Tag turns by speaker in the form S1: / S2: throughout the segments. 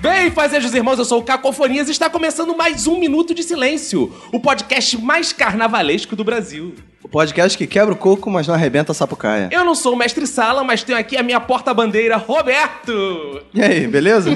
S1: Bem, fazejos irmãos, eu sou o Cacofonias e está começando mais um Minuto de Silêncio, o podcast mais carnavalesco do Brasil.
S2: O podcast que quebra o coco, mas não arrebenta a sapucaia.
S1: Eu não sou o mestre sala, mas tenho aqui a minha porta-bandeira, Roberto!
S2: E aí, beleza?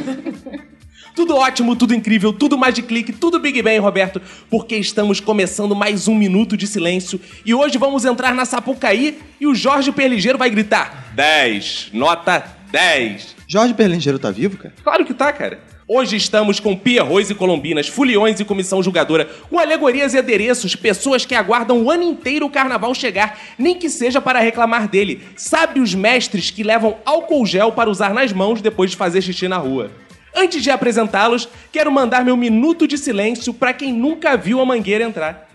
S1: Tudo ótimo, tudo incrível, tudo mais de clique, tudo Big Bang, Roberto, porque estamos começando mais um Minuto de Silêncio e hoje vamos entrar na Sapucaí e o Jorge Perligeiro vai gritar 10, nota 10.
S2: Jorge Berlingeiro tá vivo, cara?
S1: Claro que tá, cara. Hoje estamos com Pia Arroz e Colombinas, Fuliões e Comissão Julgadora, com alegorias e adereços, pessoas que aguardam o ano inteiro o carnaval chegar, nem que seja para reclamar dele. Sabe os mestres que levam álcool gel para usar nas mãos depois de fazer xixi na rua. Antes de apresentá-los, quero mandar meu minuto de silêncio para quem nunca viu a mangueira entrar.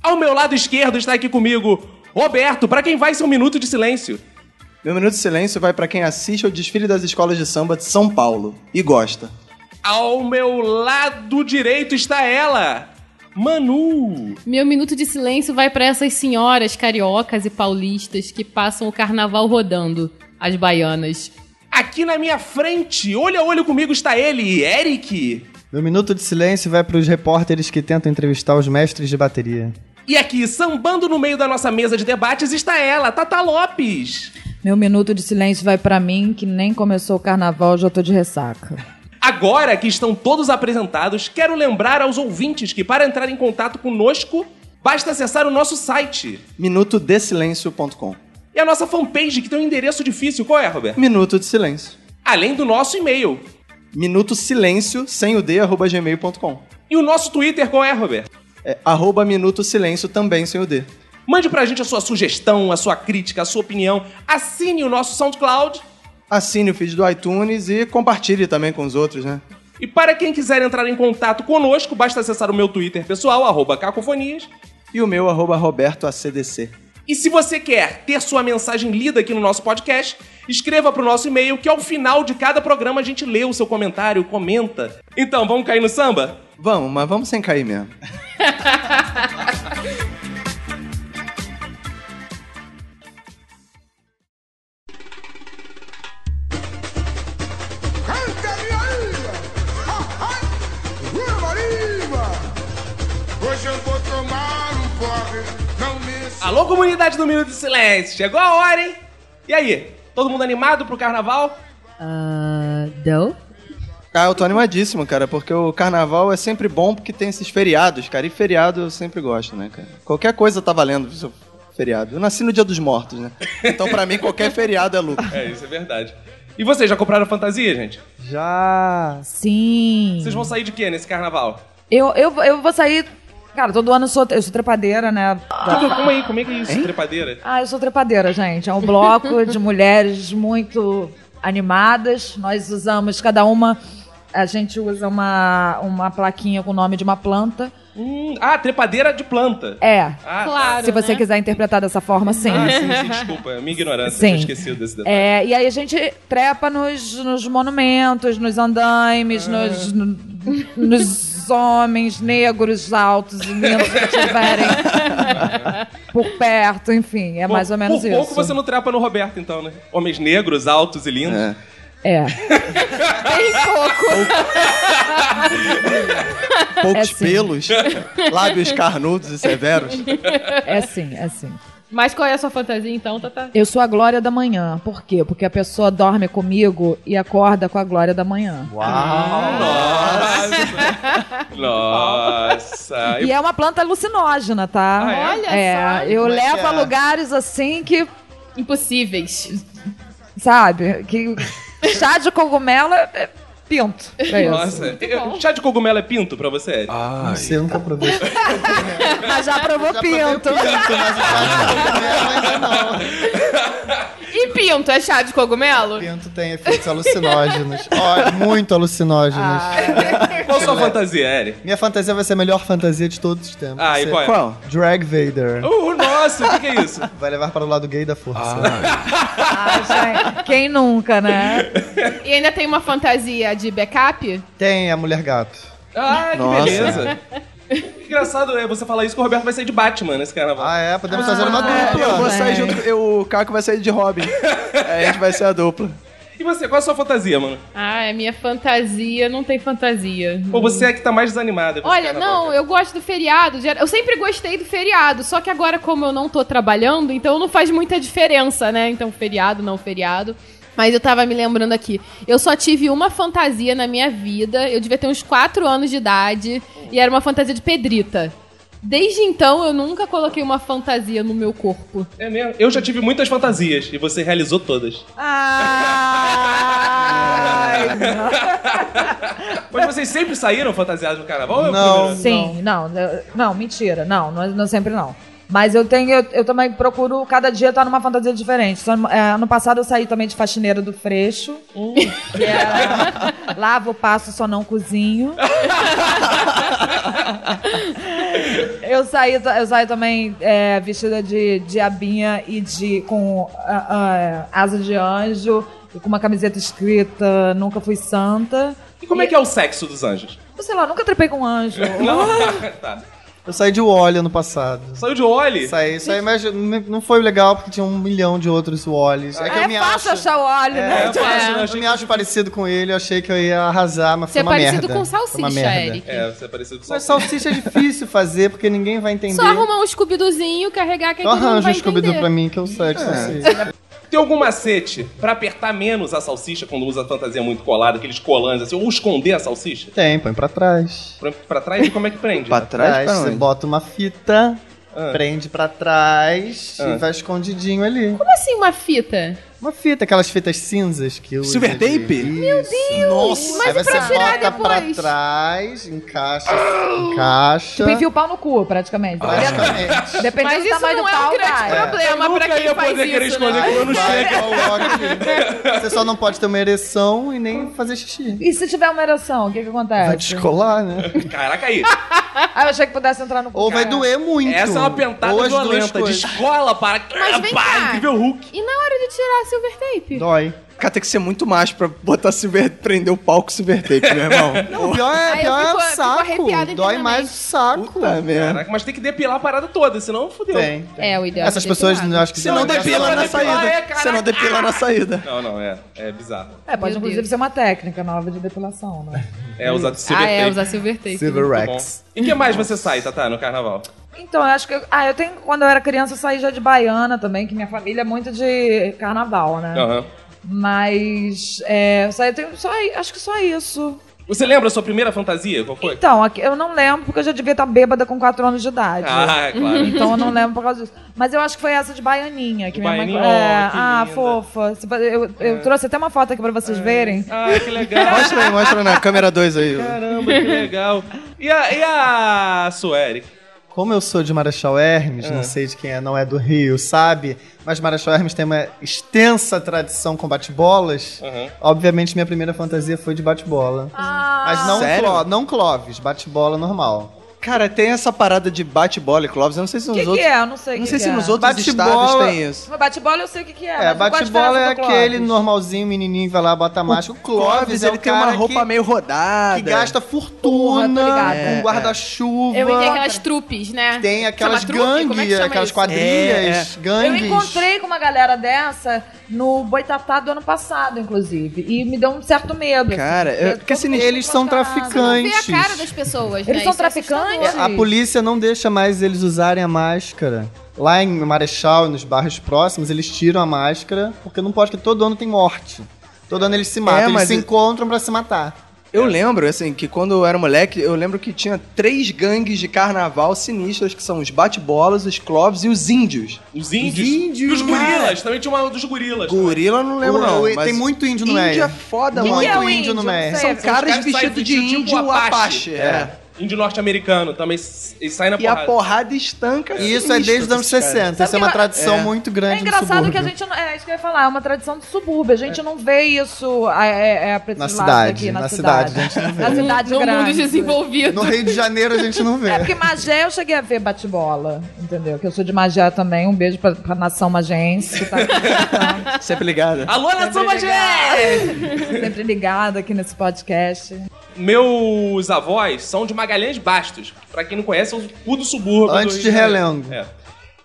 S1: Ao meu lado esquerdo está aqui comigo Roberto, para quem vai ser um minuto de silêncio.
S2: Meu minuto de silêncio vai pra quem assiste ao desfile das escolas de samba de São Paulo e gosta.
S1: Ao meu lado direito está ela, Manu.
S3: Meu minuto de silêncio vai para essas senhoras cariocas e paulistas que passam o carnaval rodando, as baianas.
S1: Aqui na minha frente, olho a olho comigo, está ele, Eric.
S4: Meu minuto de silêncio vai para os repórteres que tentam entrevistar os mestres de bateria.
S1: E aqui, sambando no meio da nossa mesa de debates, está ela, Tata Lopes.
S5: Meu minuto de silêncio vai pra mim, que nem começou o carnaval, já tô de ressaca.
S1: Agora que estão todos apresentados, quero lembrar aos ouvintes que para entrar em contato conosco, basta acessar o nosso site
S2: Minutodesilêncio.com
S1: e a nossa fanpage, que tem um endereço difícil. Qual é, Roberto?
S2: Minuto de silêncio.
S1: Além do nosso e-mail.
S2: Minuto silêncio, sem o D, arroba gmail.com.
S1: E o nosso Twitter, qual é, Roberto?
S2: É, arroba minuto silêncio também sem o D.
S1: Mande pra gente a sua sugestão, a sua crítica, a sua opinião. Assine o nosso SoundCloud.
S2: Assine o feed do iTunes e compartilhe também com os outros, né?
S1: E para quem quiser entrar em contato conosco, basta acessar o meu Twitter pessoal, arroba cacofonias.
S2: E o meu arroba Roberto ACDC.
S1: E se você quer ter sua mensagem lida aqui no nosso podcast, escreva pro nosso e-mail que ao final de cada programa a gente lê o seu comentário, comenta. Então, vamos cair no samba?
S2: Vamos, mas vamos sem cair mesmo.
S6: Hoje eu vou tomar um porre, não me
S1: Alô, comunidade do Minuto de Silêncio! Chegou a hora, hein? E aí? Todo mundo animado pro carnaval?
S5: Ah, deu?
S2: Ah, eu tô animadíssimo, cara, porque o carnaval é sempre bom porque tem esses feriados, cara. E feriado eu sempre gosto, né, cara? Qualquer coisa tá valendo seu feriado. Eu nasci no Dia dos Mortos, né? Então pra mim qualquer feriado é lucro.
S1: É, isso é verdade. E vocês, já compraram fantasia, gente?
S4: Já.
S5: Sim.
S1: Vocês vão sair de quê nesse carnaval?
S5: Eu, eu, eu vou sair. Cara, todo ano eu sou, eu sou trepadeira, né? Da-
S1: Como, como aí? Como é que é isso? Trepadeira?
S5: Ah, eu sou trepadeira, gente. É um bloco de mulheres muito animadas. Nós usamos, cada uma, a gente usa uma, uma plaquinha com o nome de uma planta.
S1: Hum, ah, trepadeira de planta.
S5: É.
S1: Ah,
S3: Claro.
S5: Se você
S3: né? Uhum.
S5: quiser interpretar dessa forma, sim.
S1: Ah, sim, sim, desculpa. Minha ignorância, eu
S5: Sim.
S1: tinha esquecido desse detalhe.
S5: É, e aí a gente trepa nos, nos monumentos, nos andaimes, nos, no- nos homens negros altos e lindos que tiverem por perto, enfim, é
S1: Por-
S5: mais ou menos
S1: por
S5: isso.
S1: pouco você não trepa no Roberto, então, né? Homens negros, altos e lindos.
S2: É.
S5: É. Bem pouco.
S2: Poucos
S5: É sim.
S2: pelos, lábios carnudos e severos.
S5: É sim, é sim.
S3: Mas qual é a sua fantasia então, Tata?
S5: Eu sou a glória da manhã. Por quê? Porque a pessoa dorme comigo e acorda com a glória da manhã.
S1: Nossa! Nossa!
S5: E é uma planta alucinógena, tá?
S1: Ah, é?
S3: Olha
S5: é,
S3: só.
S5: eu
S2: Como é que
S5: levo a
S2: é?
S5: lugares assim que
S3: Impossíveis.
S5: sabe? Que chá de cogumelo é é pinto. É isso. Ah,
S1: Nossa, Eu- chá de cogumelo é pinto pra você? Eric?
S4: Não sei, eu nunca provei.
S2: né?
S5: Mas já provou pinto.
S2: Mas o caso ainda não.
S3: E pinto, é chá de cogumelo?
S4: Pinto tem efeitos alucinógenos. Ó, muito alucinógenos.
S5: Ah.
S1: Qual sua fantasia, Eric?
S4: Minha fantasia vai ser a melhor fantasia de todos os tempos.
S1: Ah,
S4: Vai
S1: e
S4: ser
S1: qual é?
S2: Qual?
S4: Drag Vader.
S1: Uh, nossa, o que, que é isso?
S4: Vai levar para o lado gay da força.
S5: Ah, gente, Quem nunca, né?
S3: E ainda tem uma fantasia de backup?
S4: Tem a mulher gato.
S1: Ah, que
S2: Nossa.
S1: beleza. Engraçado é você falar isso que o Roberto vai sair de Batman nesse carnaval.
S4: Ah, é? Podemos fazer uma
S2: É, eu
S4: dupla.
S2: vou sair junto. Eu, o Caco vai sair de Robin. É, a gente vai ser a dupla.
S5: Ah.
S1: E você, qual é a sua fantasia, mano?
S3: Ah, é minha fantasia, não tem fantasia.
S1: Pô, você é que tá mais desanimada. com esse
S3: Olha,
S1: carnaval,
S3: não,
S1: cara.
S3: eu gosto do feriado. gera- Eu sempre gostei do feriado, só que agora, como eu não tô trabalhando, então não faz muita diferença, né? Então, feriado, não feriado. Mas eu tava me lembrando aqui. Eu só tive uma fantasia na minha vida. Eu devia ter uns 4 anos de idade. E era uma fantasia de pedrita. Desde então, eu nunca coloquei uma fantasia no meu corpo.
S1: É mesmo. Eu já tive muitas fantasias e você realizou todas.
S5: Ai, não.
S1: Mas vocês sempre saíram fantasiados no carnaval? ou é o
S4: Não.
S1: primeiro?
S5: Sim, não, não, não, mentira. Não, é, não, não sempre não. Mas eu tenho, eu, eu também procuro cada dia estar numa fantasia diferente. Só, é, ano passado eu saí também de faxineira do Freixo. Que era lavo, passo, só não cozinho. eu, saí, ta- eu saí também é, vestida de diabinha e de com ah, ah, asa de anjo e com uma camiseta escrita Nunca Fui Santa.
S1: E como é que é o sexo dos anjos?
S5: Eu Sei lá, nunca trepei com um anjo.
S1: Não, tá.
S4: Eu saí de Wally ano passado.
S1: Saiu de Oli?
S4: Saí, saí, mas não foi legal porque tinha um milhão de outros Wallys. É que eu me
S5: É fácil
S4: acho.
S5: achar o óleo,
S4: É,
S5: né?
S4: eu faço,
S1: É.
S4: eu me acho parecido com ele, eu achei que eu ia arrasar, mas
S3: Ah, Você
S4: foi
S3: é
S4: uma
S3: parecido
S4: merda.
S3: com
S4: Foi uma
S3: salsicha,
S4: merda.
S3: Eric.
S1: É, você é parecido com
S4: Mas
S1: Salsicha.
S4: salsicha é difícil fazer, porque ninguém vai entender.
S3: Só arrumar um scooby carregar que aí
S4: Então
S3: todo mundo
S4: arranja
S3: vai
S4: um Scooby-Doo
S3: entender.
S4: pra mim, que eu sei que salsicha.
S1: Tem algum macete pra apertar menos a salsicha quando usa a fantasia muito colada, aqueles colantes assim, ou esconder a salsicha?
S4: Tem, põe pra trás.
S1: Pra, pra trás e como é que prende?
S2: Pra trás, pra
S4: você
S2: onde?
S4: bota uma fita,
S1: Ah.
S4: prende pra trás
S1: Ah.
S4: e vai escondidinho ali.
S3: Como assim uma fita?
S4: Uma fita, aquelas fitas cinzas que usa.
S2: Silver
S4: de-
S2: tape?
S4: Meu Deus!
S2: Nossa,
S4: Aí
S3: Mas e
S4: você
S3: pra tirar
S4: bota pra
S3: depois?
S4: trás, encaixa, encaixa.
S5: Tipo, enfia o pau no cu, praticamente. Tá vendo?
S4: Basicamente.
S5: Dependendo
S3: Mas
S5: do
S3: isso
S5: tamanho
S3: não
S5: do
S3: é
S5: pau,
S3: um grande
S5: vai.
S3: problema
S1: Eu
S3: pra
S1: nunca
S3: quem
S1: ia
S3: faz
S1: poder
S3: isso,
S1: querer esconder
S3: né?
S1: quando
S4: Vai,
S1: chega.
S4: coloca- é Você só não pode ter uma ereção e nem fazer xixi.
S5: E se tiver uma ereção, o que que
S3: É,
S4: Vai
S5: acontece?
S4: descolar, né?
S1: Caraca aí.
S5: Ah, eu achei que pudesse entrar no cu.
S4: Ou vai
S5: cara.
S4: doer muito.
S1: Essa é uma pentada
S4: Ou as duas
S1: violenta de
S4: coisas.
S1: escola para.
S3: Mas vem
S1: Pá,
S3: cá.
S1: Incrível Hulk.
S3: E na hora de tirar a silver tape?
S4: Dói.
S2: Cara, tem que ser muito macho pra botar silver, prender o pau com silver tape, meu irmão.
S4: O pior é,
S3: Aí eu
S4: pior é
S3: fico-
S4: o
S3: fico arrepiada
S4: saco. Dói
S3: internamente.
S4: mais o saco.
S2: Puta merda.
S1: Caraca, mas tem que depilar a parada toda, senão fodeu.
S4: Tem.
S3: É, o ideal.
S4: Essas
S3: é
S4: pessoas,
S3: depilar.
S4: eu acho que
S2: Você
S1: tá
S2: não
S4: são-
S2: depila
S1: pra
S2: na
S1: depilar, é,
S2: saída.
S1: caraca.
S2: Você não depila na saída.
S1: Não, não, é. É bizarro.
S5: É, pode
S3: Meu
S5: inclusive
S3: Deus.
S5: ser uma técnica nova de depilação, né?
S1: É usar silver
S3: Ah, é,
S1: tape.
S3: usar silver tape.
S4: Silver
S1: Muito Tá bom.
S4: Rex.
S1: E que mais você sai, Tatá, no carnaval?
S5: Então, eu acho que. eu- Ah, eu tenho. Quando eu era criança, eu saí já de baiana também, que minha família é muito de carnaval,
S2: Ah.
S5: né?
S1: Aham.
S5: Mas. É, eu saí, eu tenho só, acho que só isso.
S1: Você lembra a sua primeira fantasia? Qual foi?
S5: Então, aqui- eu não lembro porque eu já devia estar bêbada com 4 anos de idade.
S1: Ah, é claro.
S5: Então eu não lembro por causa disso. Mas eu acho que foi essa de Baianinha.
S1: De
S5: Que minha
S1: Baianinha,
S5: mãe... é,
S1: ó, que
S5: ah,
S1: linda. É.
S5: fofa. Você pode- Eu, eu trouxe até uma foto aqui pra vocês verem.
S1: Ah, que legal.
S2: Mostra aí, mostra na câmera 2 aí.
S1: Caramba, que legal. E a, e a sua, Eric?
S4: Como eu sou de Marechal Hermes, não sei de quem é, não é do Rio, sabe? Mas Marechal Hermes tem uma extensa tradição com bate-bolas.
S1: Aham.
S4: Obviamente, minha primeira fantasia foi de bate-bola.
S3: Ah,
S4: Mas não,
S2: Sério?
S4: Cló- não Clóvis, bate-bola normal.
S2: Cara, tem essa parada de bate-bola e Clóvis. Eu não sei se
S5: O
S2: nos
S5: que, que
S2: outros.
S5: é? Eu não sei. o
S2: Não
S5: que
S2: sei
S5: que
S2: se
S5: é.
S2: nos outros
S4: Bate-bola-
S2: estados tem isso.
S5: Mas Bate-bola eu sei o que, que é.
S4: É,
S5: mas qual a
S4: bate-bola é
S5: diferença do Clóvis?
S4: aquele normalzinho, menininho, vai lá, bota a máscara. O Clóvis, é
S2: ele
S4: o
S2: tem
S4: cara
S2: uma roupa
S4: que,
S2: meio rodada.
S4: que gasta
S5: Porra, tô
S4: fortuna,
S5: ligada.
S4: com
S5: É,
S4: guarda-chuva.
S3: Eu vi aquelas trupes, né?
S4: Tem aquelas
S3: Chama trupe? Como é que
S4: gangues,
S3: chama
S4: aquelas
S3: isso?
S4: quadrilhas,
S5: Eu
S4: gangues.
S5: encontrei com uma galera dessa no Boitatá do ano passado, inclusive. E me deu um certo medo. assim,
S2: Cara, eu-
S5: porque
S2: porque
S5: todo
S2: assim,
S5: mundo
S4: eles são
S5: mascarado.
S3: Não Vê a
S4: traficantes.
S3: cara das pessoas,
S5: assim. Eles
S3: né?
S5: são
S3: Isso é assustador.
S5: traficantes?
S4: A polícia não deixa mais eles usarem a máscara. Lá em Marechal, nos bairros próximos, eles tiram a máscara, porque não pode, porque todo ano tem morte. Todo ano eles se matam, eles
S2: mas
S4: se
S2: e-
S4: encontram pra se matar.
S2: Eu lembro, assim, que quando eu era moleque, eu lembro que tinha três gangues de carnaval sinistras, que são os bate-bolas, os clóvis e os índios.
S1: Os índios?
S2: Os índios,
S1: e os
S2: cara.
S1: gorilas. Também tinha uma dos gorilas.
S2: Gorila eu não lembro,
S4: O-
S2: não.
S4: o-
S2: mas
S4: tem muito índio no
S2: Índio
S4: Meia.
S2: é foda,
S5: Quem
S2: mano.
S5: que é o
S4: Muito
S5: índio
S4: índio no
S5: Não
S4: Meia.
S5: sei.
S2: São caras
S1: caras saem
S2: vestidos de
S1: vestido tipo
S2: índio
S1: Apache.
S2: apache. É.
S1: Índio norte-americano também s- e sai na
S2: E a
S1: porrada.
S2: é porrada estanca.
S4: E isso é
S2: sinistro
S4: desde os anos
S2: com esses caras.
S4: 60. Isso é
S5: Sabe
S4: uma
S5: que-
S4: tradição
S2: é.
S4: muito
S5: É
S4: grande no
S5: engraçado que a
S4: subúrbio.
S5: gente não. É isso que eu ia falar, é uma tradição de subúrbio. A gente não vê isso é, é, é, pra esses
S4: Na
S5: lados
S4: cidade,
S5: aqui, É. na,
S4: na
S5: cidade.
S4: cidade, a gente não vê.
S5: Na cidade
S3: no
S5: grande.
S3: mundo desenvolvido.
S4: No Rio de Janeiro a gente não vê.
S5: É porque Magé eu cheguei a ver bate-bola, entendeu? Que eu sou de Magé também. Um beijo pra, pra nação magense. Que tá aqui,
S2: Sempre ligada.
S1: Alô, nação Magé!
S5: sempre ligada aqui nesse podcast.
S1: Meus avós são de Magalhães Bastos. Pra quem não conhece, é o cu do subúrbio.
S4: Antes
S1: do Rio
S4: de
S1: Janeiro.
S4: Realengo.
S1: É.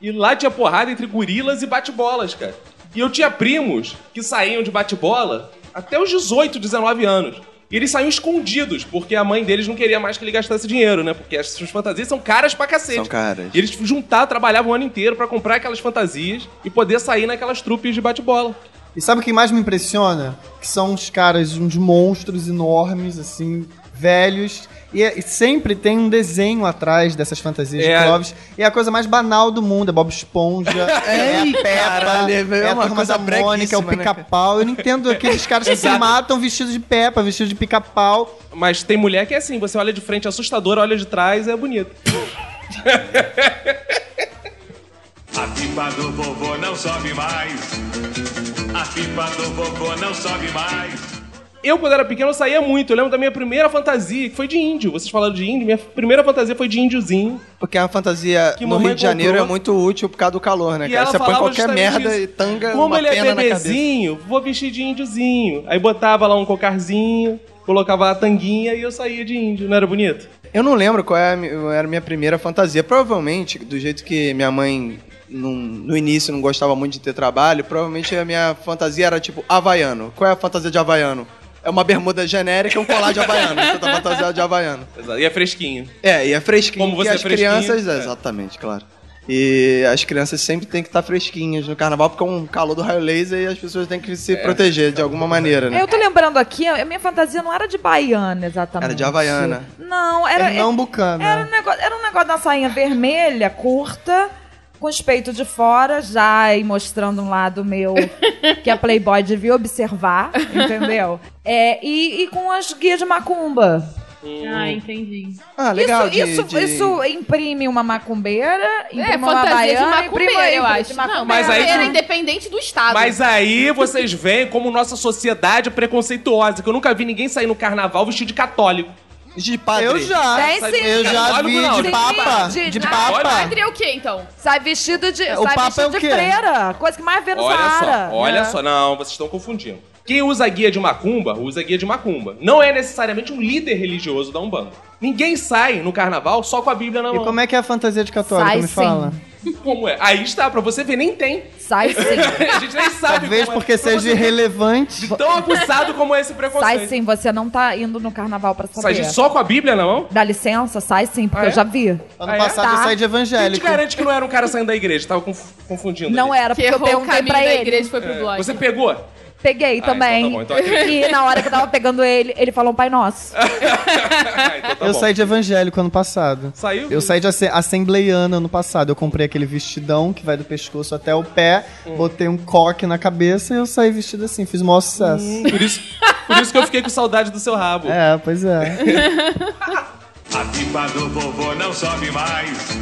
S1: E lá tinha porrada entre gorilas e bate-bolas, cara. E eu tinha primos que saíam de bate-bola até os 18, 19 anos. E eles saíam escondidos, porque a mãe deles não queria mais que ele gastasse dinheiro, né? Porque as suas fantasias são caras pra cacete.
S2: São caras.
S1: E eles juntavam, trabalhavam o ano inteiro pra comprar aquelas fantasias e poder sair naquelas trupes de bate-bola.
S4: E sabe o que mais me impressiona? Que são uns caras, uns monstros enormes, assim, velhos. E, é- e sempre tem um desenho atrás dessas fantasias
S1: É.
S4: de Clóvis. E é a coisa mais banal do mundo. É Bob Esponja, é a
S2: Ei,
S4: Peppa,
S2: caralho, é
S4: é a
S2: uma
S4: turma
S2: coisa
S4: da Mônica, é
S2: breguíssima,
S4: o
S2: né,
S4: pica-pau. Eu não entendo aqueles caras que se matam vestidos de Peppa, vestidos de pica-pau.
S1: Mas tem mulher que é assim, você olha de frente é assustadora, olha de trás é bonito.
S7: A pipa do vovô não sobe mais. A pipa do vovô não sobe mais.
S1: Eu, quando era pequeno, eu saía muito. Eu lembro da minha primeira fantasia, que foi de índio. Vocês falaram de índio, minha primeira fantasia foi de índiozinho.
S2: Porque a fantasia
S1: Que
S2: no
S1: mamãe
S2: Rio de Janeiro
S1: comprou.
S2: é muito útil por causa do calor, né,
S1: E
S2: cara?
S1: ela
S2: Você põe
S1: falava
S2: qualquer
S1: justamente
S2: merda
S1: isso.
S2: e tanga
S1: Como
S2: uma
S1: ele é
S2: pena na cabeça.
S1: bebezinho, vou vestir de índiozinho. Aí botava lá um cocarzinho, colocava a tanguinha e eu saía de índio. Não era bonito?
S2: Eu não lembro qual era a mi- era a minha primeira fantasia. Provavelmente, do jeito que minha mãe num- no início não gostava muito de ter trabalho, provavelmente a minha fantasia era tipo havaiano. Qual é a fantasia de havaiano? É uma bermuda genérica e um colar de havaiano. Você tá fantasiado de havaiano.
S1: Exato. E é fresquinho.
S2: É, e é fresquinho.
S1: Como você
S2: e
S1: é
S2: as
S1: fresquinho,
S2: crianças,
S1: é.
S2: exatamente, claro. E as crianças sempre têm que estar fresquinhas no carnaval, porque é um calor do raio laser e as pessoas têm que
S1: É,
S2: se proteger de alguma maneira, né?
S5: Eu tô lembrando aqui, a minha fantasia não era de baiana exatamente.
S2: Era de havaiana.
S5: Não, era.
S2: É
S4: Pernambucana.
S5: Era um, negócio, era um negócio da sainha vermelha, curta, com os peitos de fora, já aí mostrando um lado meu que a Playboy devia observar, entendeu? É, e, e com as guias de macumba.
S3: Ah, entendi.
S2: Ah, legal.
S5: isso,
S2: de-
S5: isso,
S2: de-
S5: isso imprime uma macumbeira, imprime
S3: É,
S5: uma
S3: fantasia de
S5: havaiana,
S3: macumbeira,
S5: imprime-
S3: eu
S5: imprime
S3: acho.
S5: de
S3: Não,
S5: macumbeira.
S3: mas
S1: Mas aí-
S3: era independente do Estado.
S1: Mas aí vocês veem como nossa sociedade é preconceituosa, que eu nunca vi ninguém sair no carnaval vestido de católico.
S2: De padre.
S4: Eu já.
S5: Tem sim.
S4: Eu já
S1: Católico
S4: vi
S1: não,
S4: de
S1: tem
S4: papa.
S5: sim. De-
S4: De
S5: Ah,
S1: olha.
S4: papa.
S3: Padre é o quê, então?
S5: Sai vestido de,
S4: o
S5: sai
S4: papo
S5: vestido
S4: é o
S5: de
S4: quê?
S5: freira, coisa que mais vê no
S1: Olha
S5: Saara.
S1: só, olha
S5: né?
S1: só. Não, vocês estão confundindo. Quem usa guia de macumba, usa guia de macumba. Não é necessariamente um líder religioso da Umbanda. Ninguém sai no carnaval só com a Bíblia na
S4: E
S1: mão.
S4: como é que é a fantasia de católico?
S5: Sai
S4: me
S5: sim.
S4: fala.
S1: Como é? Aí está, pra você ver, nem tem.
S5: Sai sim.
S1: A gente nem sabe
S4: Talvez
S1: como é.
S4: porque seja irrelevante.
S1: Tão abusado como é esse preconceito.
S5: Sai sim, você não tá indo no carnaval pra saber.
S1: Sai de- só com a Bíblia na mão?
S5: Dá licença, sai sim, porque
S1: Ah, é?
S5: eu já vi.
S4: Ano
S1: Ah, é?
S4: passado
S5: Tá.
S4: eu saí de
S1: Quem te
S4: evangélico.
S1: garante que não era um cara saindo da igreja? Tava conf- confundindo.
S5: Não é
S1: ali.
S5: era,
S3: Que
S5: porque eu
S3: errou o
S5: perguntei
S3: caminho
S5: pra
S3: da
S5: ele.
S3: igreja e foi pro blog.
S1: É, Você pegou?
S5: Peguei
S1: Ah,
S5: também.
S1: então tá bom, então ok.
S5: E na hora que eu tava pegando ele, ele falou um Pai Nosso.
S1: Ah, então tá
S4: eu
S1: bom.
S4: saí de evangélico ano passado.
S1: Saiu?
S4: Eu saí de asse- assembleiana ano passado. Eu comprei aquele vestidão que vai do pescoço até o pé,
S5: Hum.
S4: botei um coque na cabeça e eu saí vestido assim. Fiz o maior sucesso.
S5: Hum.
S1: Hum, Por isso, por isso que eu fiquei com saudade do seu rabo.
S4: É, pois é.
S7: A pipa do vovô não sobe mais.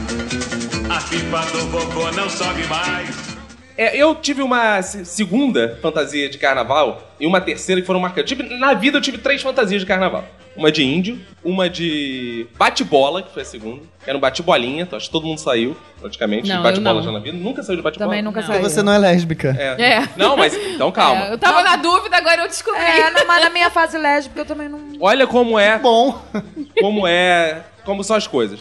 S7: A pipa do vovô não sobe mais.
S1: É, eu tive uma se- segunda fantasia de carnaval e uma terceira que foram marcantes. Tive- na vida eu tive três fantasias de carnaval. Uma de índio, uma de bate-bola, que foi a segunda. que Era um bate-bolinha, então acho que todo mundo saiu, praticamente,
S3: Não,
S1: de
S3: eu
S1: bate-bola
S3: não.
S1: já na vida. Nunca saiu de bate-bola.
S5: Também nunca
S4: Porque
S5: saiu.
S4: você não é lésbica.
S1: É.
S3: É.
S1: Não, mas então calma.
S3: É, eu tava na dúvida, agora eu descobri.
S5: É, não, mas na minha fase lésbica eu também não.
S1: Olha como é,
S4: Bom.
S1: como é, como são as coisas.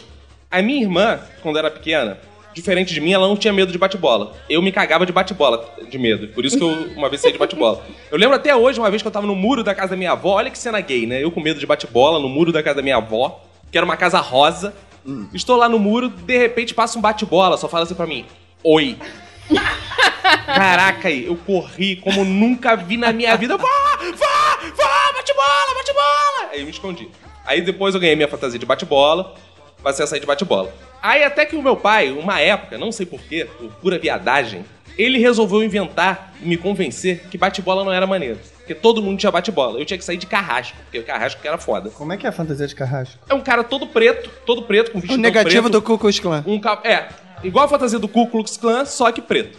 S1: A minha irmã, quando era pequena, diferente de mim, ela não tinha medo de bate-bola. Eu me cagava de bate-bola de medo. Por isso que eu uma vez saí de bate-bola. Eu lembro até hoje, uma vez que eu tava no muro da casa da minha avó. Olha que cena gay, né? Eu com medo de bate-bola no muro da casa da minha avó, que era uma casa rosa. Estou lá no muro, de repente passa um bate-bola, só fala assim pra mim: Oi. Caraca, eu corri como nunca vi na minha vida. Vá, vá, vá, bate bola, bate bola. Aí eu me escondi. Aí depois eu ganhei minha fantasia de bate-bola, passei a sair de bate-bola. Aí até que o meu pai, uma época, não sei porquê, por pura viadagem, Ele resolveu inventar e me convencer que bate-bola não era maneiro. Porque todo mundo tinha bate-bola. Eu tinha que sair de carrasco, porque o carrasco que era foda.
S4: Como é que é a fantasia de carrasco?
S1: É um cara todo preto, todo preto, com
S2: O
S1: vestido preto.
S2: negativo do Ku Klux Klan.
S1: Um ca- É, igual a fantasia do Ku Klux Klan, só que preto.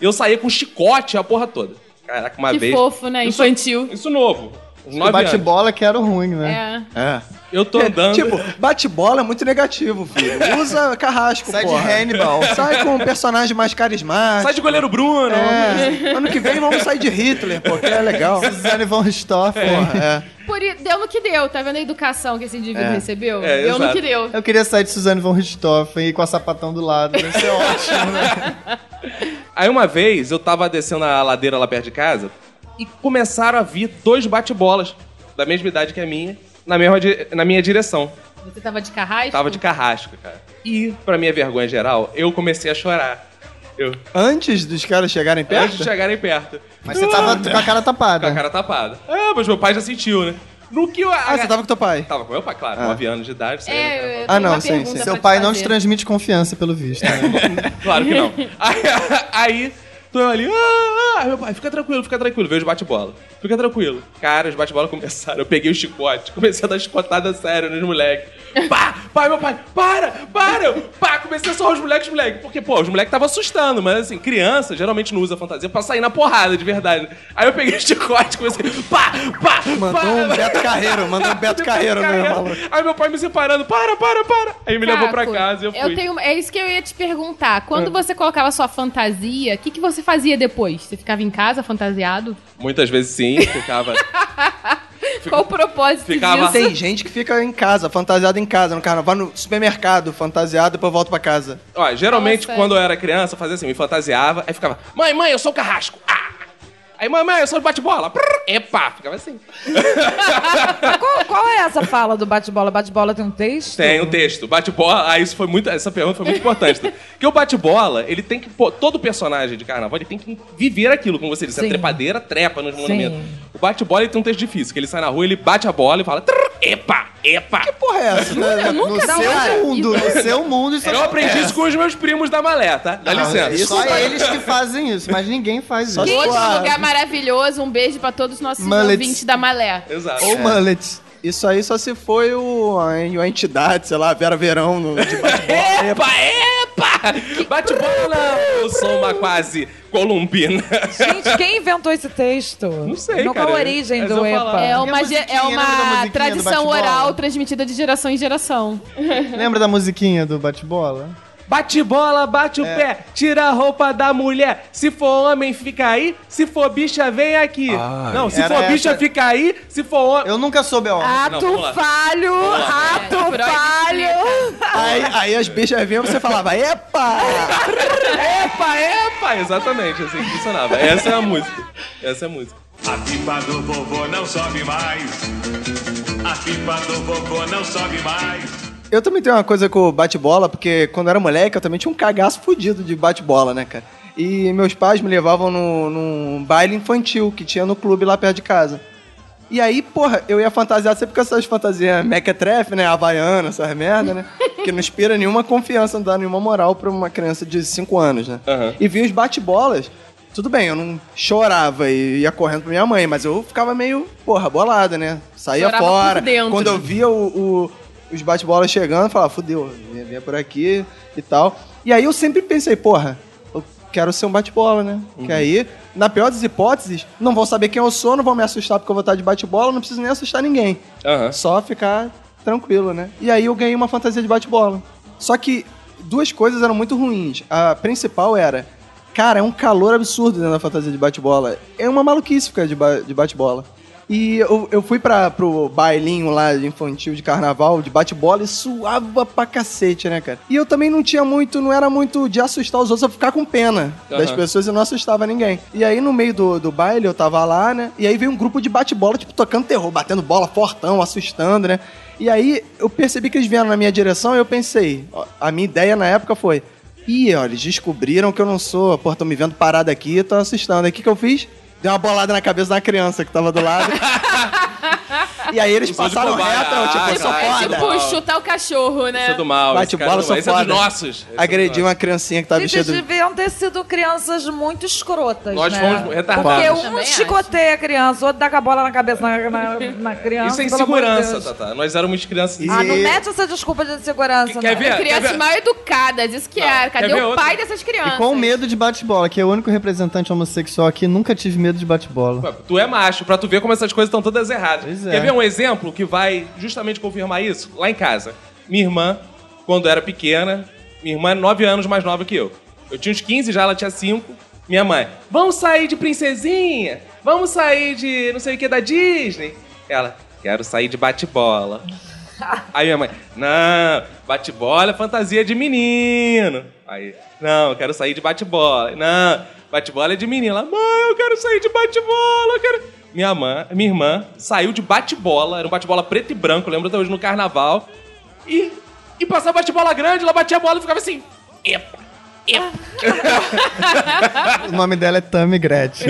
S1: Eu saía com chicote a porra toda. Caraca, uma
S3: Que
S1: vez.
S3: fofo, né?
S1: Isso-
S3: Infantil.
S1: Isso novo. Os nove anos.
S4: Bate-bola que era o ruim, né?
S3: É.
S2: É.
S1: Eu tô andando.
S2: Tipo, bate-bola é muito negativo, filho. Usa carrasco,
S4: Sai de
S2: porra.
S4: Hannibal.
S2: Sai com um personagem mais carismático.
S1: Sai de goleiro Bruno.
S2: É. Ano que vem vamos sair de Hitler, pô, que é legal.
S4: Suzane von Richthofen.
S2: Porra, é.
S3: Por i- deu no que deu, tá vendo a educação que esse indivíduo recebeu?
S1: É,
S3: deu no
S1: exato.
S3: que deu.
S4: Eu queria sair de Suzane von Richthofen e com a sapatão do lado. Deve ser ótimo, né?
S1: Aí uma vez eu tava descendo a ladeira lá perto de casa e começaram a vir dois bate-bolas da mesma idade que a minha, na, mesma di- na minha direção.
S3: Você tava de carrasco?
S1: Tava de carrasco, cara. E, pra minha vergonha geral, eu comecei a chorar. Eu,
S2: Antes dos caras chegarem perto?
S1: antes de chegarem perto. Ah,
S4: Mas você tava com a cara
S1: Com a
S4: tapada.
S1: cara tapada. Ah, mas meu pai já sentiu, né? No que eu.
S2: Ah, você tava Ah. com teu pai.
S1: Tava com meu pai, claro, 9 anos de idade. né? isso aí era
S3: É, eu
S2: Ah, não,
S3: tenho uma
S2: sim,
S3: pergunta
S2: sim.
S3: pra
S4: Seu
S3: te
S4: pai não te
S3: fazer.
S4: transmite confiança, pelo visto. Né?
S1: Claro que não. Aí, aí tô eu ali, ah, ah, meu pai, fica tranquilo, fica tranquilo, veio os bate-bola. Fica tranquilo. Cara, os bate-bola começaram, eu peguei o chicote, comecei a dar chicotada sério nos moleques. Pá, pai, meu pai, para, para, eu, pá, comecei a soar os moleques, moleque. Porque, pô, os moleques estavam assustando, mas assim, criança geralmente não usa fantasia pra sair na porrada, de verdade. Aí eu peguei o chicote, comecei, pá, pá,
S2: Mandou
S1: pá.
S2: um Beto Carreiro, mandou um Beto Carreiro, né, maluco?
S1: Aí meu pai me separando, para, para, para. Aí me levou pra
S3: Caco,
S1: casa e eu fui.
S3: tenho, é isso que eu ia te perguntar. Quando você colocava sua fantasia, o que, que você fazia depois? Você ficava em casa fantasiado?
S1: Muitas vezes sim, ficava.
S3: Qual o propósito
S1: ficava-
S3: disso?
S2: Tem gente que fica em casa, fantasiada em casa, no carnaval, no supermercado, fantasiado, depois volta pra casa.
S1: Ó, geralmente,
S3: Nossa.
S1: quando eu era criança, eu fazia assim, me fantasiava, aí ficava, mãe, mãe, eu sou o carrasco. Ah! Aí, mãe, mãe, eu sou o bate-bola. Prrr, Epa! Ficava assim.
S5: Qual, qual é essa fala do bate-bola? Bate-bola tem um texto?
S1: Tem um texto. Bate-bola. Ah, isso foi muito. Essa pergunta foi muito importante. né? Porque o bate-bola, ele tem que. pô, todo personagem de carnaval ele tem que viver aquilo, como você disse. A
S5: Sim.
S1: trepadeira trepa nos monumentos.
S5: Sim.
S1: O bate-bola ele tem um texto difícil, que ele sai na rua, ele bate a bola e fala. "Trrr, Epa! Epa!
S2: Porra, é essa? né?
S4: No seu mundo, no seu mundo, isso
S1: Eu aprendi isso com os meus primos da malé, tá? Dá licença.
S4: é Só eles que fazem isso, mas ninguém faz isso.
S3: Gente,
S2: Claro.
S3: um lugar maravilhoso. Um beijo pra todos os nossos
S4: Mullets.
S3: ouvintes da Malé.
S1: Exato.
S4: Ou mullet.
S2: Isso aí só se foi o, a, a entidade, sei lá, Vera Verão, no, de
S1: Epa, epa! Bate bola não! Eu sou uma quase colombina.
S5: Gente, quem inventou esse texto? Não
S1: sei,
S5: Qual
S1: cara.
S5: a origem
S1: Mas
S5: do
S1: eu falava.
S5: EPA?
S3: É uma, ge-
S4: musiquinha,
S3: é
S4: lembra da
S3: uma
S4: musiquinha do
S3: tradição
S4: bate-bola?
S3: oral transmitida de geração em geração.
S4: Lembra da musiquinha do bate-bola?
S1: Bate bola, bate o pé, tira a roupa da mulher. Se for homem, fica aí. Se for bicha, vem aqui. não, se
S4: era
S1: for bicha,
S4: essa-
S1: fica aí. Se for homem.
S4: Eu nunca soube a ordem.
S1: Não,
S5: Ato
S1: vamos lá. É,
S5: falho, ato
S3: Freud
S5: falho.
S4: Ah,
S2: aí, aí as bichas vinham e você falava, epa!
S1: Epa, epa! Exatamente, assim que funcionava. Essa é a música. Essa é a música.
S7: A pipa do vovô não sobe mais. A pipa do vovô não sobe mais.
S2: Eu também tenho uma coisa com bate-bola, porque quando eu era moleque eu também tinha um cagaço fudido de bate-bola, né, cara? E meus pais me levavam no, num baile infantil que tinha no clube lá perto de casa. E aí, porra, eu ia fantasiar sempre com essas fantasias mequetrefe, né? Havaiana, essas merda, né? Que não inspira nenhuma confiança, não dá nenhuma moral pra uma criança de 5 anos, né?
S1: Aham.
S2: E vinha os bate-bolas. Tudo bem, eu não chorava e ia correndo pra minha mãe, mas eu ficava meio, porra, bolada, né? Saía
S3: Chorava por
S2: fora.
S3: dentro.
S2: Quando eu via o- o- os bate-bolas chegando, eu falava, fudeu, vinha, vinha por aqui e tal. E aí eu sempre pensei, porra, eu quero ser um bate-bola, né? Que aí, na pior das hipóteses, não vão saber quem eu sou, não vão me assustar porque eu vou estar de bate-bola, não preciso nem assustar ninguém.
S1: Aham.
S2: Só ficar tranquilo, né? E aí eu ganhei uma fantasia de bate-bola. Só que duas coisas eram muito ruins. A principal era, cara, é um calor absurdo dentro da fantasia de bate-bola. É uma maluquice ficar de, ba- de bate-bola. E eu, eu fui pra, pro bailinho lá de infantil de carnaval, de bate-bola, e suava pra cacete, né, cara? E eu também não tinha muito, não era muito de assustar os outros, eu ficar com pena das
S1: Aham.
S2: pessoas pessoas e não assustava ninguém. E aí, no meio do, do baile, eu tava lá, né? E aí veio um grupo de bate-bola, tipo, tocando terror, batendo bola, fortão, assustando, né? E aí eu percebi que eles vieram na minha direção e eu pensei, ó, a minha ideia na época foi. Ih, olha, eles descobriram que eu não sou. Pô, tão me vendo parado aqui, tão assustando. Aí o que, que eu fiz? Dei uma bolada na cabeça da criança que tava do lado. E aí eles
S1: Não sou de
S2: passaram
S1: cobaia.
S2: reto, eu, tipo,
S1: Ah,
S2: eu sou
S1: cara,
S3: É
S2: foda.
S3: tipo chutar o cachorro, né?
S1: Isso é do mal.
S2: Bate
S1: esse cara
S2: bola,
S1: do
S2: sou
S1: mal. Esse é dos
S2: foda.
S1: nossos. Esse é dos
S2: Agredi uma criancinha
S1: Tá
S2: que tava
S5: Eles
S2: vestida de...
S5: deviam ter sido crianças muito escrotas,
S1: Nós
S5: né?
S1: fomos retardados.
S5: Porque
S3: Eu
S5: um
S3: também
S5: chicoteia a criança, o outro taca a bola na cabeça na, na- na criança.
S1: Isso é
S5: pelo amor de
S1: insegurança,
S5: Deus.
S1: Tata. Nós éramos crianças.
S5: Ah, não mete essa desculpa de insegurança,
S1: Que-
S5: não.
S1: quer ver?
S3: Crianças
S1: Quer ver?
S3: mal educadas, isso que era. Cadê
S1: Quer ver
S3: o
S1: outra?
S3: pai dessas crianças?
S4: E com o medo de bate-bola, que é o único representante homossexual aqui, nunca tive medo de bate-bola.
S1: Ué, Tu é macho, pra tu ver como essas coisas estão todas erradas.
S4: Pois é.
S1: Quer ver um exemplo que vai justamente confirmar isso? Lá em casa. Minha irmã, quando era pequena, minha irmã é 9 anos mais nova que eu. Eu tinha uns 15 já, ela tinha 5. Minha mãe, vamos sair de princesinha? Vamos sair de não sei o que da Disney? Ela, quero sair de bate-bola. Aí minha mãe, não, bate-bola é fantasia de menino. Aí, não, eu quero sair de bate-bola. Não, bate-bola é de menino. Ela, mãe, eu quero sair de bate-bola, eu quero... Minha, mãe, minha irmã saiu de bate-bola, era um bate-bola preto e branco, eu lembro até hoje, no carnaval. E, e passava bate-bola grande, ela batia a bola e ficava assim, epa, epa.
S4: O nome dela é Tammy Gretchen.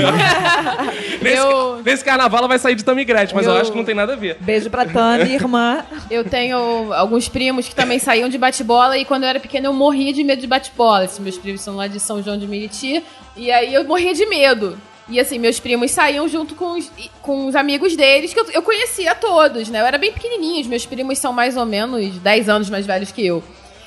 S1: Nesse,
S3: Eu-
S1: nesse carnaval ela vai sair de Tommy Gretchen, mas eu...
S5: Eu-
S1: acho que não tem nada a ver.
S5: Beijo pra Tami, irmã.
S3: Eu tenho alguns primos que também saíam de bate-bola e quando eu era pequena eu morria de medo de bate-bola. Esses meus primos são lá de São João de Meriti e aí eu morria de medo. E assim, meus primos saíam junto com os, e- com os amigos deles, que eu, eu conhecia todos, né? Eu era bem pequenininha, os meus primos são mais ou menos 10 anos mais velhos que eu.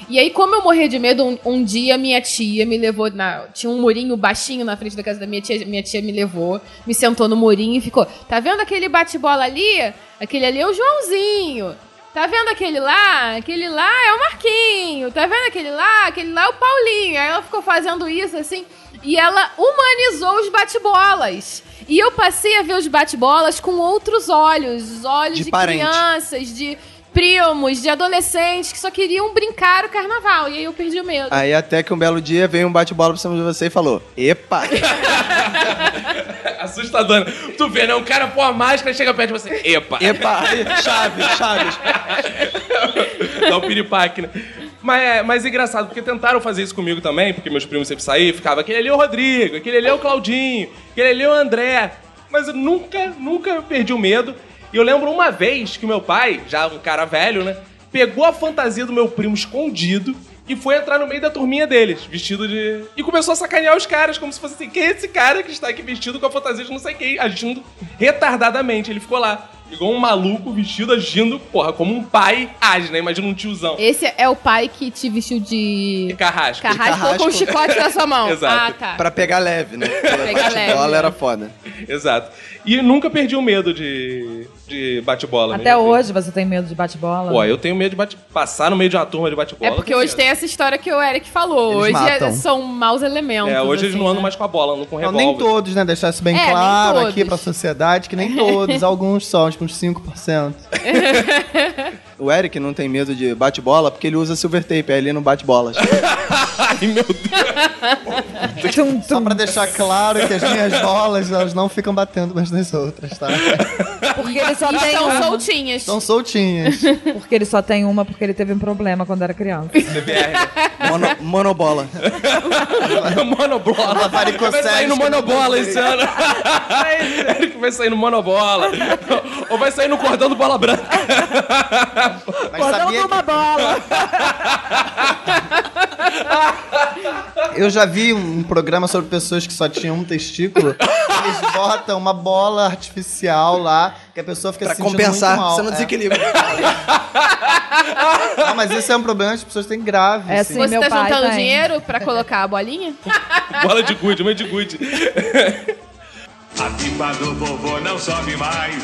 S3: E aí, como eu morria de medo, um, um dia minha tia me levou. Na, tinha um murinho baixinho na frente da casa da minha tia. Minha tia me levou, me sentou no murinho e ficou: Tá vendo aquele bate-bola ali? Aquele ali é o Joãozinho. Tá vendo aquele lá? Aquele lá é o Marquinho. Tá vendo aquele lá? Aquele lá é o Paulinho. Aí ela ficou fazendo isso assim. E ela humanizou os bate-bolas. E eu passei a ver os bate-bolas com outros olhos. Os olhos
S2: De
S3: de,
S2: parente.
S3: crianças, de primos, de adolescentes que só queriam brincar o carnaval. E aí eu perdi o medo.
S2: Aí até que um belo dia veio um bate-bola pra cima de você e falou, epa,
S1: Assustadora. Tu vê, né? Um cara pôr a máscara e chega perto de você. Epa!
S2: epa, Chaves, Chaves.
S1: Dá o piripaque, né? Mas, é- mas é engraçado, porque tentaram fazer isso comigo também, porque meus primos sempre saíam e ficava aquele ali é o Rodrigo, aquele ali é o Claudinho, aquele ali é o André. Mas eu nunca, nunca perdi o medo. E eu lembro uma vez que meu pai, já um cara velho, né? Pegou a fantasia do meu primo escondido e foi entrar no meio da turminha deles, vestido de. E começou a sacanear os caras, como se fosse assim: quem é esse cara que está aqui vestido com a fantasia de não sei quem, agindo retardadamente? Ele ficou lá, igual um maluco vestido, agindo, porra, como um pai age, né? Imagina um tiozão.
S3: Esse é o pai que te vestiu
S1: E
S3: de
S1: carrasco.
S3: carrasco ou com um chicote na sua mão.
S1: Exato.
S3: Ah, tá.
S2: Pra pegar leve, né?
S3: Pegar leve.
S2: Bate-bola era foda.
S1: Exato. E nunca perdi o medo de, de bate-bola.
S5: Até
S1: mesmo.
S5: hoje você tem medo de bate-bola?
S1: Pô, eu tenho medo de bate passar no meio de uma turma de
S3: É
S1: bate-bola.
S3: porque
S1: eu
S3: hoje
S1: tenho
S3: tem essa história que o Eric falou.
S4: Eles
S3: hoje é-
S4: matam.
S3: são maus elementos.
S1: medo. É, hoje eles
S3: assim,
S1: não andam
S3: né?
S1: mais com a bola, andam com
S4: Não,
S1: revólver.
S4: nem todos, né? Deixar isso bem
S3: É, nem
S4: claro
S3: todos.
S4: aqui pra sociedade, que nem todos, alguns só, tipo uns 5%.
S2: O Eric não tem medo de bate-bola porque ele usa silver tape, aí ele não bate bolas.
S1: Ai, meu Deus.
S5: É, Tum,
S4: Só
S5: tum.
S4: pra deixar claro que as minhas bolas, elas não ficam batendo umas nas outras, tá?
S5: Porque ele só
S3: E
S5: tem
S3: estão
S5: uma.
S3: soltinhas.
S4: São soltinhas.
S5: Porque ele só tem uma, porque ele teve um problema quando era criança.
S2: Mono, monobola.
S4: Tá
S1: monobola.
S4: Lavarico
S1: Vai sair no
S4: Sérgio,
S1: monobola esse ano. Eric vai sair no monobola. Ou vai sair no cordão do bola branca.
S4: Mas
S5: Cordão
S4: sabia
S5: numa bola.
S4: que eu já vi um programa sobre pessoas que só tinham um testículo. Eles botam uma bola artificial lá, que a pessoa fica
S2: Pra
S4: se sentindo
S2: compensar,
S4: muito mal.
S2: você não
S4: É.
S2: desequilibra.
S4: Não, mas isso é um problema que as pessoas têm grave. assim.
S5: É,
S4: sim.
S5: sim.
S3: Você
S5: meu
S3: tá
S5: pai
S3: juntando
S5: tem.
S3: dinheiro pra colocar a bolinha?
S1: Bola de gude, mãe de gude.
S7: A pipa do vovô não sobe mais.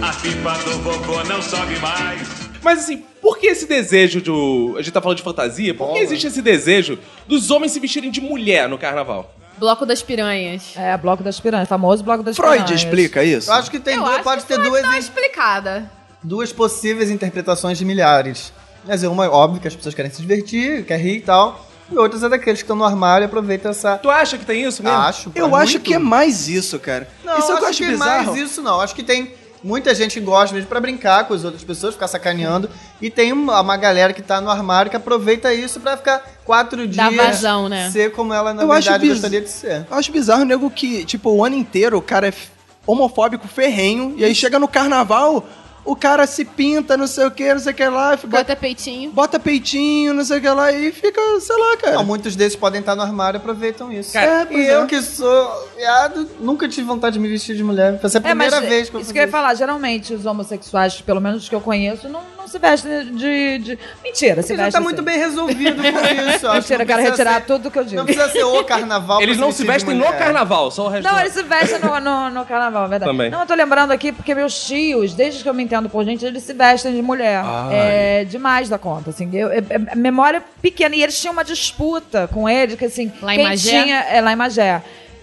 S7: A pipa do vovô não sobe mais.
S1: Mas assim, por que esse desejo do. A gente tá falando de fantasia, por que existe esse desejo dos homens se vestirem de mulher no carnaval?
S3: Bloco das piranhas.
S5: É, Bloco das Piranhas, famoso Bloco das Piranhas.
S2: Freud explica isso?
S4: Eu acho que tem
S3: Eu
S4: duas,
S3: acho
S4: pode
S3: que
S4: ter
S3: foi
S4: duas,
S3: só
S4: in-
S3: explicada.
S4: duas possíveis interpretações de milhares. Quer dizer, uma é óbvio que as pessoas querem se divertir, quer rir e tal. E outras é daqueles que estão no armário e aproveitam essa.
S1: Tu acha que tem isso mesmo?
S4: Acho.
S2: Eu
S4: pô,
S2: acho
S4: muito.
S2: que é mais isso, cara.
S4: Não,
S2: isso eu
S4: acho
S2: acho
S4: que é
S2: bizarro.
S4: mais isso não. Acho que tem muita gente que gosta mesmo pra brincar com as outras pessoas, ficar sacaneando. E tem uma, uma galera que tá no armário que aproveita isso pra ficar quatro
S3: Dá
S4: dias.
S3: vazão, né?
S4: Ser como ela na
S2: Eu acho
S4: verdade
S2: biz-
S4: gostaria de ser.
S2: Eu acho bizarro, nego, que, tipo, o ano inteiro o cara é f- homofóbico ferrenho, e aí chega no carnaval, o cara se pinta, não sei o que, não sei o que lá, fica, bota,
S3: Bota peitinho.
S2: peitinho, não sei o que lá, e fica, sei lá, cara.
S4: Não, muitos desses podem estar no armário e aproveitam isso.
S2: Cara,
S4: e
S2: pois
S4: eu
S2: é.
S4: que sou viado, nunca tive vontade de me vestir de mulher. Foi a
S5: É, mas
S4: primeira vez que eu
S5: isso
S4: fiz
S5: que eu ia falar, geralmente os homossexuais, pelo menos os que eu conheço, não, não se vestem de, de- Mentira, se
S4: Você já
S5: vestem.
S4: tá muito
S5: assim.
S4: bem resolvido com isso. acho
S5: Mentira,
S4: que não
S5: eu quero
S4: precisa
S5: retirar
S4: ser-
S5: tudo que eu
S4: Não
S5: digo.
S4: precisa ser o carnaval. pra
S1: Eles não se
S4: vestir de
S1: vestem no
S4: mulher.
S1: carnaval, só o resto.
S5: Não,
S1: do-
S5: eles se vestem no, no, no carnaval, é verdade.
S1: Também.
S5: Não, eu tô lembrando aqui porque meus tios, desde que eu me entendo por gente, eles se vestem de mulher.
S1: Ah,
S5: É demais da conta, assim. Eu, é- é- memória pequena. E eles tinham uma disputa com ele, que assim.
S3: Lá em
S5: quem
S3: Magé?
S5: Tinha, é, lá em Magé.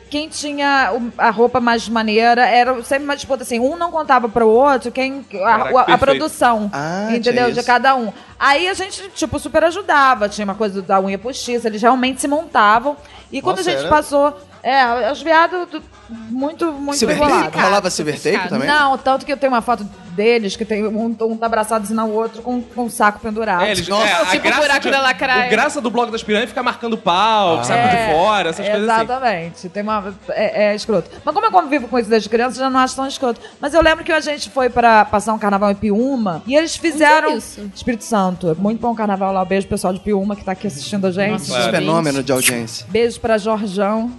S5: Quem tinha o- a roupa mais maneira era sempre uma disputa assim. Um não contava pro outro quem a,
S1: Caraca,
S5: o- a,
S1: perfeito.
S5: produção,
S2: Ah, tinha
S5: entendeu?
S2: isso.
S5: De cada um. Aí a gente tipo super ajudava. Tinha uma coisa da unha postiça. Eles realmente se montavam. E quando
S2: Nossa,
S5: a gente
S2: era-
S5: passou, é, os viados do- muito muito
S2: se verteico?
S5: enrolado.
S2: Falava se verteico também?
S5: Não, tanto que eu tenho uma foto deles que tem um, um tá abraçado assim no outro com, com um saco pendurado.
S1: É, eles,
S2: Nossa,
S1: é, a
S3: tipo o
S1: graça
S3: buraco
S1: de-
S3: da lacraia. É.
S1: o graça do bloco das piranhas é ficar marcando pau, saco de fora, essas coisas assim.
S5: Exatamente. Tem uma. É, é escroto. Mas como eu convivo com isso desde criança, eu já não acho tão escroto. Mas eu lembro que a gente foi pra passar um carnaval em Piúma e eles fizeram.
S3: é isso?
S5: Espírito Santo. Muito bom carnaval lá. Beijo pessoal de Piúma que tá aqui assistindo a gente.
S3: Nossa,
S2: Esse
S3: Claro.
S2: fenômeno de audiência.
S5: Beijo pra Jorjão.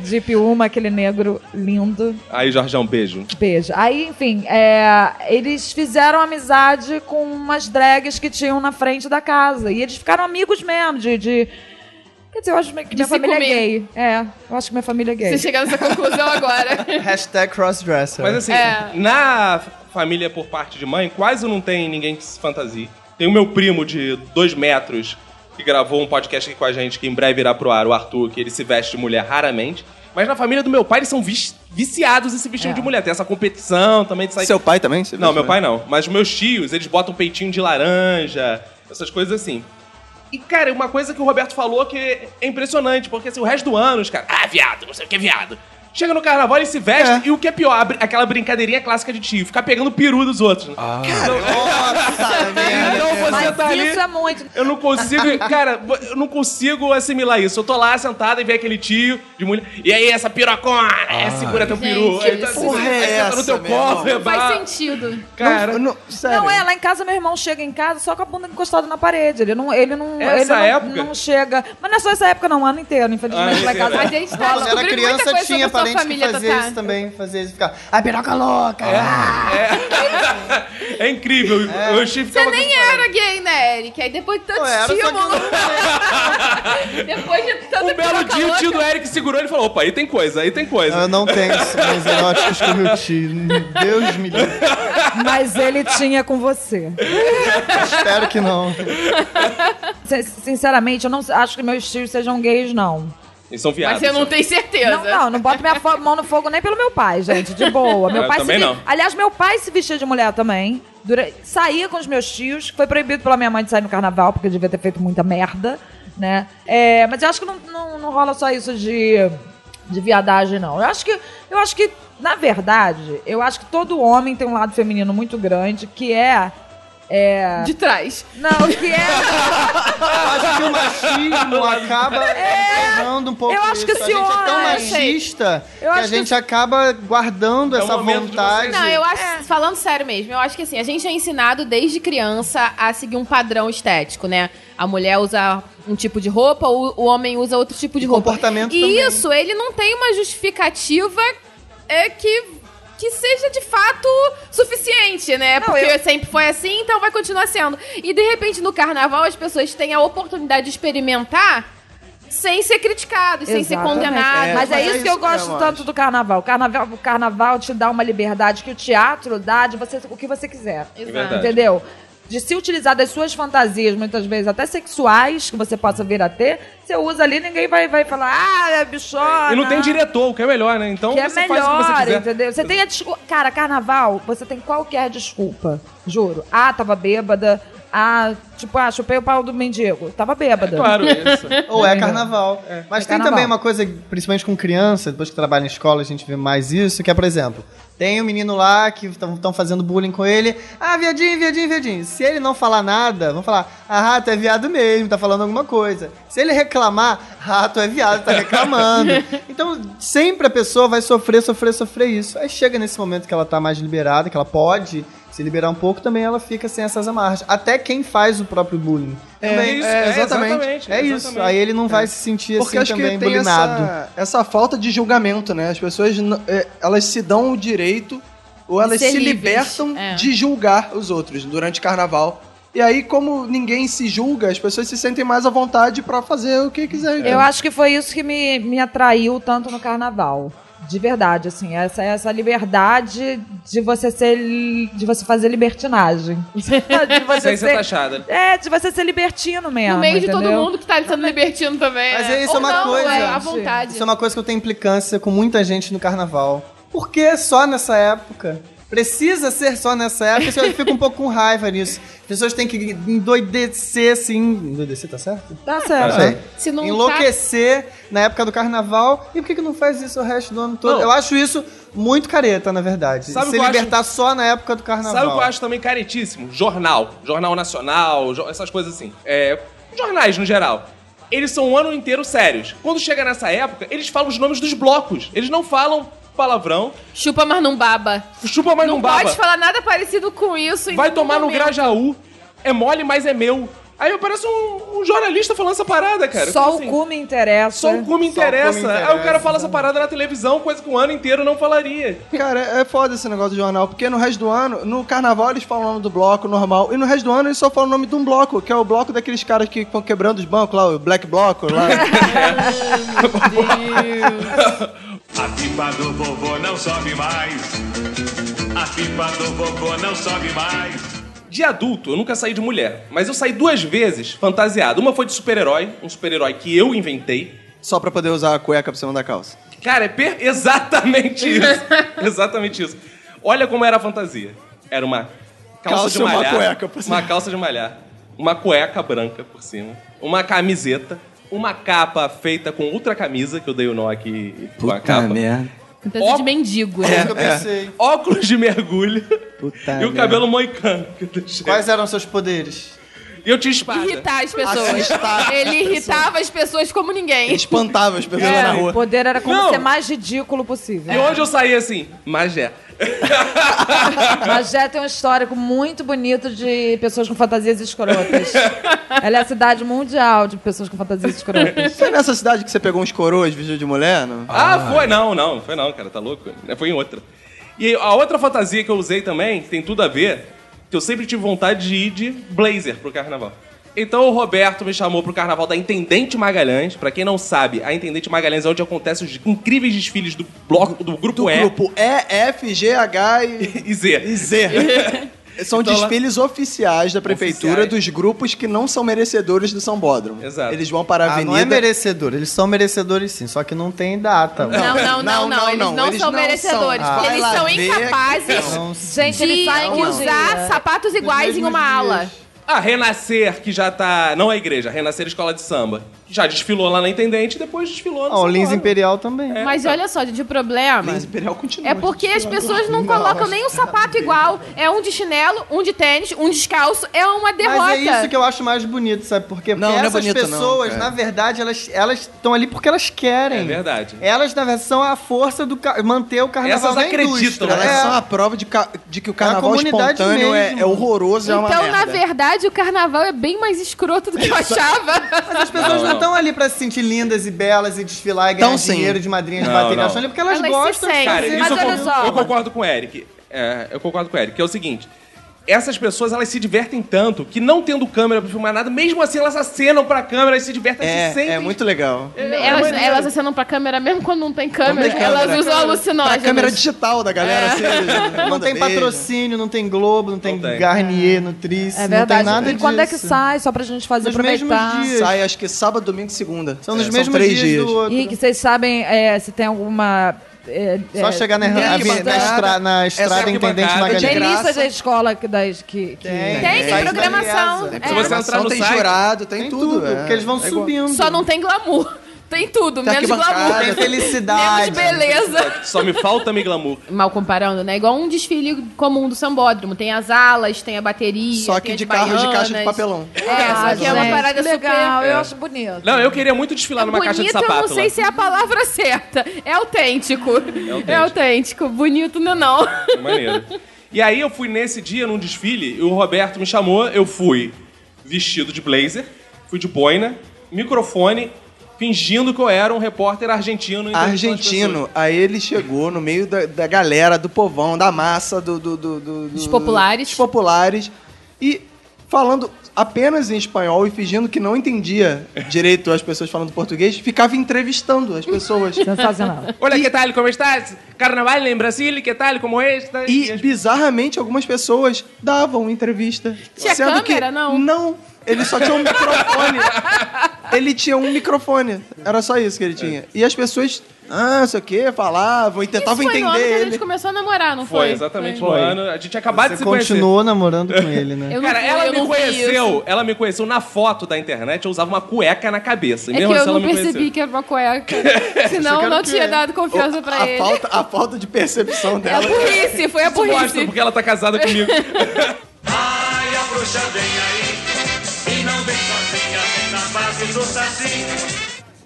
S5: de Piúma, aquele negro lindo.
S1: Aí, Jorjão, beijo.
S5: Beijo. Aí, enfim, é, eles fizeram amizade com umas drags que tinham na frente da casa. E eles ficaram amigos mesmo, de. de- Quer dizer, eu acho que minha
S3: se
S5: família
S3: comer.
S5: é gay. É, eu acho que minha família é gay.
S3: Você chegar nessa conclusão agora.
S4: Hashtag crossdresser.
S1: Mas assim,
S3: É.
S1: na família por parte de mãe, quase não tem ninguém que se fantasia. Tem o meu primo de dois metros que gravou um podcast aqui com a gente, que em breve irá pro ar, o Arthur, que ele se veste de mulher raramente. Mas na família do meu pai, eles são vis- viciados em se vestir de mulher. Tem essa competição também de sair.
S2: Seu pai também? se
S1: Não, meu
S2: vestiu?
S1: pai não. Mas meus tios, eles botam um peitinho de laranja, essas coisas assim. E, cara, uma coisa que o Roberto falou que é impressionante, porque assim, o resto do ano, os caras, ah, viado, não sei o que, viado. Chega no carnaval, eles se vestem, e o que é pior, a br- aquela brincadeirinha clássica de tio, ficar pegando o peru dos outros. Ah,
S4: Nossa, merda.
S1: então você
S5: Mas
S1: tá ali.
S5: isso é muito.
S1: Eu não consigo, cara, eu não consigo assimilar isso. Eu tô lá sentada e vem aquele tio de mulher. E aí, essa pirocona, é, segura teu
S3: Gente,
S1: peru.
S3: que
S1: Aí, tá,
S3: porra
S1: aí
S2: é
S1: senta no teu
S2: essa, meu irmão?
S1: colo,
S3: Não faz
S1: vai.
S3: sentido.
S1: Cara,
S2: Não, não, sério.
S5: Não, é, lá em casa meu irmão chega em casa só com a bunda encostada na parede. Ele não. Ele não,
S1: É Essa
S5: ele não,
S1: época?
S5: não chega. Mas não é só essa época, não, o ano inteiro, infelizmente,
S1: Ah,
S5: lá em casa.
S3: A gente tá
S4: Quando eu É. era
S3: descobrindo muita
S4: criança,
S3: coisa
S4: tinha
S3: sobre a sua
S4: parente que
S3: família,
S4: fazia
S3: Tatá.
S4: isso também. Fazia isso, ficava, a piroca louca.
S1: É incrível. Eu achei que
S3: Você
S1: ficava
S3: nem era gay, né, Eric? Aí depois de tanto
S4: Eu era, só que eu
S3: estímulo,
S4: não falei.
S3: depois de tanta
S1: Um belo
S3: piroca
S1: dia o tio
S3: louca-
S1: do Eric segurou ele e falou: opa, aí tem coisa, aí tem coisa.
S4: Eu Ah, não tenho sinais eróticos com meu tio. Deus me livre.
S5: Mas ele tinha com você.
S4: Espero que não.
S5: Sin- Sinceramente, eu não acho que meus tios sejam gays, não.
S1: Eles são viados.
S3: Mas você não tem certeza.
S5: Não, não, não boto minha fo- mão no fogo nem pelo meu pai, gente, de boa. Meu
S1: Eu
S5: pai
S1: também
S5: se vi-
S1: não.
S5: Aliás, meu pai se vestia de mulher também. Dura- Saía com os meus tios, foi proibido pela minha mãe de sair no carnaval, porque eu devia ter feito muita merda, né? É, mas eu acho que não, não, não rola só isso de, de viadagem, não. Eu acho que. Eu acho que, na verdade, eu acho que todo homem tem um lado feminino muito grande, que é. é...
S3: De trás.
S5: Não, que é.
S4: Acho que o um machismo acaba
S3: É,
S4: tornando um pouco
S5: eu acho que
S4: isso.
S5: esse
S4: a gente é tão
S5: homem-
S4: machista
S5: Eu
S4: que a
S5: acho que
S4: gente acaba guardando
S1: É o
S4: essa
S1: momento de
S4: vontade.
S3: Não, eu acho,
S5: É.
S3: falando sério mesmo, eu acho que assim, a gente é ensinado desde criança a seguir um padrão estético, né? A mulher usa um tipo de roupa, o, o homem usa outro tipo de
S4: E
S3: roupa.
S4: comportamento
S3: e
S4: também.
S3: isso, ele não tem uma justificativa é, que, que seja de fato suficiente, né?
S5: Não,
S3: Porque
S5: eu-
S3: sempre foi assim, então vai continuar sendo. E de repente no carnaval as pessoas têm a oportunidade de experimentar sem ser criticado, e sem ser
S5: Exatamente.
S3: condenado.
S4: É,
S5: mas, é
S4: mas é
S5: isso que
S4: isso
S5: eu gosto
S4: mesmo, eu
S5: tanto
S4: acho.
S5: do carnaval. O carnaval. O carnaval te dá uma liberdade que o teatro dá de você o que você quiser.
S4: é
S1: verdade.
S5: Entendeu? De se utilizar das suas fantasias, muitas vezes até sexuais, que você possa vir a ter, você usa ali, ninguém vai, vai falar, ah, é bichona.
S1: E não tem diretor, o que é melhor, né? Então
S5: Que é
S1: você faz o que
S5: melhor,
S1: você quiser.
S5: entendeu? Você tem a desculpa. Cara, carnaval, você tem qualquer desculpa. Juro. Ah, tava bêbada. Ah, tipo, ah, chupei o pau do mendigo. Tava bêbada.
S1: Claro, isso.
S4: Ou é
S5: Entendeu?
S4: carnaval. Mas
S5: é
S4: tem
S5: carnaval.
S4: também uma coisa, principalmente com criança, depois que trabalha em escola, a gente vê mais isso, que é, por exemplo, tem um menino lá que estão fazendo bullying com ele. Ah, viadinho, viadinho, viadinho. Se ele não falar nada, vão falar, ah, rato é viado mesmo, tá falando alguma coisa. Se ele reclamar, rato é viado, tá reclamando. então, sempre a pessoa vai sofrer, sofrer, sofrer isso. Aí chega nesse momento que ela tá mais liberada, que ela pode se liberar um pouco, também ela fica sem essas amarras. Até quem faz o próprio bullying. Também.
S1: isso, é, exatamente,
S4: É isso.
S1: exatamente.
S4: Aí ele não vai se sentir
S2: Porque
S4: assim
S2: acho
S4: também
S2: que tem
S4: bulinado.
S2: essa, essa falta de julgamento, né? As pessoas, n- é, elas se dão o direito ou
S3: De
S2: elas
S3: ser
S2: se
S3: livres,
S2: libertam
S3: é.
S2: de julgar os outros durante carnaval. E aí, como ninguém se julga, as pessoas se sentem mais à vontade pra fazer
S1: É
S2: o que quiser.
S5: Eu acho que foi isso que me, me atraiu tanto no carnaval. De verdade, assim, essa, essa liberdade de você ser. li- de você fazer libertinagem. de
S1: Sem ser taxada.
S5: É, de você ser libertino mesmo.
S3: No meio de todo
S5: entendeu?
S3: mundo que tá sendo libertino também.
S4: Mas
S3: né?
S4: isso é
S3: Ou
S4: uma
S3: não,
S4: coisa.
S3: É, à vontade.
S4: Isso é uma coisa que eu tenho implicância com muita gente no carnaval. Por que só nessa época? Precisa ser só nessa época, eu fico um pouco com raiva nisso. As pessoas têm que endoidecer, assim. Endoidecer, tá certo?
S1: Ah,
S5: Tá certo.
S4: Tá certo.
S3: Se não
S4: Enlouquecer na época do carnaval. E por que, que não faz isso o resto do ano todo?
S1: Não.
S4: Eu acho isso muito careta, na verdade.
S1: Sabe o
S4: Se
S1: que eu
S4: libertar só na época do carnaval.
S1: Sabe o que eu acho também caretíssimo? Jornal. Jornal nacional, jo- essas coisas assim. É, jornais, no geral. Eles são o ano inteiro sérios. Quando chega nessa época, eles falam os nomes dos blocos. Eles não falam palavrão,
S3: tá- Chupa, mas não baba.
S1: chupa mais
S3: não
S1: não baba.
S3: pode falar nada parecido com isso. em
S1: Vai
S3: nenhum
S1: tomar no
S3: momento.
S1: Grajaú. É mole, mas é meu. Aí aparece um, um jornalista falando essa parada, cara.
S5: Só
S1: Como
S5: o
S1: assim?
S5: cu me
S2: É.
S5: interessa.
S1: Só o cu me
S2: um
S4: Só o cu me
S1: interessa. Aí o cara
S4: interessa,
S1: fala essa parada na televisão, coisa que o ano inteiro não falaria.
S2: Cara, é é foda esse negócio do jornal, porque no resto do ano, no carnaval eles falam o nome do bloco normal, e no resto do ano eles só falam o nome de um bloco, que é o bloco daqueles caras que ficam quebrando os bancos lá, o Black Bloco lá.
S7: A pipa do vovô não sobe mais. A pipa do vovô não sobe mais.
S1: De adulto, eu nunca saí de mulher, mas eu saí duas vezes fantasiado. Uma foi de super-herói, um super-herói que eu inventei.
S2: só pra poder usar a cueca por cima da calça.
S1: Cara, é per- exatamente isso. exatamente isso. Olha como era a fantasia. Era uma calça,
S2: Calça
S1: de
S2: e uma
S1: malhar,
S2: cueca por cima.
S1: uma calça de malhar, uma cueca branca por cima, uma camiseta, uma capa feita com outra camisa, que eu dei o nó aqui com a capa.
S2: merda.
S3: Fantasia de mendigo. né?
S4: Eu
S2: É.
S4: pensei.
S1: Óculos de mergulho e
S2: Puta
S1: o
S2: merda.
S1: cabelo moicano que eu deixei.
S4: Quais eram seus poderes?
S1: E eu tinha espada.
S3: Irritar as pessoas. Ele irritava as pessoas como ninguém.
S2: Espantava É as pessoas na
S5: É, o
S2: rua.
S5: poder era como
S1: Não.
S5: ser mais ridículo possível.
S1: E hoje eu saí assim, magé.
S5: Magé tem um histórico muito bonito de pessoas com fantasias escrotas. Ela é a cidade mundial de pessoas com fantasias escrotas.
S2: Foi nessa cidade que você pegou uns coroas vestido de mulher? Não?
S1: Ah, foi? Não, não, foi não, cara, tá louco? Foi em outra. E a outra fantasia que eu usei também, que tem tudo a ver, que eu sempre tive vontade de ir de blazer pro carnaval. Então o Roberto me chamou pro carnaval da Intendente Magalhães. Pra quem não sabe, a Intendente Magalhães é onde acontecem os incríveis desfiles do bloco do grupo
S2: Do
S1: E
S2: grupo E, F, G, H e,
S1: e Z.
S2: e Z. São
S1: Então, lá-
S2: desfiles oficiais da prefeitura
S1: Oficiais.
S2: dos grupos que não são merecedores do São Bódromo.
S1: Exato.
S2: Eles vão para a
S4: Ah,
S2: avenida.
S4: não é merecedor. Eles são merecedores sim, só que não tem data.
S3: Não, não, não, não. Eles não, são merecedores.
S2: são.
S3: porque
S2: Vai
S3: eles
S2: lá
S3: são
S2: ver
S3: incapazes
S4: Não,
S5: Gente, eles saem
S3: de
S5: que
S1: um
S3: usar
S5: dia?
S3: sapatos iguais em uma ala.
S1: A Ah, Renascer, que já tá. Não é igreja, a Renascer Escola de Samba. que Já desfilou lá na Intendente e depois desfilou no
S4: Ah, o
S1: São
S4: Lins
S1: Paulo.
S4: Imperial também.
S3: Mas
S1: É.
S3: olha só, gente, o problema.
S2: Mas Imperial continua.
S3: É porque as pessoas não colocam nem um sapato igual. É um de chinelo, um de tênis, um descalço. É uma derrota.
S4: Mas é isso que eu acho mais bonito, sabe por quê? Porque
S2: Não, não é
S4: essas
S2: bonito não,
S4: pessoas,
S2: cara.
S4: na verdade, elas elas estão ali porque elas querem.
S1: É verdade.
S4: Elas, na verdade, são a força do ca- manter o carnaval
S1: Essas
S4: na
S1: acreditam, né?
S4: indústria.
S2: Elas
S4: É.
S2: são a prova de, ca- de que o carnaval
S4: comunidade
S2: espontâneo é,
S4: mesmo.
S2: é horroroso, é uma
S3: Então,
S2: merda.
S3: na verdade, o carnaval é bem mais escroto do que eu achava.
S4: As pessoas
S1: Não,
S4: não estão ali pra se sentir lindas e belas e desfilar e ganhar
S2: Tão sim.
S4: dinheiro de madrinha de
S1: Não,
S4: bateria.
S1: não.
S4: Elas estão ali porque
S5: Ah,
S4: elas,
S3: Elas se
S4: gostam.
S3: sentem.
S1: Cara,
S5: Sim,
S1: isso é um eu,
S5: mas olha
S1: con-
S5: só.
S1: eu concordo com o Eric. É, eu concordo com o Eric, que é o seguinte. Essas pessoas, elas se divertem tanto que não tendo câmera pra filmar nada, mesmo assim elas acenam pra câmera e se divertem, se
S2: É,
S1: sentem...
S2: é muito legal.
S3: elas, elas acenam pra câmera mesmo quando não tem câmera.
S2: tem
S3: elas
S2: câmera.
S3: usam
S2: Pra
S3: alucinógenos.
S2: câmera digital da
S3: É.
S2: galera, assim, eles-
S4: Não
S2: manda
S4: tem
S2: beijo.
S4: patrocínio, não tem Globo, não tem,
S1: Não tem.
S4: Garnier, Nutrice,
S5: É
S4: não tem
S5: verdade.
S4: nada
S5: e
S4: disso.
S5: quando é que sai? Só pra gente fazer
S4: Nos
S5: aproveitar.
S4: mesmos dias.
S2: Ah, Sai, acho que sábado, domingo e segunda.
S4: São nos
S2: É,
S4: mesmos
S2: três
S4: dias, do outro.
S5: E que vocês sabem é, se tem alguma é,
S4: Só
S5: é,
S4: chegar na,
S5: tem
S4: na, avenida- na
S5: arquibancada.
S4: estra- na estrada Intendente
S1: é arquibancada de
S5: Tem
S4: Magalhães.
S5: lista da escola que, das, que, que-
S3: Tem, tem
S2: Tem
S3: programação.
S2: Tem
S3: É.
S1: Se você entrar no
S2: tem
S1: site-
S2: jurado, tem,
S4: Tem
S2: tudo.
S4: tudo,
S2: é.
S4: porque eles vão
S2: É igual-
S4: subindo.
S3: Só não tem glamour. Tem tudo,
S2: Tem
S3: menos glamour.
S2: arquibancada,
S4: Tem
S3: Menos
S4: felicidade.
S3: beleza.
S1: Só me falta me glamour.
S3: Mal comparando, né? Igual um desfile comum do sambódromo. Tem as alas, tem a bateria,
S2: Só
S3: tem
S2: que
S3: as
S2: de carros de caixa de
S3: é baianas.
S2: papelão.
S3: É, só que é uma
S5: gente,
S3: parada
S5: legal, É.
S3: super...
S5: eu acho bonito.
S1: Não, eu queria muito desfilar numa caixa de
S3: Bonito, eu
S1: sapato.
S3: não sei
S1: lá.
S3: se é a palavra certa. É autêntico. É
S1: autêntico.
S3: autêntico. Bonito não é não.
S1: Maneiro. E aí eu fui nesse dia num desfile, e o Roberto me chamou, eu fui vestido de blazer, fui de boina, microfone, fingindo que eu era um repórter argentino. entrevistando as
S2: Argentino, aí ele chegou no meio da, da galera, do povão, da massa, do, do, do- do-
S3: Dos
S2: do-
S3: populares.
S2: dos populares, e falando apenas em espanhol e fingindo que não entendia direito as pessoas falando português, ficava entrevistando as pessoas.
S5: Sensacional.
S1: pessoas. Olha que tal, como estás? Carnaval em Brasil, que tal, como esta?
S2: E bizarramente algumas pessoas davam entrevista.
S3: Tinha
S2: sendo
S3: câmera,
S2: que
S3: não?
S2: Não. Ele só tinha um microfone. Ele tinha um microfone. Era só isso que ele tinha. E as pessoas, ah, não sei o quê, falavam e tentavam
S3: Isso foi no ano
S2: entender
S3: que a gente
S2: ele.
S3: começou a namorar, não foi?
S1: Foi, exatamente no ano. A gente tinha acabado de
S4: Você
S1: se conhecer.
S4: continuou namorando com ele, né?
S3: Eu não
S1: Cara,
S3: fui,
S1: ela
S3: eu
S1: me
S3: não vi isso.
S1: conheceu, ela me conheceu na foto da internet, eu usava uma cueca na cabeça. E
S3: É que
S1: mesmo
S3: eu
S1: assim ela me
S3: não
S1: conheceu.
S3: percebi que era uma cueca. Senão eu
S2: Achei
S3: não
S2: que
S3: tinha
S2: era.
S3: dado confiança
S2: O-
S3: pra
S2: a
S3: ele.
S2: Falta, a falta de percepção
S3: É a
S2: dela.
S3: burrice, foi a
S1: Isso mostra
S3: burrice.
S1: porque ela tá casada comigo.
S7: Ai, a bruxa vem aí, e não vem sozinha, vem na base do saci.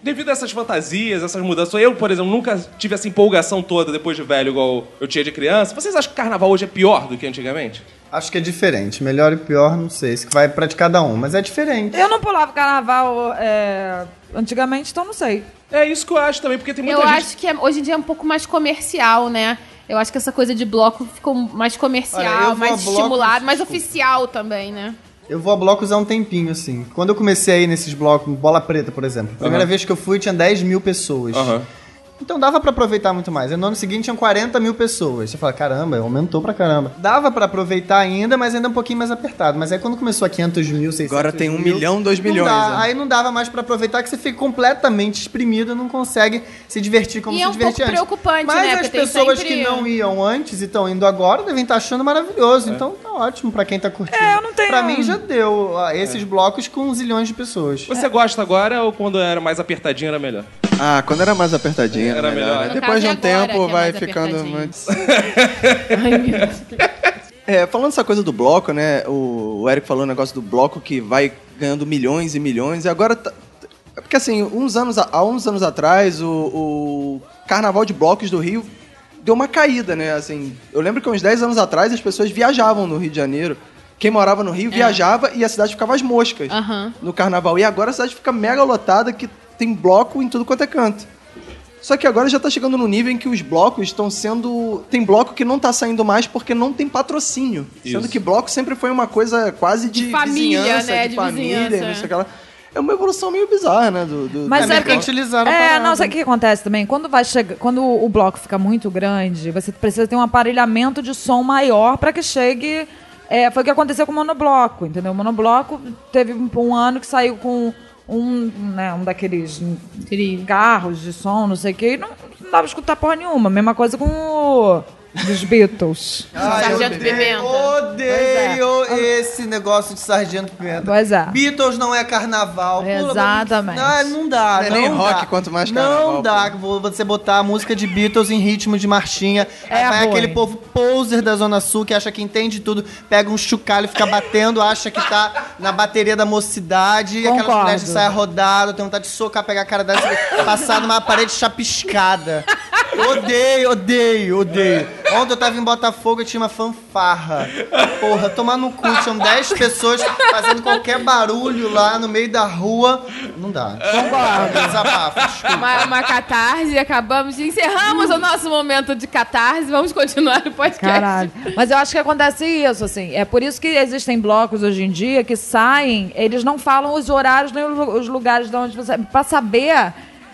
S1: Devido a essas fantasias, essas mudanças, eu, por exemplo, nunca tive essa empolgação toda depois de velho, igual eu tinha de criança. Vocês acham que carnaval hoje é pior do que antigamente?
S4: Acho que é diferente. Melhor e pior, não sei. Isso que vai pra de cada um, mas é diferente.
S5: Eu não pulava carnaval é, antigamente, então não sei.
S1: É isso que eu acho também, porque tem muita
S3: Eu
S1: gente.
S3: acho que é- hoje em dia é um pouco mais comercial, né? Eu acho que essa coisa de bloco ficou mais
S4: Olha, eu
S3: comercial,
S4: vou
S3: mais
S4: a bloco-
S3: estimulado, mais oficial também, né?
S4: Eu vou a blocos há um tempinho, assim. Quando eu comecei aí nesses blocos, Bola Preta, por exemplo. a Primeira
S1: Aham.
S4: vez que eu fui tinha 10 mil pessoas.
S1: Aham.
S4: Então dava pra aproveitar muito mais. Aí No ano seguinte tinham 40 mil pessoas. Você fala, caramba, aumentou pra caramba. Dava pra aproveitar ainda, mas ainda um pouquinho mais apertado. Mas aí quando começou a 500 mil, 600
S2: Agora tem um
S4: mil,
S2: milhão, dois
S4: não
S2: milhões,
S4: dá.
S2: né?
S4: Aí não dava mais pra aproveitar, que você fica completamente exprimido, não consegue se divertir como
S3: E
S4: se
S3: é um
S4: divertia
S3: pouco
S4: antes.
S3: preocupante,
S4: mas
S3: né?
S4: as
S3: Porque tem
S4: pessoas
S3: sempre-
S4: que não iam antes e estão indo agora devem estar achando
S2: É.
S4: maravilhoso. Então tá ótimo pra quem tá curtindo.
S5: É, eu não tenho-
S4: Pra
S2: um-
S4: mim já deu
S2: É.
S4: ah, esses blocos com zilhões de pessoas.
S3: É.
S1: Você gosta agora ou quando era mais apertadinho era melhor?
S2: Ah, quando era mais apertadinho.
S1: Era melhor, né?
S2: Depois de um
S3: No caso, é agora
S2: tempo
S3: que é
S2: vai
S3: mais
S2: ficando
S3: apertadinho.
S2: mais. É, falando essa coisa do bloco, né? O, o Eric falou o negócio do bloco que vai ganhando milhões e milhões. E agora. Tá, é porque assim, uns anos, a- há uns anos atrás, o, o carnaval de blocos do Rio deu uma caída, né? Assim, eu lembro que uns 10 anos atrás as pessoas viajavam no Rio de Janeiro. Quem morava no Rio viajava e a cidade ficava às moscas
S3: Aham.
S2: no carnaval. E agora a cidade fica mega lotada que tem bloco em tudo quanto é canto. Só que agora já tá chegando no nível em que os blocos estão sendo. Tem bloco que não tá saindo mais porque não tem patrocínio. Sendo que bloco sempre foi uma coisa quase de,
S3: De família,
S2: vizinhança,
S3: né?
S2: de
S3: De
S2: família,
S3: vizinhança,
S2: não sei
S3: é.
S2: o que lá. É uma evolução meio bizarra, né? Do, do- do
S5: Mas
S2: bloco.
S5: é porque-
S4: mercantilizaram a
S5: É,
S4: parada.
S5: não, sabe o que acontece também? Quando vai chegar, quando o bloco fica muito grande, você precisa ter um aparelhamento de som maior para que chegue. é, foi o que aconteceu com o monobloco, entendeu? O monobloco teve um, um ano que saiu com um, né, um daqueles
S3: Trilho.
S5: carros de som, não sei o quê, e não, não dava pra escutar porra nenhuma. Mesma coisa com o dos Beatles.
S4: Ai,
S3: Sargento
S4: Ah, odeio,
S3: Pimenta.
S4: Odeio
S5: é.
S4: esse negócio de sargento pimenta.
S5: Pois é.
S4: Beatles não é carnaval. Pula,
S5: Exatamente.
S4: Não, não dá.
S2: Não é
S4: não
S2: nem
S4: dá.
S2: rock, quanto mais
S4: Não
S2: carnaval,
S4: dá vo- você botar a música de Beatles em ritmo de marchinha.
S5: É
S4: aí vai
S5: ruim.
S4: aquele povo poser da Zona Sul que acha que entende tudo, pega um chocalho, fica batendo, acha que tá na bateria da mocidade. E aquelas
S5: Concordo.
S4: mulheres de saia rodada, tem vontade de socar, pegar a cara dessa, passar numa parede chapiscada. Odeio, odeio, odeio. Ontem eu tava em Botafogo e tinha uma fanfarra. Porra, tomar no cu, tinham 10 pessoas fazendo qualquer barulho lá no meio da rua. Não dá. Concordo. Desabafo, desculpa.
S3: Uma, uma catarse, acabamos, encerramos o nosso momento de catarse, vamos continuar o podcast.
S5: é Caralho. Mas eu acho que acontece isso, assim. É por isso que existem blocos hoje em dia que saem, eles não falam os horários nem os lu- os lugares de onde você. Pra saber.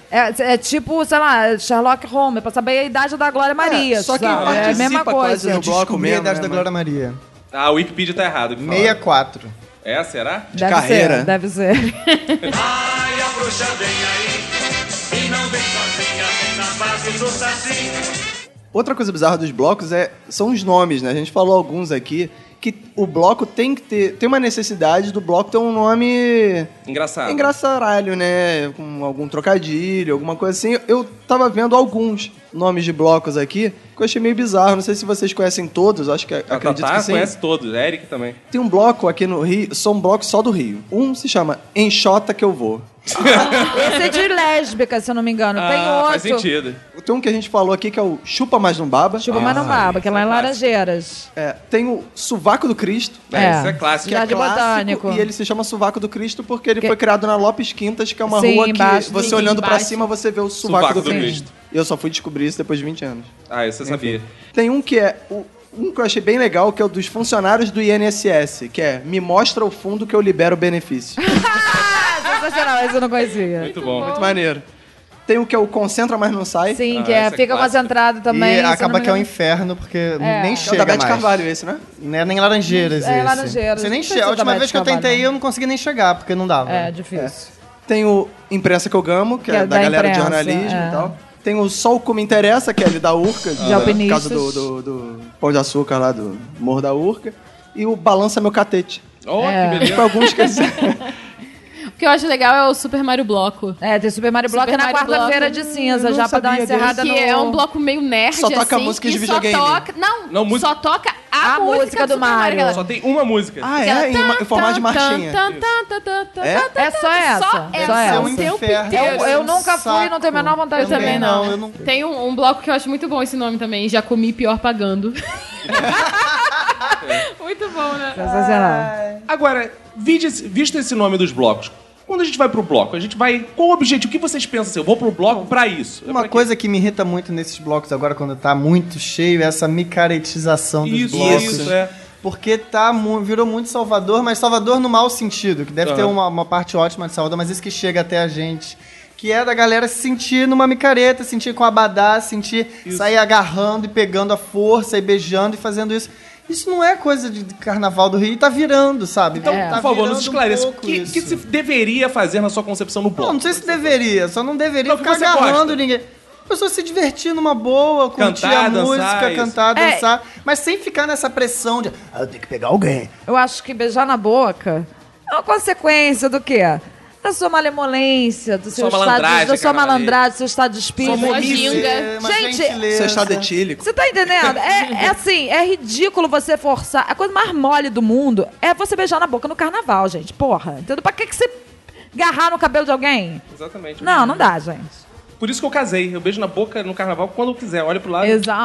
S5: É, é tipo, sei lá, Sherlock Holmes, é pra saber a idade da Glória Maria.
S2: só quem
S5: sabe? É a mesma
S2: participa quase
S5: coisa.
S2: no bloco
S4: Descobri a
S2: mesmo,
S4: idade
S2: né,
S4: da
S2: mano?
S4: Glória Maria.
S1: Ah, o Wikipedia tá errado. que fala.
S4: 64.
S1: É, será?
S5: Deve
S4: né?
S2: carreira.
S5: ser, deve ser.
S7: Ai, a bruxa vem aí, e não Não vem sozinha, vem na base do saci.
S2: Outra coisa bizarra dos blocos é, são os nomes, né? A gente falou alguns aqui que o bloco tem que ter. Tem uma necessidade do bloco ter um nome
S1: Engraçado.
S2: É engraçaralho, né? Com algum trocadilho, alguma coisa assim. Eu tava vendo alguns nomes de blocos aqui que eu achei meio bizarro. Não sei se vocês conhecem todos, acho que
S1: A
S2: acredito
S1: Tatá
S2: que sim.
S1: conhece todos, é Eric também.
S2: Tem um bloco aqui no Rio, são um bloco só do Rio. Um se chama Enxota Que Eu Vou.
S5: Esse é de lésbica, se eu não me engano. Tem
S1: Ah,
S5: outro.
S1: Faz sentido.
S2: Tem um que a gente falou aqui que é o Chupa Mais Não Baba.
S5: Chupa mas não baba, que é lá em Laranjeiras.
S2: É, tem o Suvaco do Cristo.
S1: É, isso é clássico.
S2: que é
S5: Jardim
S2: clássico,
S5: Botânico.
S2: E ele se chama Sovaco do Cristo porque ele
S5: Que-
S2: foi criado na Lopes Quintas, que é uma
S5: Sim,
S2: rua que
S5: embaixo,
S2: você
S3: sim,
S2: olhando pra
S3: embaixo.
S2: cima você vê o Sovaco,
S1: Sovaco
S2: do,
S1: do
S2: Cristo. E eu só fui descobrir isso depois de 20 anos.
S1: Ah, isso eu sabia.
S2: Tem um que é o- um que eu achei bem legal, que é o dos funcionários do INSS, que é me mostra o fundo que eu libero o benefício.
S5: Ah, sensacional, esse eu não conhecia.
S1: Muito bom.
S2: Muito maneiro. Tem o que é o concentra mas não sai.
S5: Sim,
S1: Ah,
S5: que é,
S1: essa é
S5: fica
S1: clássica.
S5: concentrado também.
S4: e
S5: se eu não
S4: acaba
S5: me
S4: que é um
S5: engano.
S4: inferno, porque nem
S2: É o
S4: chega
S2: da Beth
S4: mais.
S2: Carvalho esse, né?
S4: Né, nem Laranjeiras
S5: É,
S4: esse.
S5: Laranjeiras.
S4: Você nem
S5: Não é precisa
S4: chega. A
S5: da
S4: última
S5: Beth
S4: vez que eu
S5: Carvalho,
S4: tentei,
S5: não.
S4: eu não consegui nem chegar, porque não dava.
S5: É, difícil.
S2: Tem o Imprensa que eu gamo, que,
S5: Que
S2: é,
S5: é
S2: da,
S5: da
S2: galera de
S5: imprensa,
S2: jornalismo
S5: é.
S2: e tal. Tem o Sol Como Interessa, que é ali da Urca, de no
S5: alpinistas.
S2: caso do, do, do Pão de Açúcar lá do Morro da Urca. E o Balança Meu Catete.
S1: Oh,
S5: É.
S1: que
S2: Tem
S1: beleza.
S2: alguns que eles-
S3: O que eu acho legal é o Super Mario Bloco.
S5: É, tem Super Mario Bloco
S3: Super
S5: na
S3: Mario
S5: quarta-feira
S3: Bloco,
S5: de cinza, já pra dar uma
S2: sabia desse.
S5: encerrada
S3: que
S5: no...
S3: é um bloco meio nerd,
S2: Só toca
S3: assim,
S2: música de
S3: que só
S2: videogame.
S3: toca... Não,
S1: Não, música-
S3: só toca a,
S5: A música
S3: música
S5: do
S3: Super Mario.
S5: Mario.
S3: galera.
S1: Só tem uma música.
S2: Ah, é? Em, ma- em formato de marchinha. É?
S5: É só essa,
S3: Só
S5: é só
S3: essa.
S5: essa.
S3: o tempo
S4: inferno.
S2: um,
S3: inteiro.
S5: Eu- eu nunca fui e não tenho a menor vontade
S3: Eu
S5: de
S3: um também
S5: ver.
S3: não.
S4: Eu não...
S3: Tem um, um bloco que eu acho muito bom esse nome também. Já comi pior pagando. muito bom, né?
S5: Sensacional.
S1: Agora, vide- visto esse nome dos blocos, quando a gente vai pro bloco, a gente vai. Qual o objetivo? O que vocês pensam assim? Eu vou pro bloco pra isso. É pra
S4: Uma
S1: quê?
S4: coisa que me irrita muito nesses blocos agora, quando tá muito cheio, é essa micaretização dos
S1: Isso,
S4: blocos.
S1: isso, é.
S4: Porque tá, mu- virou muito Salvador, mas Salvador no mau sentido, que deve
S1: Aham.
S4: ter uma, uma parte ótima de Salvador, mas isso que chega até a gente. Que é da galera se sentir numa micareta, sentir com abadá, sentir sair agarrando e pegando a força e beijando e fazendo isso. Isso não é coisa de carnaval do Rio e tá virando, sabe?
S1: Então,
S4: tá
S1: por favor,
S4: virando
S1: nos esclareça.
S4: um
S1: O
S4: pouco
S1: que,
S4: isso.
S1: que se deveria fazer na sua concepção no bloco?
S4: Não, não sei se deveria, só não deveria
S1: Não,
S4: ficar
S1: porque você gosta.
S4: agarrando ninguém. A pessoa se divertir numa boa, curtir
S1: Cantar,
S4: a
S1: dançar,
S4: música,
S1: isso.
S4: cantar,
S5: É.
S4: dançar, mas sem ficar nessa pressão de, ah, eu tenho que pegar alguém.
S5: Eu acho que beijar na boca é uma consequência do quê? Da sua malemolência, do seu
S1: Sua
S5: estado,
S1: malandragem,
S5: da sua
S1: carnavalesca.
S5: malandragem, do seu estado de espírito.
S3: Sua momice. Ginga.
S4: É, uma
S5: Gente,
S4: gentileza.
S2: Seu estado etílico.
S5: Você tá entendendo? É, é assim, é ridículo você forçar. A coisa mais mole do mundo é você beijar na boca no carnaval, gente. Porra. Entendeu? Pra que, que você agarrar no cabelo de alguém?
S1: Exatamente.
S5: Não, não dá, gente.
S1: Por isso que eu casei. Eu beijo na boca no carnaval quando eu quiser. Olha pro lado.
S5: Exato.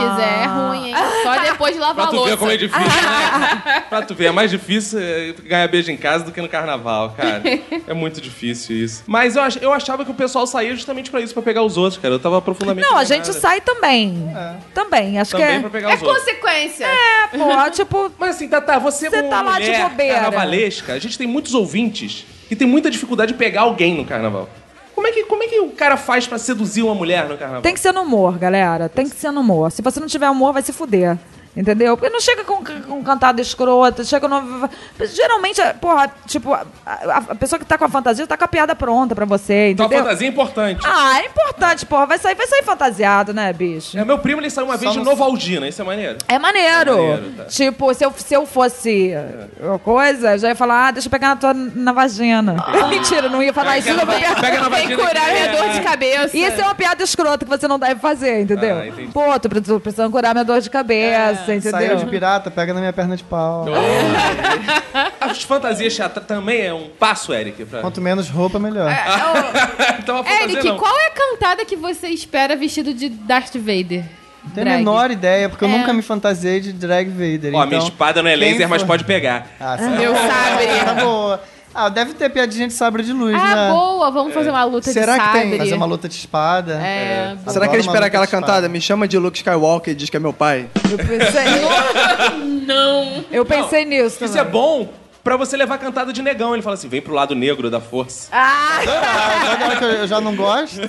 S3: Quando quiser, é ruim, hein? Só depois de
S1: Pra
S3: lavar a
S1: tu ver como é
S3: louça.
S1: difícil, né? pra tu ver, é mais difícil é, ganhar beijo em casa do que no carnaval, cara. É muito difícil isso. Mas eu, ach- eu achava que o pessoal saía justamente pra isso, pra pegar os outros, cara. Eu tava profundamente.
S5: Não, a gente
S1: enganada.
S5: sai também. Também, acho
S1: É. Também
S5: que
S1: pra
S5: é.
S1: pegar
S3: É
S1: os outros.
S3: consequência.
S5: É, pô, tipo,
S1: Mas assim, Tata, você,
S5: Você
S1: como
S5: tá lá de
S1: mulher
S5: bobeira.
S1: carnavalesca, a gente tem muitos ouvintes que tem muita dificuldade de pegar alguém no carnaval. Como é que, como é que o cara faz pra seduzir uma mulher no carnaval?
S5: tem que ser no humor, galera. Tem que ser no humor. Se você não tiver humor, vai se fuder. Entendeu? Porque não chega com, com cantado escroto, chega no. Geralmente, porra, tipo, a, a- a pessoa que tá com a fantasia tá com a piada pronta pra você,
S1: Então a
S5: entendeu?
S1: fantasia é importante.
S5: Ah, é importante, porra. Vai sair, vai sair fantasiado, né, bicho?
S1: É, meu primo ele saiu uma vez de Novaldina, isso é maneiro.
S5: É maneiro.
S1: É maneiro, tá.
S5: Tipo, se eu, se eu fosse uma coisa, eu já ia falar, ah, deixa eu pegar na tua na vagina. Mentira, não ia falar isso.
S1: Pega na
S5: Eu
S1: va-
S5: vou pegar...
S1: pega na
S3: Tem
S1: vagina
S3: que curar
S1: que
S3: minha
S1: é.
S3: dor de cabeça.
S5: Isso é uma piada escrota que você não deve fazer, entendeu?
S1: Ah, entendi.
S5: Pô, tô pre- tô precisando curar minha dor de cabeça,
S4: Saiu de
S5: entendeu?
S4: pirata, pega na minha perna de pau.
S1: é. As fantasias chata também é um passo, Eric. Pra...
S4: Quanto menos roupa, melhor.
S3: É,
S1: então a fantasia
S3: Eric,
S1: não.
S3: qual é a cantada que você espera vestido de Darth Vader?
S4: Não tenho a
S3: Drag.
S4: menor ideia, porque eu
S3: É.
S4: nunca me fantasiei de drag Vader.
S1: Ó,
S4: então,
S1: minha espada não é
S4: quem
S1: laser, mas
S4: for-
S1: pode pegar.
S4: Ah, sim.
S3: Meu
S4: Tá
S3: sabre.
S4: boa. Ah, deve ter piadinha de sabre de luz,
S3: Ah,
S4: né?
S3: boa,
S1: É.
S3: vamos fazer uma luta
S2: Será
S3: de
S2: que
S3: sabre.
S2: tem?
S4: Fazer uma luta de espada.
S3: É,
S2: Será que ele
S4: Adoro uma
S2: espera aquela
S4: luta de
S2: cantada?
S4: espada.
S2: Me chama de Luke Skywalker e diz que é meu pai.
S5: Eu pensei. não! Eu pensei nisso.
S1: Isso é
S5: também.
S1: bom pra você levar a cantada de negão. Ele fala assim: vem pro lado negro da força.
S5: Ah,
S4: Sabe aquela que eu eu já não gosto?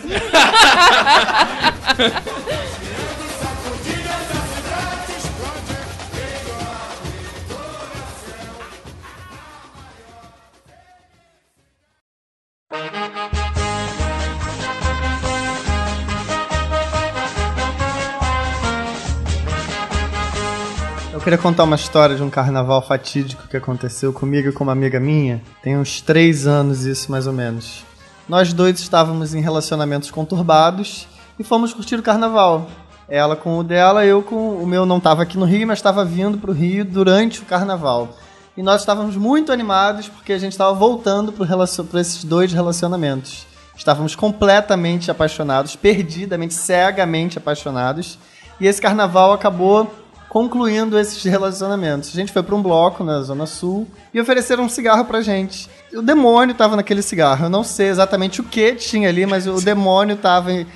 S7: Hoje
S4: Eu queria contar uma história de um carnaval fatídico que aconteceu comigo e com uma amiga minha. Tem uns três anos isso, mais ou menos. Nós dois estávamos em relacionamentos conturbados e fomos curtir o carnaval. Ela com o dela, eu com o meu não estava aqui no Rio, mas estava vindo para o Rio durante o carnaval. E nós estávamos muito animados porque a gente estava voltando para esses dois relacionamentos. Estávamos completamente apaixonados, perdidamente, cegamente apaixonados. E esse carnaval acabou concluindo esses relacionamentos. A gente foi para um bloco na Zona Sul e ofereceram um cigarro pra gente. E O demônio tava naquele cigarro. Eu não sei exatamente o que tinha ali, mas o demônio tava em-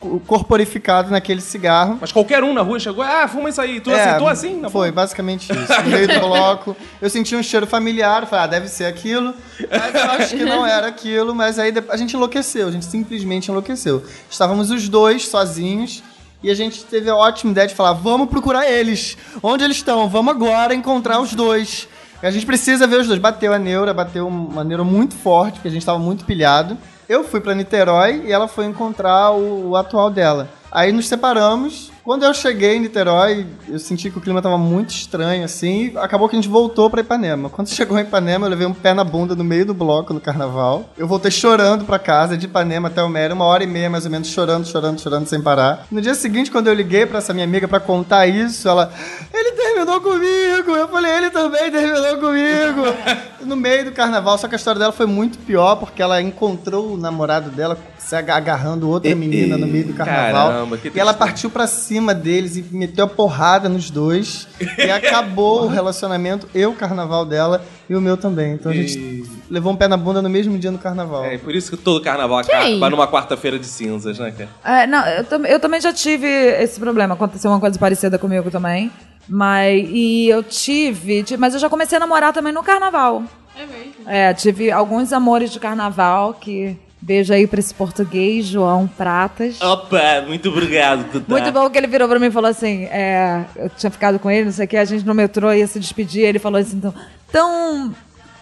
S4: co- corporificado naquele cigarro.
S1: Mas qualquer um na rua chegou, ah, fuma isso aí. Tu
S4: É,
S1: aceitou assim? Na
S4: Foi, basicamente isso. No meio do bloco, eu senti um cheiro familiar, falei, ah, deve ser aquilo. Mas eu acho que não era aquilo, mas aí de- a gente enlouqueceu, a gente simplesmente enlouqueceu. Estávamos os dois sozinhos. E a gente teve a ótima ideia de falar: vamos procurar eles. Onde eles estão? Vamos agora encontrar os dois. A gente precisa ver os dois. Bateu a neura, bateu uma neura muito forte, porque a gente estava muito pilhado. Eu fui para Niterói e ela foi encontrar o, o atual dela. Aí nos separamos. Quando eu cheguei em Niterói, eu senti que o clima tava muito estranho, assim. e Acabou que a gente voltou pra Ipanema. Quando chegou em Ipanema, eu levei um pé na bunda no meio do bloco no carnaval. Eu voltei chorando pra casa, de Ipanema até o Mério, uma hora e meia mais ou menos, chorando, chorando, chorando sem parar. No dia seguinte, quando eu liguei pra essa minha amiga pra contar isso, ela. Ele terminou comigo! Eu falei, ele também terminou comigo! no meio do carnaval, só que a história dela foi muito pior, porque ela encontrou o namorado dela se aga- agarrando outra menina no meio do carnaval.
S1: caramba, que
S4: e ela partiu pra cima deles e meteu a porrada nos dois. E acabou o relacionamento, eu, o carnaval dela e o meu também. Então a gente levou um pé na bunda no mesmo dia no carnaval.
S1: É, por isso que todo carnaval
S3: Quem?
S1: acaba numa quarta-feira de cinzas, né, cara?
S5: É, não, eu, tam- eu também já tive esse problema. Aconteceu uma coisa parecida comigo também. Mas, e eu tive, ti- mas eu já comecei a namorar também no carnaval.
S3: É mesmo.
S5: É, tive alguns amores de carnaval que. Beijo aí pra esse português, João Pratas.
S1: Opa, muito obrigado, Tutá.
S5: Muito bom que ele virou pra mim e falou assim: é, eu tinha ficado com ele, não sei o que, a gente no metrô ia se despedir. Ele falou assim: então, então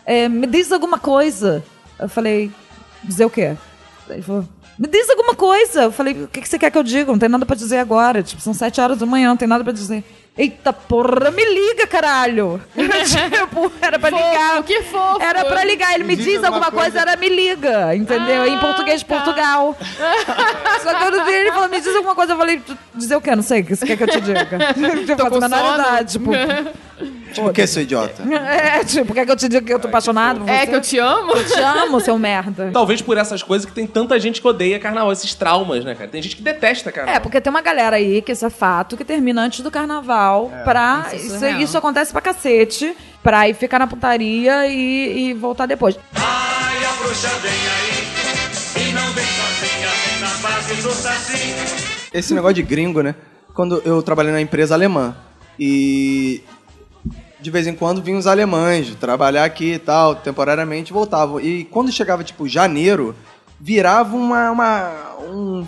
S5: é, me diz alguma coisa. Eu falei: dizer o quê? Ele falou: me diz alguma coisa. Eu falei: o que, que você quer que eu diga? Não tem nada pra dizer agora. Tipo, são sete horas da manhã, não tem nada pra dizer. Eita porra, me liga, caralho! tipo, era pra
S3: Fofo,
S5: ligar.
S3: que fofo.
S5: Era pra ligar, ele me, diz, alguma coisa, era me liga, entendeu? em português, de
S3: tá.
S5: Portugal. Só que eu não vi, ele falou, me diz alguma coisa, eu falei, "Tu- dizer o quê? Não sei, o que você quer que eu te diga? Eu faço
S3: com
S5: a menor
S3: sono.
S5: idade, tipo,
S2: Tipo, o que, seu idiota?
S5: é, tipo, quer que eu te diga que eu tô apaixonado? por
S3: É
S5: você?
S3: que eu te amo?
S5: te amo, seu merda.
S1: Talvez por essas coisas que tem tanta gente que odeia carnaval, esses traumas, né, cara? Tem gente que detesta carnaval.
S5: É, porque tem uma galera aí, que isso é fato, que termina antes do carnaval pra.
S3: Isso é
S5: Isso,
S3: surreal.
S5: isso acontece pra cacete, pra ir ficar na putaria e- e voltar depois.
S7: Ai, a bruxa vem aí, e não vem sozinha, vem na base do saci.
S2: Esse negócio de gringo, né? Quando eu trabalhei na empresa alemã e de vez em quando vinham os alemães trabalhar aqui e tal, temporariamente voltavam. E quando chegava, tipo, janeiro, virava uma. uma um-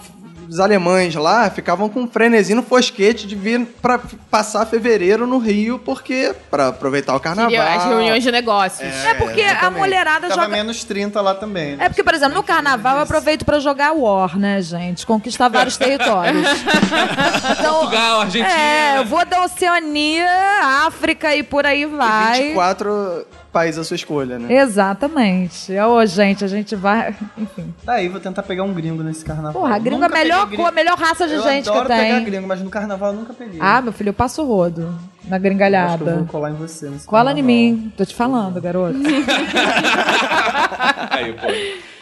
S2: os alemães lá ficavam com um frenesi no fosquete de vir pra f- passar fevereiro no Rio, porque. pra aproveitar o carnaval.
S3: As reuniões de negócios.
S5: É porque a
S2: exatamente.
S5: mulherada
S4: Tava
S5: joga.
S4: menos 30 lá também. né?
S5: É porque, por exemplo, no carnaval eu aproveito pra jogar War, né, gente? Conquistar vários territórios. Então,
S1: Portugal, Argentina.
S5: É, eu vou da Oceania, África e por aí vai.
S2: 24 países à sua escolha, né?
S5: Exatamente. Ô, gente, a gente vai. Enfim.
S4: Daí vou tentar pegar um gringo nesse carnaval.
S5: Porra, gringo é a
S4: Nunca
S5: melhor,
S4: peguei
S5: cor, a melhor raça de
S4: Eu
S5: gente
S4: adoro
S5: que tem.
S4: pegar gringo, mas no carnaval eu nunca peguei.
S5: Ah, meu filho, eu passo o rodo na
S4: Acho que eu vou
S5: gringalhada.
S4: colar em você. nesse
S5: Cola em
S4: carnaval.
S5: mim, tô te falando, garoto.
S1: Aí, pô.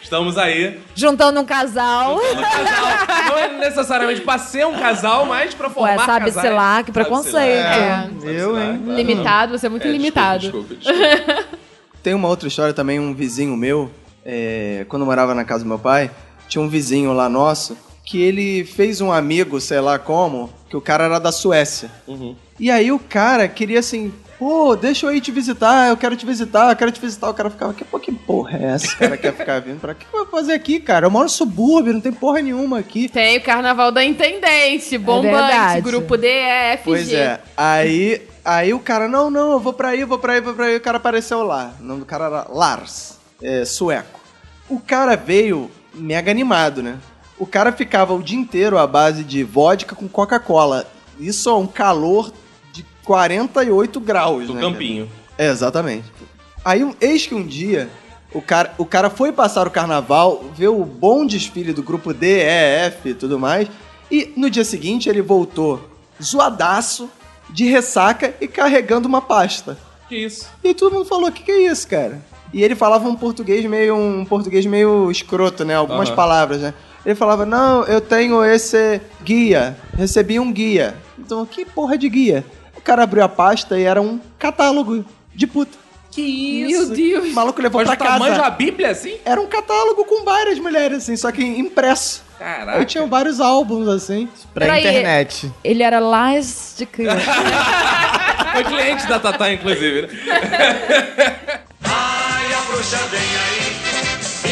S1: Estamos aí.
S5: Juntando um casal.
S1: No casal. Não é necessariamente pra ser um casal, mas pra
S5: Ué,
S1: formar
S5: é, sabe-se
S1: casais.
S5: lá, que
S1: Sabe-se
S5: preconceito.
S1: lá.
S4: É. Eu, hein?
S3: Limitado, você é muito
S1: É,
S3: limitado.
S1: Desculpa, desculpa, desculpa.
S2: Tem uma outra história também, um vizinho meu, é, quando eu morava na casa do meu pai, tinha um vizinho lá nosso que ele fez um amigo, sei lá como, que o cara era da Suécia. E aí o cara queria assim, pô, deixa eu ir te visitar, eu quero te visitar, eu quero te visitar. O cara ficava, que, pô, que porra é essa? O cara quer ficar vindo pra cá. O que eu vou fazer aqui, cara? Eu moro no subúrbio, não tem porra nenhuma aqui.
S3: Tem o Carnaval da Intendente, bombante,
S5: É verdade.
S3: grupo DEFG.
S2: Pois é. Aí, aí o cara, não, não, eu vou pra aí, eu vou pra aí, eu vou pra aí. O cara apareceu lá. O nome do cara era Lars, é, sueco. O cara veio mega animado, né? O cara ficava o dia inteiro à base de vodka com Coca-Cola. Isso é um calor de 48 graus,
S1: Do
S2: né? cara?
S1: campinho.
S2: É, exatamente. Aí, um- eis que um dia, o cara, o cara foi passar o carnaval, vê o bom desfile do grupo D, E, F e tudo mais, e no dia seguinte ele voltou zoadaço, de ressaca e carregando uma pasta.
S1: Que isso?
S2: E aí todo mundo falou, o que, que é isso, cara? E ele falava um português meio um português meio escroto, né? Algumas
S1: Aham.
S2: palavras, né? Ele falava, não, eu tenho esse guia, recebi um guia. Então, que porra de guia? O cara abriu a pasta e era um catálogo de puta.
S1: Que
S3: Meu Deus.
S2: O maluco levou
S1: Mas o
S2: pra
S1: tamanho
S2: casa.
S1: da Bíblia, assim?
S2: Era um catálogo com várias mulheres, assim, só que impresso.
S1: Caraca.
S2: Aí tinha vários álbuns, assim.
S4: Pra
S5: Peraí.
S4: internet.
S5: Ele era lástica.
S1: Foi cliente da Tatá, inclusive, né?
S7: Ai, a bruxa vem aí,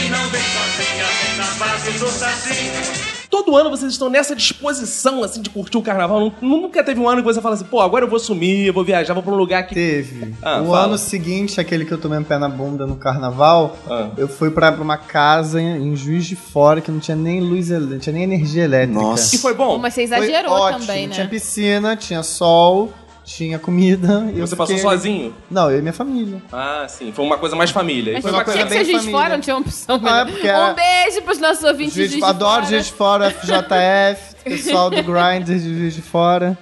S7: e não vem sozinha, vem na base do saci.
S1: Todo ano vocês estão nessa disposição, assim, de curtir o carnaval. Nun- Nunca teve um ano que você fala assim, pô, agora eu vou sumir, eu vou viajar, vou pra um lugar que...
S4: Teve.
S1: Ah,
S4: o
S1: fala.
S4: ano seguinte, aquele que eu tomei um pé na bunda no carnaval,
S1: Ah.
S4: eu fui pra, pra uma casa em, em Juiz de Fora que não tinha nem luz, elé- não tinha nem energia elétrica.
S2: Nossa.
S1: E foi
S3: Bom,
S1: bom?
S3: Mas você
S4: Foi
S3: exagerou
S4: ótimo.
S3: também, né?
S4: Tinha piscina, tinha sol, tinha comida. e eu
S1: Você passou
S4: fiquei-
S1: sozinho?
S4: Não, eu e minha família.
S1: Ah, sim. Foi uma coisa mais família.
S3: Mas
S1: Foi
S4: uma
S1: bacana.
S3: tinha
S4: coisa
S3: que
S4: bem
S3: ser juiz de
S4: família.
S3: fora, não tinha uma opção.
S4: Ah, é
S3: melhor.
S4: porque era-
S3: Um beijo pros nossos ouvintes
S4: Juiz
S3: de
S4: de...
S3: juiz de
S4: Adoro
S3: fora.
S4: Juiz de Fora, FJF, pessoal do Grinders de Juiz de Fora.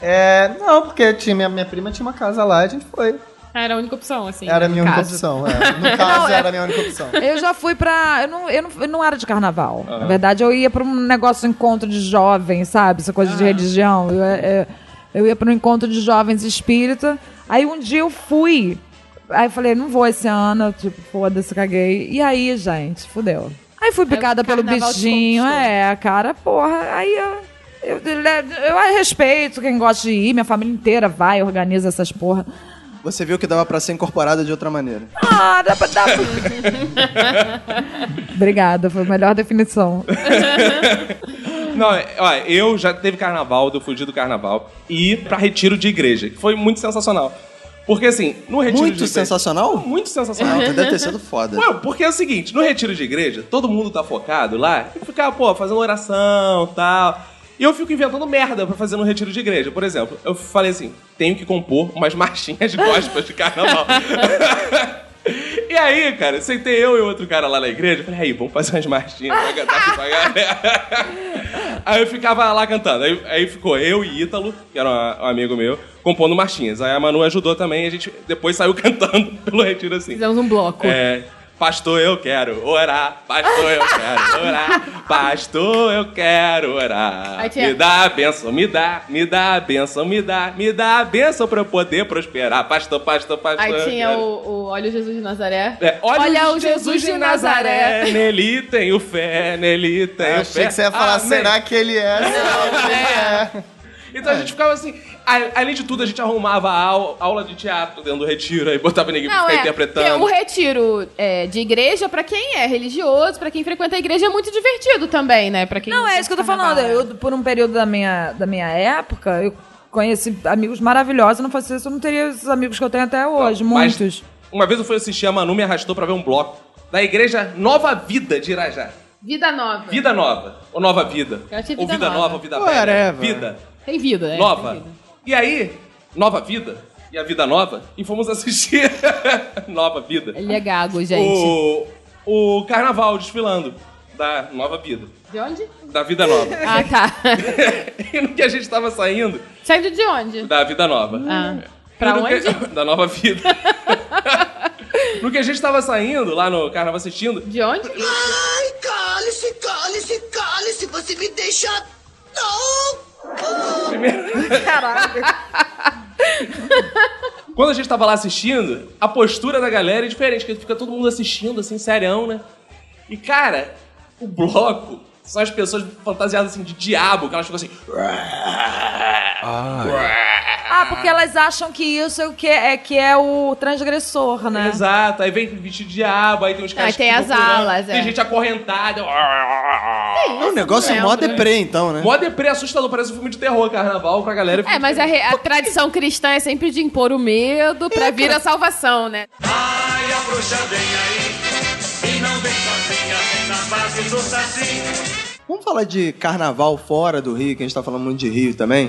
S4: É, não, porque tinha minha, minha prima tinha uma casa lá, a gente foi.
S3: Era a única opção, assim.
S4: Era a
S3: no
S4: minha única
S3: caso.
S4: opção. é. No caso,
S5: Não, é-
S4: era a minha única opção.
S5: Eu já fui pra. Eu não, eu não, eu não era de carnaval. Na verdade, eu ia pra um negócio, um encontro de jovens, sabe? Essa coisa de religião. Eu, eu, eu ia pra um encontro de jovens espírita. Aí um dia eu fui. Aí eu falei, não vou esse ano, tipo, foda-se, caguei. E aí, gente, fudeu. Aí fui picada
S3: É o
S5: pelo
S3: carnaval te
S5: bichinho,
S3: conquistou.
S5: é, cara, porra. Aí eu, eu, eu respeito quem gosta de ir, minha família inteira vai, organiza essas porra.
S2: Você viu que dava pra ser incorporada de outra maneira.
S5: Ah, dá pra, dá pra- Obrigada, foi a melhor definição.
S1: Não, olha, eu já teve carnaval, eu fugi do carnaval. E pra retiro de igreja, que foi muito sensacional. Porque assim, no retiro de
S2: Muito
S1: igreja-
S2: sensacional? Uhum.
S1: Muito sensacional.
S2: Não, deve ter sido foda.
S1: Ué, porque é o seguinte, no retiro de igreja, todo mundo tá focado lá e ficar, pô, fazendo oração tal. E eu fico inventando merda pra fazer no retiro de igreja. Por exemplo, eu falei assim: tenho que compor umas marchinhas de gospas de carnaval. E aí, cara, sentei eu e outro cara lá na igreja. Falei, aí, vamos fazer umas marchinhas pra cantar aqui pra galera. Aí eu ficava lá cantando. Aí, aí ficou eu e Ítalo, que era uma- um amigo meu, compondo marchinhas. Aí a Manu ajudou também e a gente depois saiu cantando pelo retiro assim.
S3: Fizemos um bloco.
S1: É, pastor, eu quero orar. Pastor, eu quero orar. Pastor, eu quero orar.
S3: Aí tinha-
S1: Me dá a benção, me dá, me dá a benção, me dá, me dá a benção pra eu poder prosperar. Pastor, pastor, pastor. eu
S3: Aí tinha
S1: quero.
S3: o, o Olha o Jesus de Nazaré.
S1: É, olha, o Jesus, de Nazaré. Nele tenho fé, nele tenho
S4: Eu
S1: fé.
S4: Ah,
S1: Ah,
S4: achei que você ia falar,
S1: Amém.
S4: será que ele é? Ele é.
S1: Então a gente ficava assim. a- Além de tudo, a gente arrumava a au- aula de teatro dentro do retiro, aí botava ninguém pra
S3: Não,
S1: ficar
S3: é,
S1: interpretando.
S3: porque o retiro é, de igreja, pra quem é religioso, pra quem frequenta a igreja, é muito divertido também, né? Pra quem
S5: Não, é isso que eu tô falando. Eu, por um período da minha, da minha época, eu conheci amigos maravilhosos. Se não fosse isso, eu não teria esses amigos que eu tenho até hoje,
S1: Mas
S5: muitos.
S1: Uma vez eu fui assistir, a Manu me arrastou pra ver um bloco da igreja Nova Vida de Irajá.
S3: Vida nova.
S1: Vida Nova. Ou Nova Vida.
S3: Eu achei
S1: ou
S3: Vida
S1: Vida
S3: Nova.
S1: Nova, ou Vida Velha.
S2: Whatever.
S1: Vida
S3: Tem vida, né?
S1: Nova.
S3: Tem vida.
S1: E aí, Nova Vida e a Vida Nova, e fomos assistir Nova Vida.
S3: Ele é gago, gente.
S1: O, o carnaval desfilando da Nova Vida.
S3: De onde?
S1: Da Vida Nova.
S3: Ah, tá.
S1: e no que a gente tava saindo
S3: Saindo de onde?
S1: da Vida Nova.
S3: Ah.
S1: E
S3: Pra
S1: no que-
S3: onde?
S1: da Nova Vida. no que a gente tava saindo lá no carnaval assistindo,
S3: De onde?
S8: Ai, cale-se, cale-se, cale-se, você me deixa. Não!
S1: Quando a gente tava lá assistindo, a postura da galera é diferente, porque fica todo mundo assistindo, assim, serião, né? E, cara, o bloco são as pessoas fantasiadas, assim, de diabo, que elas ficam assim...
S5: Ah, porque elas acham que isso é o que é, que é o transgressor, né?
S1: Exato, aí vem vestido de diabo, aí tem uns caras
S3: Ah, tem
S1: que
S3: as
S1: ficam pulando,
S3: alas,
S1: Tem
S3: é.
S1: gente acorrentada...
S2: É um negócio mó deprê, então, né?
S1: Mó deprê assustador, parece um filme de terror, carnaval, pra galera...
S3: É, mas a, re- a tradição cristã é sempre de impor o medo pra vir a salvação, né?
S7: Ai, a bruxa vem aí, e não vem sozinha, vem na base do saci.
S2: Vamos falar de carnaval fora do Rio, que a gente tá falando muito de Rio também.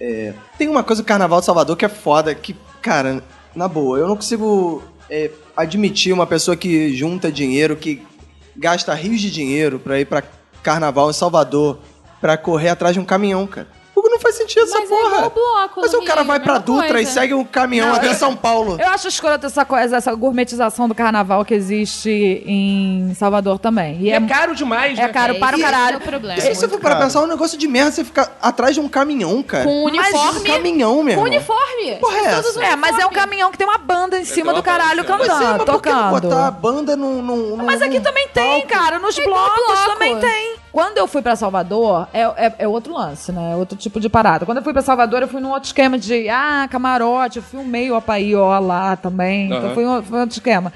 S2: É, tem uma coisa do Carnaval de Salvador que é foda, que, cara, na boa, eu não consigo é, admitir uma pessoa que junta dinheiro, que gasta rios de dinheiro pra ir pra Carnaval em Salvador, pra correr atrás de um caminhão, cara. Porque não faz sentido essa
S3: Mas é
S2: porra.
S3: igual o bloco.
S2: Mas
S3: no
S2: o cara
S3: Rio,
S2: vai
S3: mesma
S2: pra Dutra e
S3: coisa.
S2: segue um caminhão até São Paulo.
S5: Eu acho escrota essa coisa, essa gourmetização do carnaval que existe em Salvador também. E
S1: E
S5: é,
S1: é caro demais,
S5: é
S1: né?
S5: caro para o
S3: Esse
S5: caralho.
S3: é o problema.
S2: Se você for para
S4: caro.
S2: pensar, é um negócio de merda você ficar atrás de um caminhão, cara.
S3: Com uniforme.
S2: Um caminhom, meu
S3: Com
S2: irmão.
S3: uniforme.
S2: Porra é
S3: Todos
S2: essa?
S3: os
S5: É, mas é um
S3: uniformes.
S5: caminhão que tem uma banda em cima
S1: uma
S5: do caralho
S1: banda,
S2: Mas, é,
S4: Tá
S5: cantando,
S2: mas por que não
S5: tocando.
S2: botar a banda num... num, num
S5: Mas aqui
S2: num
S5: também tem,
S2: palco?
S5: cara. Nos
S3: É igual
S5: blocos
S3: bloco.
S5: também tem. Quando eu fui pra Salvador, é, é, é outro lance, né? É outro tipo de parada. Quando eu fui pra Salvador, eu fui num outro esquema de, ah, camarote, eu filmei o Apaió lá também.
S1: Aham.
S5: Então foi, um- foi outro esquema.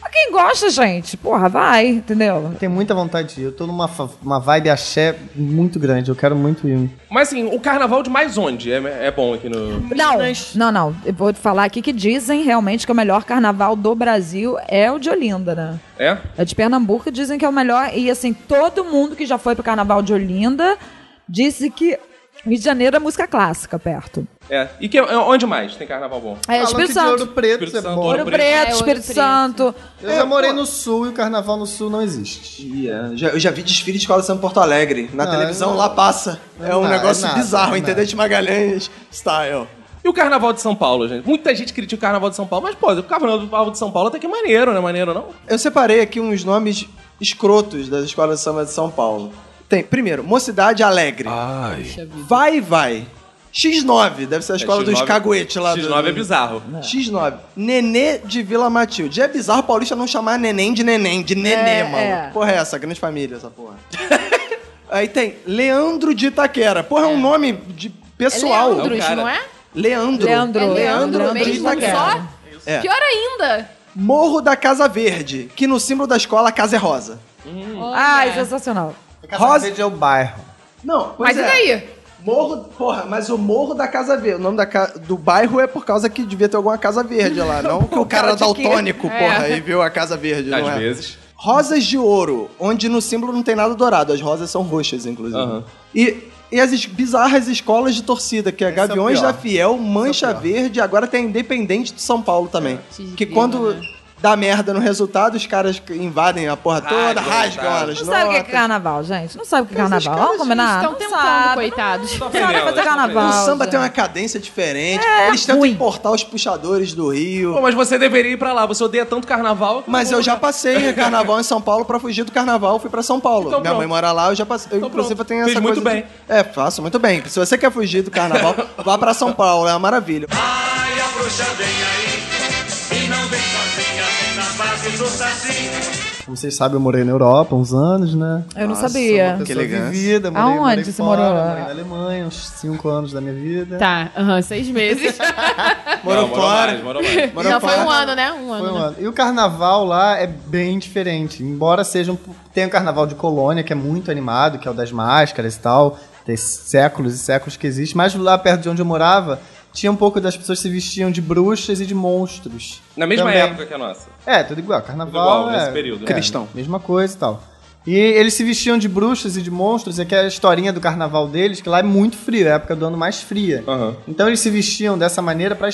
S5: Pra quem gosta, gente, porra, vai, entendeu?
S4: Eu tenho muita vontade de ir. Eu tô numa fa- uma vibe axé muito grande. Eu quero muito ir.
S1: Mas assim, o carnaval de mais onde? É, é bom aqui no.
S5: Não, não, não. Eu vou te falar aqui que dizem realmente que o melhor carnaval do Brasil é o de Olinda, né?
S1: É?
S5: É de Pernambuco, dizem que é o melhor. E assim, todo mundo que já foi pro carnaval de Olinda disse que Rio de Janeiro é música clássica perto.
S1: É. E que, onde mais tem carnaval bom?
S5: É
S4: Falam
S5: Espírito
S4: que de
S5: Santo.
S4: Ouro Preto
S1: Espírito
S4: é
S1: Santo,
S4: bom.
S1: Ouro
S5: Ouro
S1: Preto.
S5: Preto,
S3: É, Ouro
S5: Espírito
S3: Preto.
S5: Santo.
S4: Eu já morei no Sul e o carnaval no Sul não existe.
S2: Ih, é. Já- eu já vi desfile de escola de São Porto Alegre. Na
S4: Não,
S2: televisão
S4: é-
S2: lá passa.
S4: não,
S2: É um
S4: não,
S2: negócio
S4: é nada,
S2: bizarro,
S4: é
S2: Intendente Magalhães style.
S1: E o carnaval de São Paulo, gente? Muita gente critica o carnaval de São Paulo, mas, pô, o carnaval de São Paulo até que é maneiro, né? Maneiro não?
S2: Eu separei aqui uns nomes escrotos das escolas de samba de São Paulo. Tem, primeiro, Mocidade Alegre.
S9: Ai,
S2: Vai, vai. X9, deve ser a escola dos
S1: X9
S2: caguetes lá do.
S1: X9 é bizarro.
S2: X9. Nenê de Vila Matilde. É bizarro paulista não chamar neném de neném, de nenê,
S5: É,
S2: mano.
S5: é.
S2: Porra, é essa, grande família, essa porra. Aí tem Leandro de Itaquera. Porra, é, um nome de pessoal.
S3: É Leandros,
S1: É o cara.
S3: não é?
S2: Leandro.
S5: Leandro.
S3: É
S2: Leandro
S3: Leandro
S2: de
S3: mesmo,
S2: Itaquera.
S3: só?
S2: É.
S3: Pior ainda.
S2: Morro da Casa Verde, que no símbolo da escola a casa é rosa.
S3: Hum.
S2: Ah,
S5: Ai, Ah, é sensacional.
S2: Rosa-
S4: Casa Verde
S1: um
S4: é o bairro.
S2: Não, é- pois
S3: Mas e
S2: é.
S3: daí?
S2: Morro, porra, mas o Morro da Casa Verde, o nome da ca- do bairro é por causa que devia ter alguma Casa Verde lá, não que o cara era daltônico, porra, e viu a Casa Verde, não
S1: Às
S2: é?
S1: vezes.
S2: Rosas de ouro, onde no símbolo não tem nada dourado, as rosas são roxas, inclusive.
S1: Aham.
S2: E, e as es- bizarras escolas de torcida, que é
S4: Esse é o
S2: Gaviões
S4: pior.
S2: da Fiel, Mancha
S4: Esse é o
S2: Verde, agora tem a Independente de São Paulo
S5: É,
S2: também.
S3: Sim,
S2: Que
S3: sim,
S2: quando
S3: né?
S2: dá merda no resultado, os caras invadem a porra toda,
S1: Rasgam,
S2: rasgam
S1: tá.
S2: elas
S5: Não sabe o que é
S2: notas.
S5: carnaval, gente. Não sabe o que
S2: Mas
S5: é
S2: os
S5: carnaval.
S2: caras,
S5: Vamos combinar?
S3: Estão
S5: Não
S3: tentando,
S5: sabe.
S3: coitados.
S1: Tô
S5: Não sabe
S1: aprendendo,
S5: fazer
S1: tô aprendendo.
S5: carnaval.
S2: O samba
S5: gente.
S2: tem uma cadência diferente. Eles tentam
S5: É ruim.
S2: importar os puxadores do Rio.
S1: Pô, mas você deveria ir pra lá, você odeia tanto carnaval.
S2: Mas eu já passei carnaval em São Paulo pra fugir do carnaval, fui pra São Paulo.
S1: Então
S2: Minha
S1: pronto.
S2: mãe mora lá, eu já passei. Eu,
S1: Então
S2: inclusive,
S1: pronto.
S2: eu tenho essa
S1: Fez muito
S2: coisa. de- É, faço muito bem. Se você quer fugir do carnaval, vá pra São Paulo, é uma maravilha.
S1: Ah,
S7: Ai, a bruxa vem aí, e não vem sozinha, vem na base do saci.
S4: Como vocês sabem, eu morei na Europa uns anos, né?
S5: Eu não
S2: Nossa,
S5: sabia.
S2: Que elegância.
S4: Vivida, morei,
S5: Aonde
S4: morei
S5: você
S4: fora,
S5: morou?
S4: Morei na Alemanha, uns 5 anos da minha vida.
S3: Tá, aham, seis meses.
S2: Morou
S1: Não, morou
S2: fora.
S1: mais, morou mais.
S2: morou
S3: Não, foi
S2: fora.
S3: um ano, né? Um ano.
S4: Foi um
S3: né?
S4: ano. E o carnaval lá é bem diferente. Embora seja um, tem o carnaval de Colônia, que é muito animado, que é o das máscaras e tal. Tem séculos e séculos que existe. Mas lá perto de onde eu morava, tinha um pouco das pessoas que se vestiam de bruxas e de monstros.
S1: Na mesma
S4: Também.
S1: época que a nossa.
S4: É, tudo igual. Carnaval
S1: Tudo igual,
S4: é,
S1: nesse período.
S4: é,
S1: Cristão.
S4: Mesma coisa e tal. E eles se vestiam de bruxas e de monstros, é que é a historinha do carnaval deles, que lá é muito frio, é a época do ano mais fria.
S1: Aham.
S4: Então eles se vestiam dessa maneira pra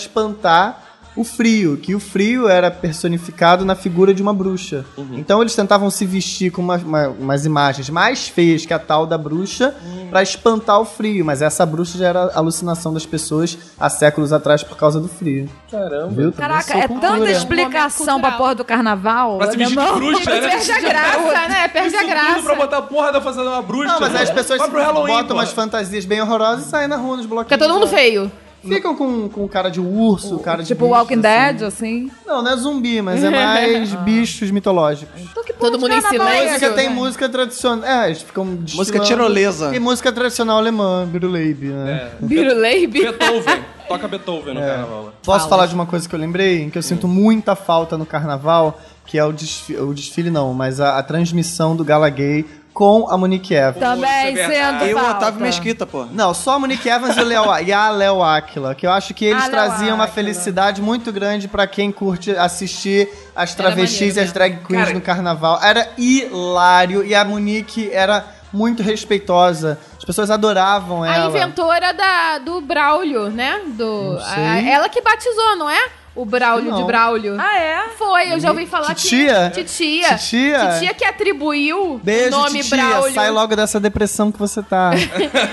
S4: espantar o frio, que o frio era personificado na figura de uma bruxa. Então eles tentavam se vestir com uma- uma- umas imagens mais feias que a tal da bruxa pra espantar o frio, mas essa bruxa já era a alucinação das pessoas há séculos atrás por causa do frio.
S1: Caramba.
S4: Viu? Também
S5: Caraca,
S4: sou
S5: é tanta
S4: cultura.
S5: explicação pra porra do carnaval.
S1: Pra se vestir de
S5: alemão.
S1: bruxa, né?
S3: Perde a graça, né? Perde a
S1: Isso tudo pra
S3: graça.
S1: botar a porra da fazenda uma bruxa. né?
S4: Não, mas aí as pessoas
S1: Vai
S4: se
S1: pro Halloween,
S4: botam
S1: porra.
S4: umas fantasias bem horrorosas e saem na rua nos bloquinhos.
S5: tá
S4: né?
S3: Fica todo mundo feio.
S4: Ficam com, com cara de urso, cara de
S5: Tipo
S4: bicho,
S5: Walking
S4: assim.
S5: Dead, Ah. assim.
S4: Não, não é zumbi, mas é mais bichos mitológicos.
S5: Então, que porra
S3: Todo
S5: de
S3: mundo em
S5: carnaval é
S3: silêncio.
S4: Música tem
S3: né?
S4: música tradicional. É, eles ficam.
S2: Música
S4: desfilando.
S2: tirolesa.
S4: E música tradicional alemã, Biruleibe,
S3: É.
S4: né?
S3: Biruleibe.
S1: Beethoven. Toca Beethoven no carnaval. lá.
S4: Posso falar de uma coisa que eu lembrei? Que eu sinto muita falta no carnaval, que é o desfile, o desfile não, mas a, a transmissão do Gala Gay com a Monique Evans.
S3: Tá.
S5: Também
S1: Isso é
S5: sendo
S1: verdade.
S2: E o
S5: falta.
S2: Otávio Mesquita, pô.
S4: Não, só a Monique Evans e, o Léo, e a Léo Áquila, que eu acho que eles
S5: A Léo
S4: traziam uma
S5: Áquila.
S4: felicidade muito grande pra quem curte assistir as
S3: Era
S4: travestis
S3: maneiro
S4: e as drag queens
S1: Cara,
S4: no carnaval. Era hilário e a Monique era muito respeitosa. As pessoas adoravam
S3: A
S4: ela.
S3: inventora da, do Braulio, né? Do, a-
S4: sei.
S3: ela que batizou, não é? O Braulio
S4: Não.
S3: de Braulio.
S5: Ah, é?
S3: Foi, eu já ouvi falar
S4: Titia?
S3: que... Titia?
S4: Titia?
S3: Titia que atribuiu
S4: Beijo,
S3: o nome
S4: titia.
S3: Braulio
S4: Sai logo dessa depressão que você tá.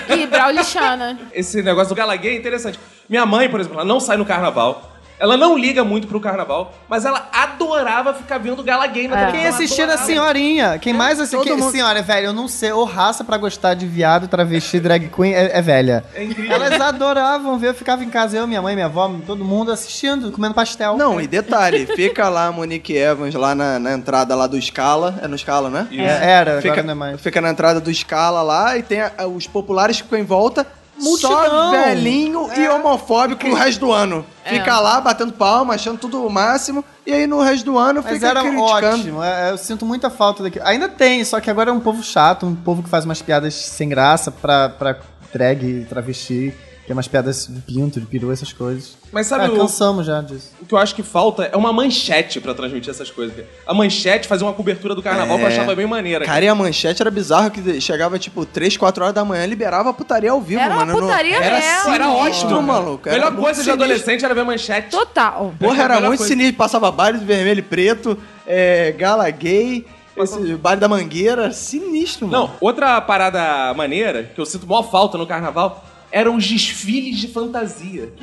S3: e Braulichana.
S1: Esse negócio do gala gay é interessante. Minha mãe, por exemplo, ela não sai no carnaval. Ela não liga muito pro carnaval, mas ela adorava ficar vendo gala gay na televisão.
S4: Quem assistia
S1: Ela
S4: era
S1: adorava.
S4: senhorinha. Quem mais assistia.
S1: É, todo
S4: Quem...
S1: mundo-
S4: Senhora, velho, eu não sei. Ou raça pra gostar de viado, travesti, drag queen é, é velha.
S1: É incrível.
S4: Elas adoravam ver, eu ficava em casa, eu, minha mãe, minha avó, todo mundo assistindo, comendo pastel.
S2: Não, e detalhe, fica lá a Monique Evans lá na, na entrada lá do Scala. É no Scala, né?
S4: É, era,
S2: Fica,
S4: agora não é mais.
S2: fica na entrada do Scala lá e tem a- a- os populares que ficam em volta. Só
S4: Multidão.
S2: velhinho
S5: É.
S2: e homofóbico no resto do ano. Fica lá batendo palma, achando tudo o máximo. E aí no resto do ano
S4: Mas
S2: fica
S4: era
S2: criticando.
S4: ótimo, é, eu sinto muita falta daquilo. Ainda tem, só que agora é um povo chato, um povo que faz umas piadas sem graça pra, pra drag, travesti, que é umas piadas de pinto, de peru, essas coisas.
S1: Mas sabe
S4: Ah,
S1: o-
S4: cansamos já disso.
S1: O que eu acho que falta é uma manchete pra transmitir essas coisas. cara. A manchete fazer uma cobertura do carnaval que eu
S2: É.
S1: achava bem maneira. cara.
S2: Cara, e a manchete era bizarro que chegava tipo 3, 4 horas da manhã, liberava a putaria ao vivo,
S5: Era uma
S2: mano. no-
S5: putaria
S2: era
S5: mesmo.
S2: sinistro,
S5: Era ótimo,
S1: cara.
S2: maluco.
S1: A melhor
S2: Era muito
S1: coisa de
S2: sinistro.
S1: adolescente era ver manchete.
S5: Total.
S2: Porra,
S1: Era a
S2: era
S1: melhor
S2: muito
S1: coisa.
S2: sinistro. Passava baile de vermelho e preto, é, gala gay, esse baile da mangueira. Sinistro, mano.
S1: Não, outra parada maneira que eu sinto maior falta no carnaval eram os desfiles de fantasia.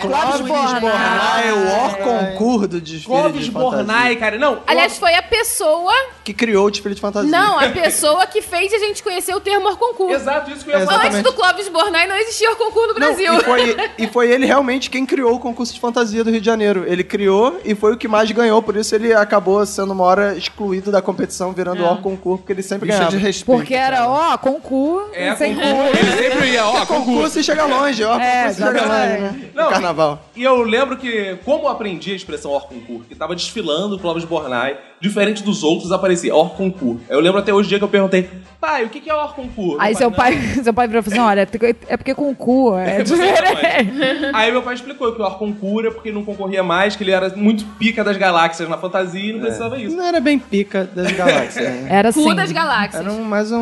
S2: Clóvis
S5: Bornai.
S2: Bornai, o Orconcur do desfile
S1: Clóvis
S2: de fantasia.
S1: Bornai, cara. Não,
S3: Aliás, foi a pessoa.
S2: Que criou o desfile de fantasia.
S3: Não, a pessoa que fez a gente conhecer o termo concurso.
S1: exato, isso que eu ia falar.
S3: Antes do Clóvis Bornai não existia concurso no
S2: Não,
S3: Brasil.
S2: e, foi, e foi ele realmente quem criou o concurso de fantasia do Rio de Janeiro. Ele criou e foi o que mais ganhou, por isso ele acabou sendo uma hora excluído da competição, virando o concurso, porque ele sempre
S4: Bicha
S2: ganhava.
S4: é de respeito.
S5: É. Porque era, ó, com cu,
S1: É,
S5: sem cu.
S1: concurso. Ele sempre ia, ó, concurso.
S2: Concurso e chega longe, ó.
S5: É,
S2: concurso e chega longe,
S5: exatamente.
S2: né?
S1: Não,
S2: No carnaval.
S1: E eu lembro que, como eu aprendi a expressão Orconcur, que tava desfilando o Clóvis Bornai, diferente dos outros, aparecia Orconcur. Eu lembro até hoje o dia que eu perguntei, pai, o que que é Orconcur?
S5: Aí
S1: Meu
S5: seu
S1: "Não,
S5: pai, seu pai virou e falou assim: olha, é porque com cu é diferente.
S1: Aí meu pai explicou que o Arconcura, é porque ele não concorria mais, que ele era muito pica das galáxias na fantasia e não precisava isso.
S2: Não era bem pica das galáxias, né?
S5: Era assim.
S3: Cu das galáxias.
S2: Era um- mais um...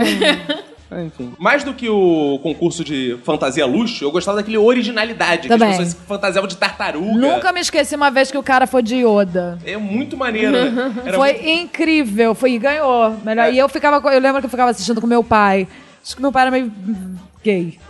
S2: Enfim.
S1: Mais do que o concurso de fantasia luxo, eu gostava daquele originalidade,
S5: Também.
S1: que as pessoas se fantasiavam de tartaruga.
S5: Nunca me esqueci uma vez que o cara foi de Yoda.
S1: É muito maneiro, né? Era
S5: foi
S1: muito-
S5: incrível, foi e ganhou. Melhor.
S1: É.
S5: E eu ficava, co- eu lembro que eu ficava assistindo com meu pai. Acho que meu pai era meio gay.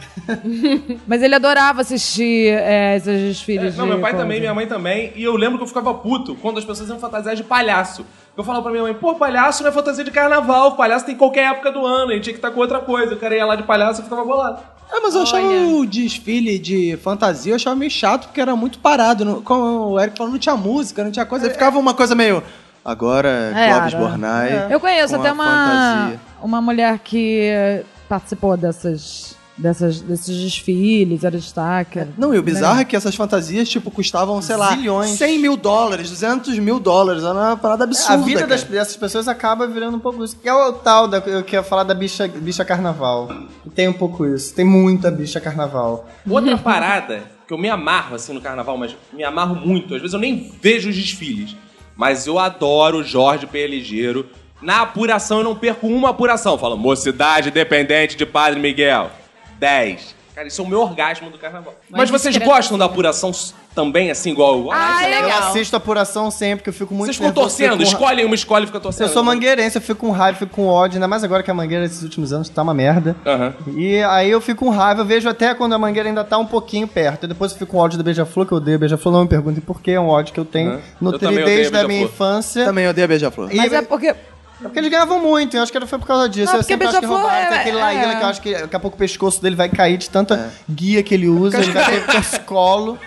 S5: Mas ele adorava assistir é, esses desfiles.
S1: Não,
S5: de
S1: meu pai
S5: coisa.
S1: também, minha mãe também. E eu lembro que eu ficava puto quando as pessoas iam fantasiar de palhaço. Eu falava pra minha mãe, pô, palhaço não é fantasia de carnaval, palhaço tem qualquer época do ano, e tinha que estar com outra coisa. O cara ia lá de palhaço e ficava bolado.
S2: Ah, mas eu achava o desfile de fantasia, eu achava meio chato, porque era muito parado. Não- como o Eric falou, não tinha música, não tinha
S4: É.
S2: coisa. Aí ficava uma coisa meio. Agora,
S5: É,
S2: Clóvis
S5: era.
S2: Bornai.
S5: Eu conheço
S2: com
S5: até
S2: a
S5: uma,
S2: fantasia.
S5: uma mulher que eh, participou dessas, dessas, desses desfiles, era destaque.
S2: Não, e o bizarro é que essas fantasias, tipo, custavam, sei lá,
S4: Zilhões. É,
S2: 100 mil dólares, 200 mil dólares. Era uma parada absurda.
S4: a vida
S2: cara.
S4: das, dessas pessoas acaba virando um pouco isso. Que é o tal da. Eu queria falar da bicha, bicha carnaval. Tem um pouco isso. Tem muita bicha carnaval.
S1: Outra parada que eu me amarro assim no carnaval, mas me amarro muito, às vezes eu nem vejo os desfiles, mas eu adoro o Jorge P. Ligeiro. Na apuração eu não perco uma apuração. Falo, mocidade dependente de Padre Miguel. 10. Cara, isso é o meu orgasmo do carnaval. Mas, vocês
S3: discreto.
S1: gostam da apuração s- também, assim, igual eu?
S3: Ah, é
S4: Eu
S3: legal.
S4: assisto a apuração sempre, que eu fico muito
S1: vocês ficam
S4: nervoso,
S1: torcendo,
S4: fico com ra-
S1: escolhem uma escola e ficam torcendo.
S4: Eu sou mangueirense, eu fico com raiva, fico com ódio, ainda mais agora que a mangueira esses últimos anos tá uma merda.
S1: Aham.
S4: E aí eu fico com raiva, eu vejo até quando a mangueira ainda tá um pouquinho perto. E depois eu fico com ódio do Beija-Flor, que eu odeio Beija-Flor, não me perguntem por que é um ódio que eu tenho.
S1: Uhum. Eu
S4: Nutri
S1: também odeio
S4: desde a minha
S1: Beija-Flor.
S4: infância.
S2: Também odeia Beija-Flor.
S5: Mas
S4: E-
S5: é porque.
S4: É Porque eles ganhavam muito, eu acho que era foi por causa disso.
S5: Não,
S4: eu
S5: porque
S4: sempre acho que
S5: Beija-Flor
S4: roubaram, tem
S5: é-
S4: aquele laíla
S5: é.
S4: que eu acho que daqui a pouco o pescoço dele vai cair de tanta guia que ele usa, ele vai ter torcicolo.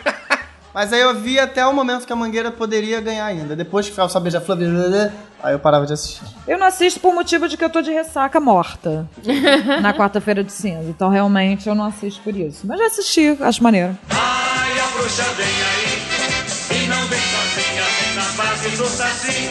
S4: Mas aí eu vi até o momento que a Mangueira poderia ganhar ainda. Depois que ficava só Beija-Flor, blá, blá, blá, aí eu parava de assistir.
S5: Eu não assisto por motivo de que eu tô de ressaca morta na quarta-feira de cinza. Então, realmente, eu não assisto por isso. Mas já assisti, acho maneiro.
S7: Ai, a bruxa vem aí, e não vem sozinha, vem na base do saci.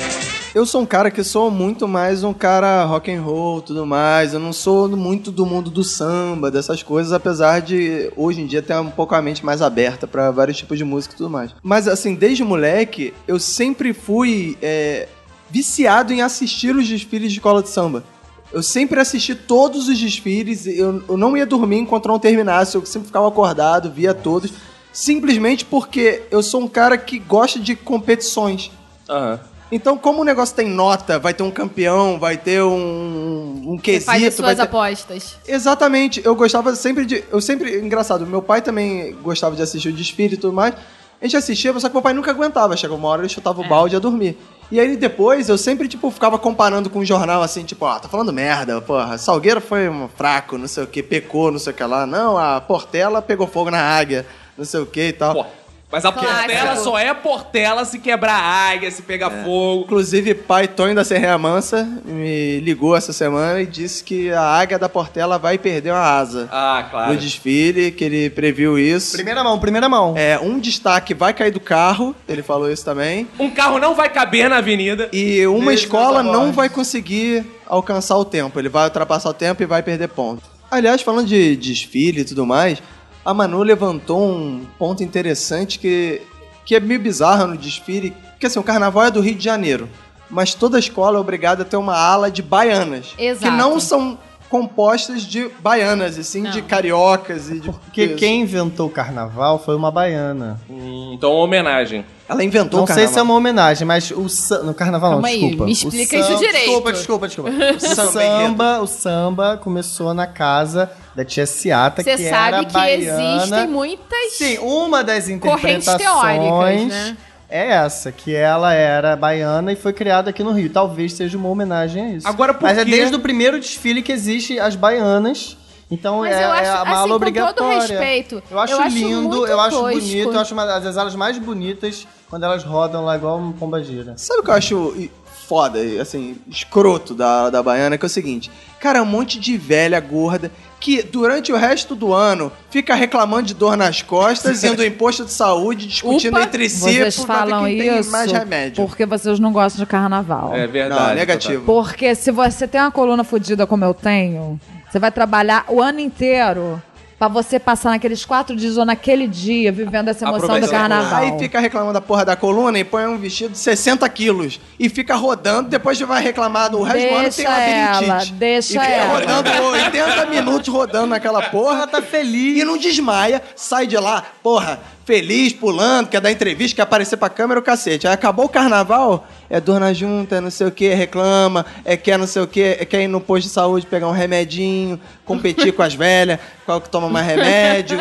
S2: Eu sou um cara que sou muito mais um cara rock and roll, tudo mais. Eu não sou muito do mundo do samba, dessas coisas, apesar de hoje em dia ter um pouco a mente mais aberta pra vários tipos de música e tudo mais. Mas assim, desde moleque, eu sempre fui é, viciado em assistir os desfiles de escola de samba. Eu sempre assisti todos os desfiles, eu, eu não ia dormir enquanto não terminasse, eu sempre ficava acordado, via todos, simplesmente porque eu sou um cara que gosta de competições.
S1: Aham.
S2: Então, como o negócio tem nota, vai ter um campeão, vai ter um, um
S3: Você
S2: quesito,
S3: faz as
S2: vai
S3: suas
S2: ter...
S3: apostas.
S2: Exatamente, eu gostava sempre de. Eu sempre. Engraçado, meu pai também gostava de assistir o desfile e tudo mais. A gente assistia, só que meu pai nunca aguentava. Chegava uma hora, ele chutava o balde e ia dormir. E aí depois eu sempre, tipo, ficava comparando com o jornal assim, tipo, ah, tá falando merda, porra. Salgueiro foi um fraco, não sei o que, pecou, não sei o que lá. Não, a Portela pegou fogo na águia, não sei o que e tal.
S1: Pô, Mas a
S3: Clássico.
S1: portela só é portela se quebrar águia, se pegar
S4: É.
S1: fogo.
S2: Inclusive, pai Tonho da Serra Mansa me ligou essa semana e disse que a águia da Portela vai perder uma asa.
S1: Ah, claro.
S2: No desfile, que ele previu isso.
S4: Primeira mão, primeira mão.
S2: É, um destaque vai cair do carro, ele falou isso também.
S1: Um carro não vai caber na avenida.
S2: E uma
S4: Mesmo
S2: escola
S4: da
S2: não
S4: morte.
S2: vai conseguir alcançar o tempo, ele vai ultrapassar o tempo e vai perder ponto. Aliás, falando de desfile e tudo mais, a Manu levantou um ponto interessante que, que é meio bizarro no desfile, que assim, o carnaval é do Rio de Janeiro, mas toda escola é obrigada a ter uma ala de baianas,
S3: Exato.
S2: que não são compostas de baianas, e sim
S3: Não.
S2: de cariocas e de...
S4: Porque
S2: isso.
S4: quem inventou o carnaval foi uma baiana.
S1: Hum, então, uma homenagem.
S2: Ela inventou
S4: não
S2: o carnaval.
S4: sei se é uma homenagem, mas o samba. No carnaval,
S3: Calma
S4: não,
S3: aí,
S4: desculpa.
S3: me
S4: O
S3: explica isso
S4: samba-
S3: direito.
S4: Desculpa, desculpa, desculpa. O
S2: Samba,
S4: samba, o samba começou na casa da tia Ciata, que
S3: Você
S4: era
S3: sabe que
S4: baiana.
S3: existem muitas.
S4: Sim, uma das
S3: Correntes
S4: interpretações
S3: teóricas, né?
S4: é essa, que ela era baiana e foi criada aqui no Rio. Talvez seja uma homenagem a isso.
S1: Agora, por
S4: Mas é
S1: quê?
S4: desde o primeiro desfile que existe as baianas. Então
S3: Mas
S4: é,
S3: eu acho,
S4: é uma
S3: assim,
S4: ala
S3: com
S4: obrigatória.
S3: todo respeito,
S4: Eu acho lindo,
S3: muito
S4: eu acho
S3: tosco.
S4: bonito, eu acho uma das alas mais bonitas quando elas rodam lá igual uma pombagira.
S2: Sabe o que eu acho i- foda, e, assim, escroto da, da baiana? Que é o seguinte, cara, é um monte de velha gorda que durante o resto do ano fica reclamando de dor nas costas, indo em posto de saúde, discutindo
S3: Upa,
S2: entre si
S5: Vocês
S2: por causa
S5: falam
S2: de quem tem
S5: isso
S2: mais remédio.
S5: porque vocês não gostam de carnaval.
S1: É verdade.
S2: Não, negativo.
S5: Porque se você tem uma coluna fodida como eu tenho, você vai trabalhar o ano inteiro pra você passar naqueles quatro dias ou naquele dia vivendo essa emoção do
S1: Aproveitando a coluna.
S5: carnaval.
S2: Aí fica reclamando da porra da coluna e põe um vestido de 60 quilos. E fica rodando, depois vai reclamar do resto do ano tem
S5: Deixa
S2: labirintite.
S5: ela, deixa
S2: e fica
S5: ela.
S2: rodando por 80 minutos rodando naquela porra. Ela tá feliz. E não desmaia, sai de lá, porra, feliz, pulando, quer dar entrevista, quer aparecer pra câmera, o cacete. Aí acabou o carnaval, é dor na junta, é não sei o que, reclama, é quer não sei o que, é quer ir no posto de saúde pegar um remedinho, competir com as velhas, qual que toma mais remédio.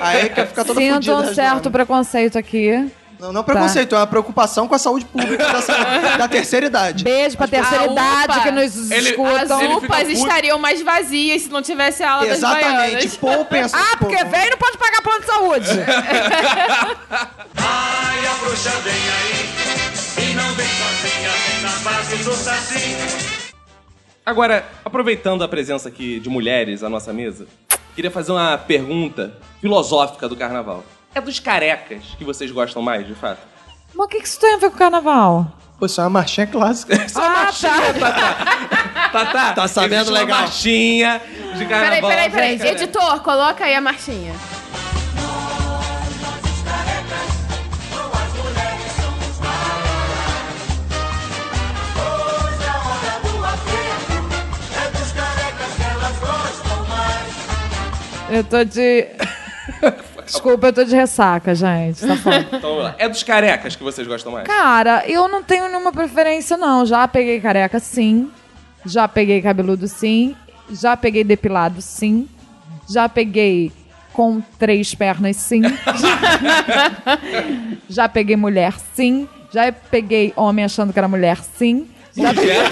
S2: Aí quer ficar toda
S5: Sinto
S2: fudida,
S5: um
S2: né,
S5: certo
S2: Joana?
S5: preconceito aqui.
S2: Não, não
S5: Tá.
S2: preconceito, é uma preocupação com a saúde pública da, sa- da terceira idade.
S5: Beijo pra terceira
S3: Ah,
S5: idade
S3: upa.
S5: que nos
S1: Ele-
S3: As
S5: escutam.
S1: Ele fica
S3: UPAs
S1: puto.
S3: estariam mais vazias se não tivesse a aula das baianas.
S2: Exatamente, poupem essa
S5: Ah, porque
S2: poupem.
S5: vem não pode pagar plano de saúde.
S7: Ai, a bruxa vem aí, e não vem sozinha, vem na base do saci.
S1: Agora, aproveitando a presença aqui de mulheres à nossa mesa, queria fazer uma pergunta filosófica do carnaval. É dos carecas que vocês gostam mais, de fato?
S5: Mas o que, que isso tem a ver com carnaval?
S2: Pô, isso é uma marchinha clássica.
S5: Ah, tá.
S1: Tá, tá. Tá
S2: sabendo legal.
S1: Uma marchinha de
S3: Peraí,
S1: carnaval.
S3: peraí, peraí. Editor, coloca aí a marchinha.
S5: Eu tô de. Desculpa, eu tô de ressaca, gente. Tá falando.
S1: Então, vamos lá. É dos carecas que vocês gostam mais?
S5: Cara, eu não tenho nenhuma preferência, não. Já peguei careca, sim. Já peguei cabeludo, sim. Já peguei depilado, sim. Já peguei com três pernas, sim. Já peguei mulher, sim. Já peguei homem achando que era mulher, sim.
S1: Mulher.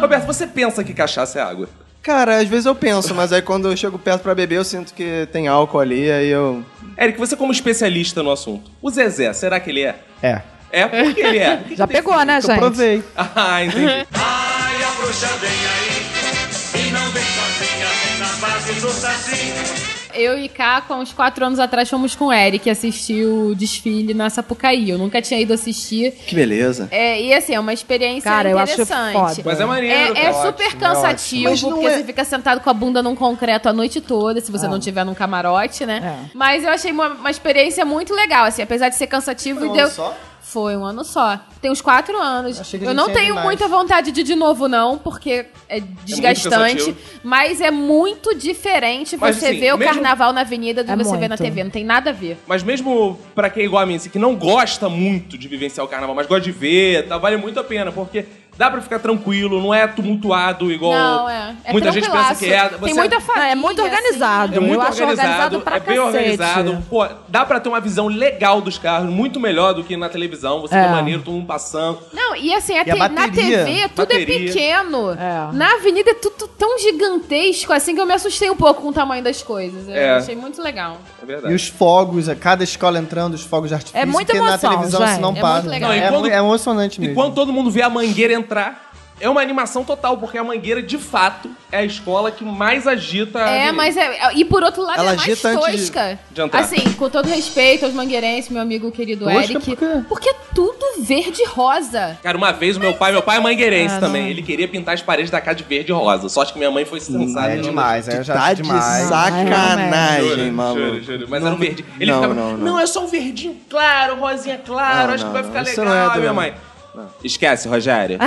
S1: Roberto, você pensa que cachaça é água?
S2: Cara, às vezes eu penso, mas aí quando eu chego perto pra beber, eu sinto que tem álcool ali, aí eu.
S1: Eric, você como especialista no assunto, o Zezé, será que ele é?
S4: É.
S1: É, por que ele é? O que que
S5: Já
S1: tem-
S5: pegou, né,
S4: Eu
S5: gente?
S4: provei.
S1: Ah, entendi.
S7: Ai, a bruxa vem aí, e não vem sozinha, vem na base do saci.
S3: Eu e Cá, há uns quatro anos atrás, fomos com o Eric assistir o desfile na Sapucaí. Eu nunca tinha ido assistir.
S2: Que beleza.
S3: É, e assim, é uma experiência
S5: Cara, eu acho
S3: interessante.
S5: foda.
S1: Mas é maneiro,
S3: É, é
S1: cara.
S3: super
S2: ótimo.
S3: cansativo,
S2: Mas não
S3: porque
S2: é-
S3: você fica sentado com a bunda num concreto a noite toda, se você não tiver num
S1: um
S3: camarote, né? Mas eu achei uma, uma experiência muito legal, assim, apesar de ser cansativo. e deu...
S4: só?
S3: Foi um ano só. Tem uns quatro anos.
S4: Achei que a
S3: eu
S4: gente
S3: não
S4: ia
S3: tenho
S4: demais.
S3: muita vontade de ir de novo, não, porque é desgastante.
S1: cansativo.
S3: mas é muito diferente
S1: Mas,
S3: você
S1: assim,
S3: ver o
S1: mesmo-
S3: carnaval na avenida do
S5: É
S3: que você ver na
S5: muito.
S3: TV. Não tem nada a ver.
S1: Mas mesmo pra quem é igual a mim, assim, que não gosta muito de vivenciar o carnaval, mas gosta de ver, tá, vale muito a pena, porque dá pra ficar tranquilo, não é tumultuado igual
S3: não, é. é
S1: muita gente pensa que é.
S3: tranquilaço. Tem muita assim.
S5: Ah,
S3: família.
S5: é muito organizado.
S1: É muito
S5: eu acho
S1: organizado,
S5: organizado pra
S1: é bem
S5: cacete.
S1: organizado. Pô, dá pra ter uma visão legal dos carros, muito melhor do que na televisão. Você
S5: É.
S1: vê maneiro, todo mundo passando.
S3: assim. Não, e assim, a
S4: E a
S3: te- na
S4: bateria?
S3: TV tudo é
S1: Bateria.
S3: pequeno.
S5: É.
S3: Na avenida é tudo tão gigantesco assim que eu me assustei um pouco com o tamanho das coisas. Eu
S1: É.
S3: achei muito legal.
S1: É
S4: E
S1: verdade.
S4: os fogos, a cada escola entrando, os fogos de artifício.
S5: É muita
S4: porque
S5: emoção,
S4: na televisão
S5: gente.
S4: isso não
S3: É
S4: passa.
S3: muito legal.
S1: Não, e
S4: é,
S1: quando-
S4: mu- é emocionante
S1: E
S4: mesmo.
S1: quando todo mundo vê a mangueira entrar, é uma animação total, porque a mangueira, de fato, é a escola que mais agita a
S3: É,
S1: avenida.
S3: mas é. E por outro lado,
S2: Ela
S3: é mais
S2: agita antes de-
S3: tosca.
S1: de entrar.
S3: Assim, com todo respeito aos mangueirenses, meu amigo querido
S4: Tosca
S3: Eric.
S4: por quê?
S3: Porque é tudo verde e rosa.
S1: Cara, uma vez o meu pai, meu pai é mangueirense
S5: Ah,
S1: também, ele queria pintar as paredes da casa de verde e rosa. Só acho que minha mãe
S2: Hum,
S1: foi sensada.
S4: É
S1: não
S4: demais, é já
S2: Tá de
S4: demais.
S5: Ai,
S2: sacanagem, maluco.
S1: Juro, juro, mas
S2: Não,
S1: era um verdinho. Ele
S2: não,
S1: ficava,
S2: não,
S1: não,
S2: não.
S1: é só um verdinho claro, rosinha claro,
S2: Não,
S1: acho
S2: não,
S1: que vai
S2: não,
S1: ficar
S2: isso
S1: legal,
S2: não é do
S1: minha
S2: não.
S1: mãe. Esquece, Rogério.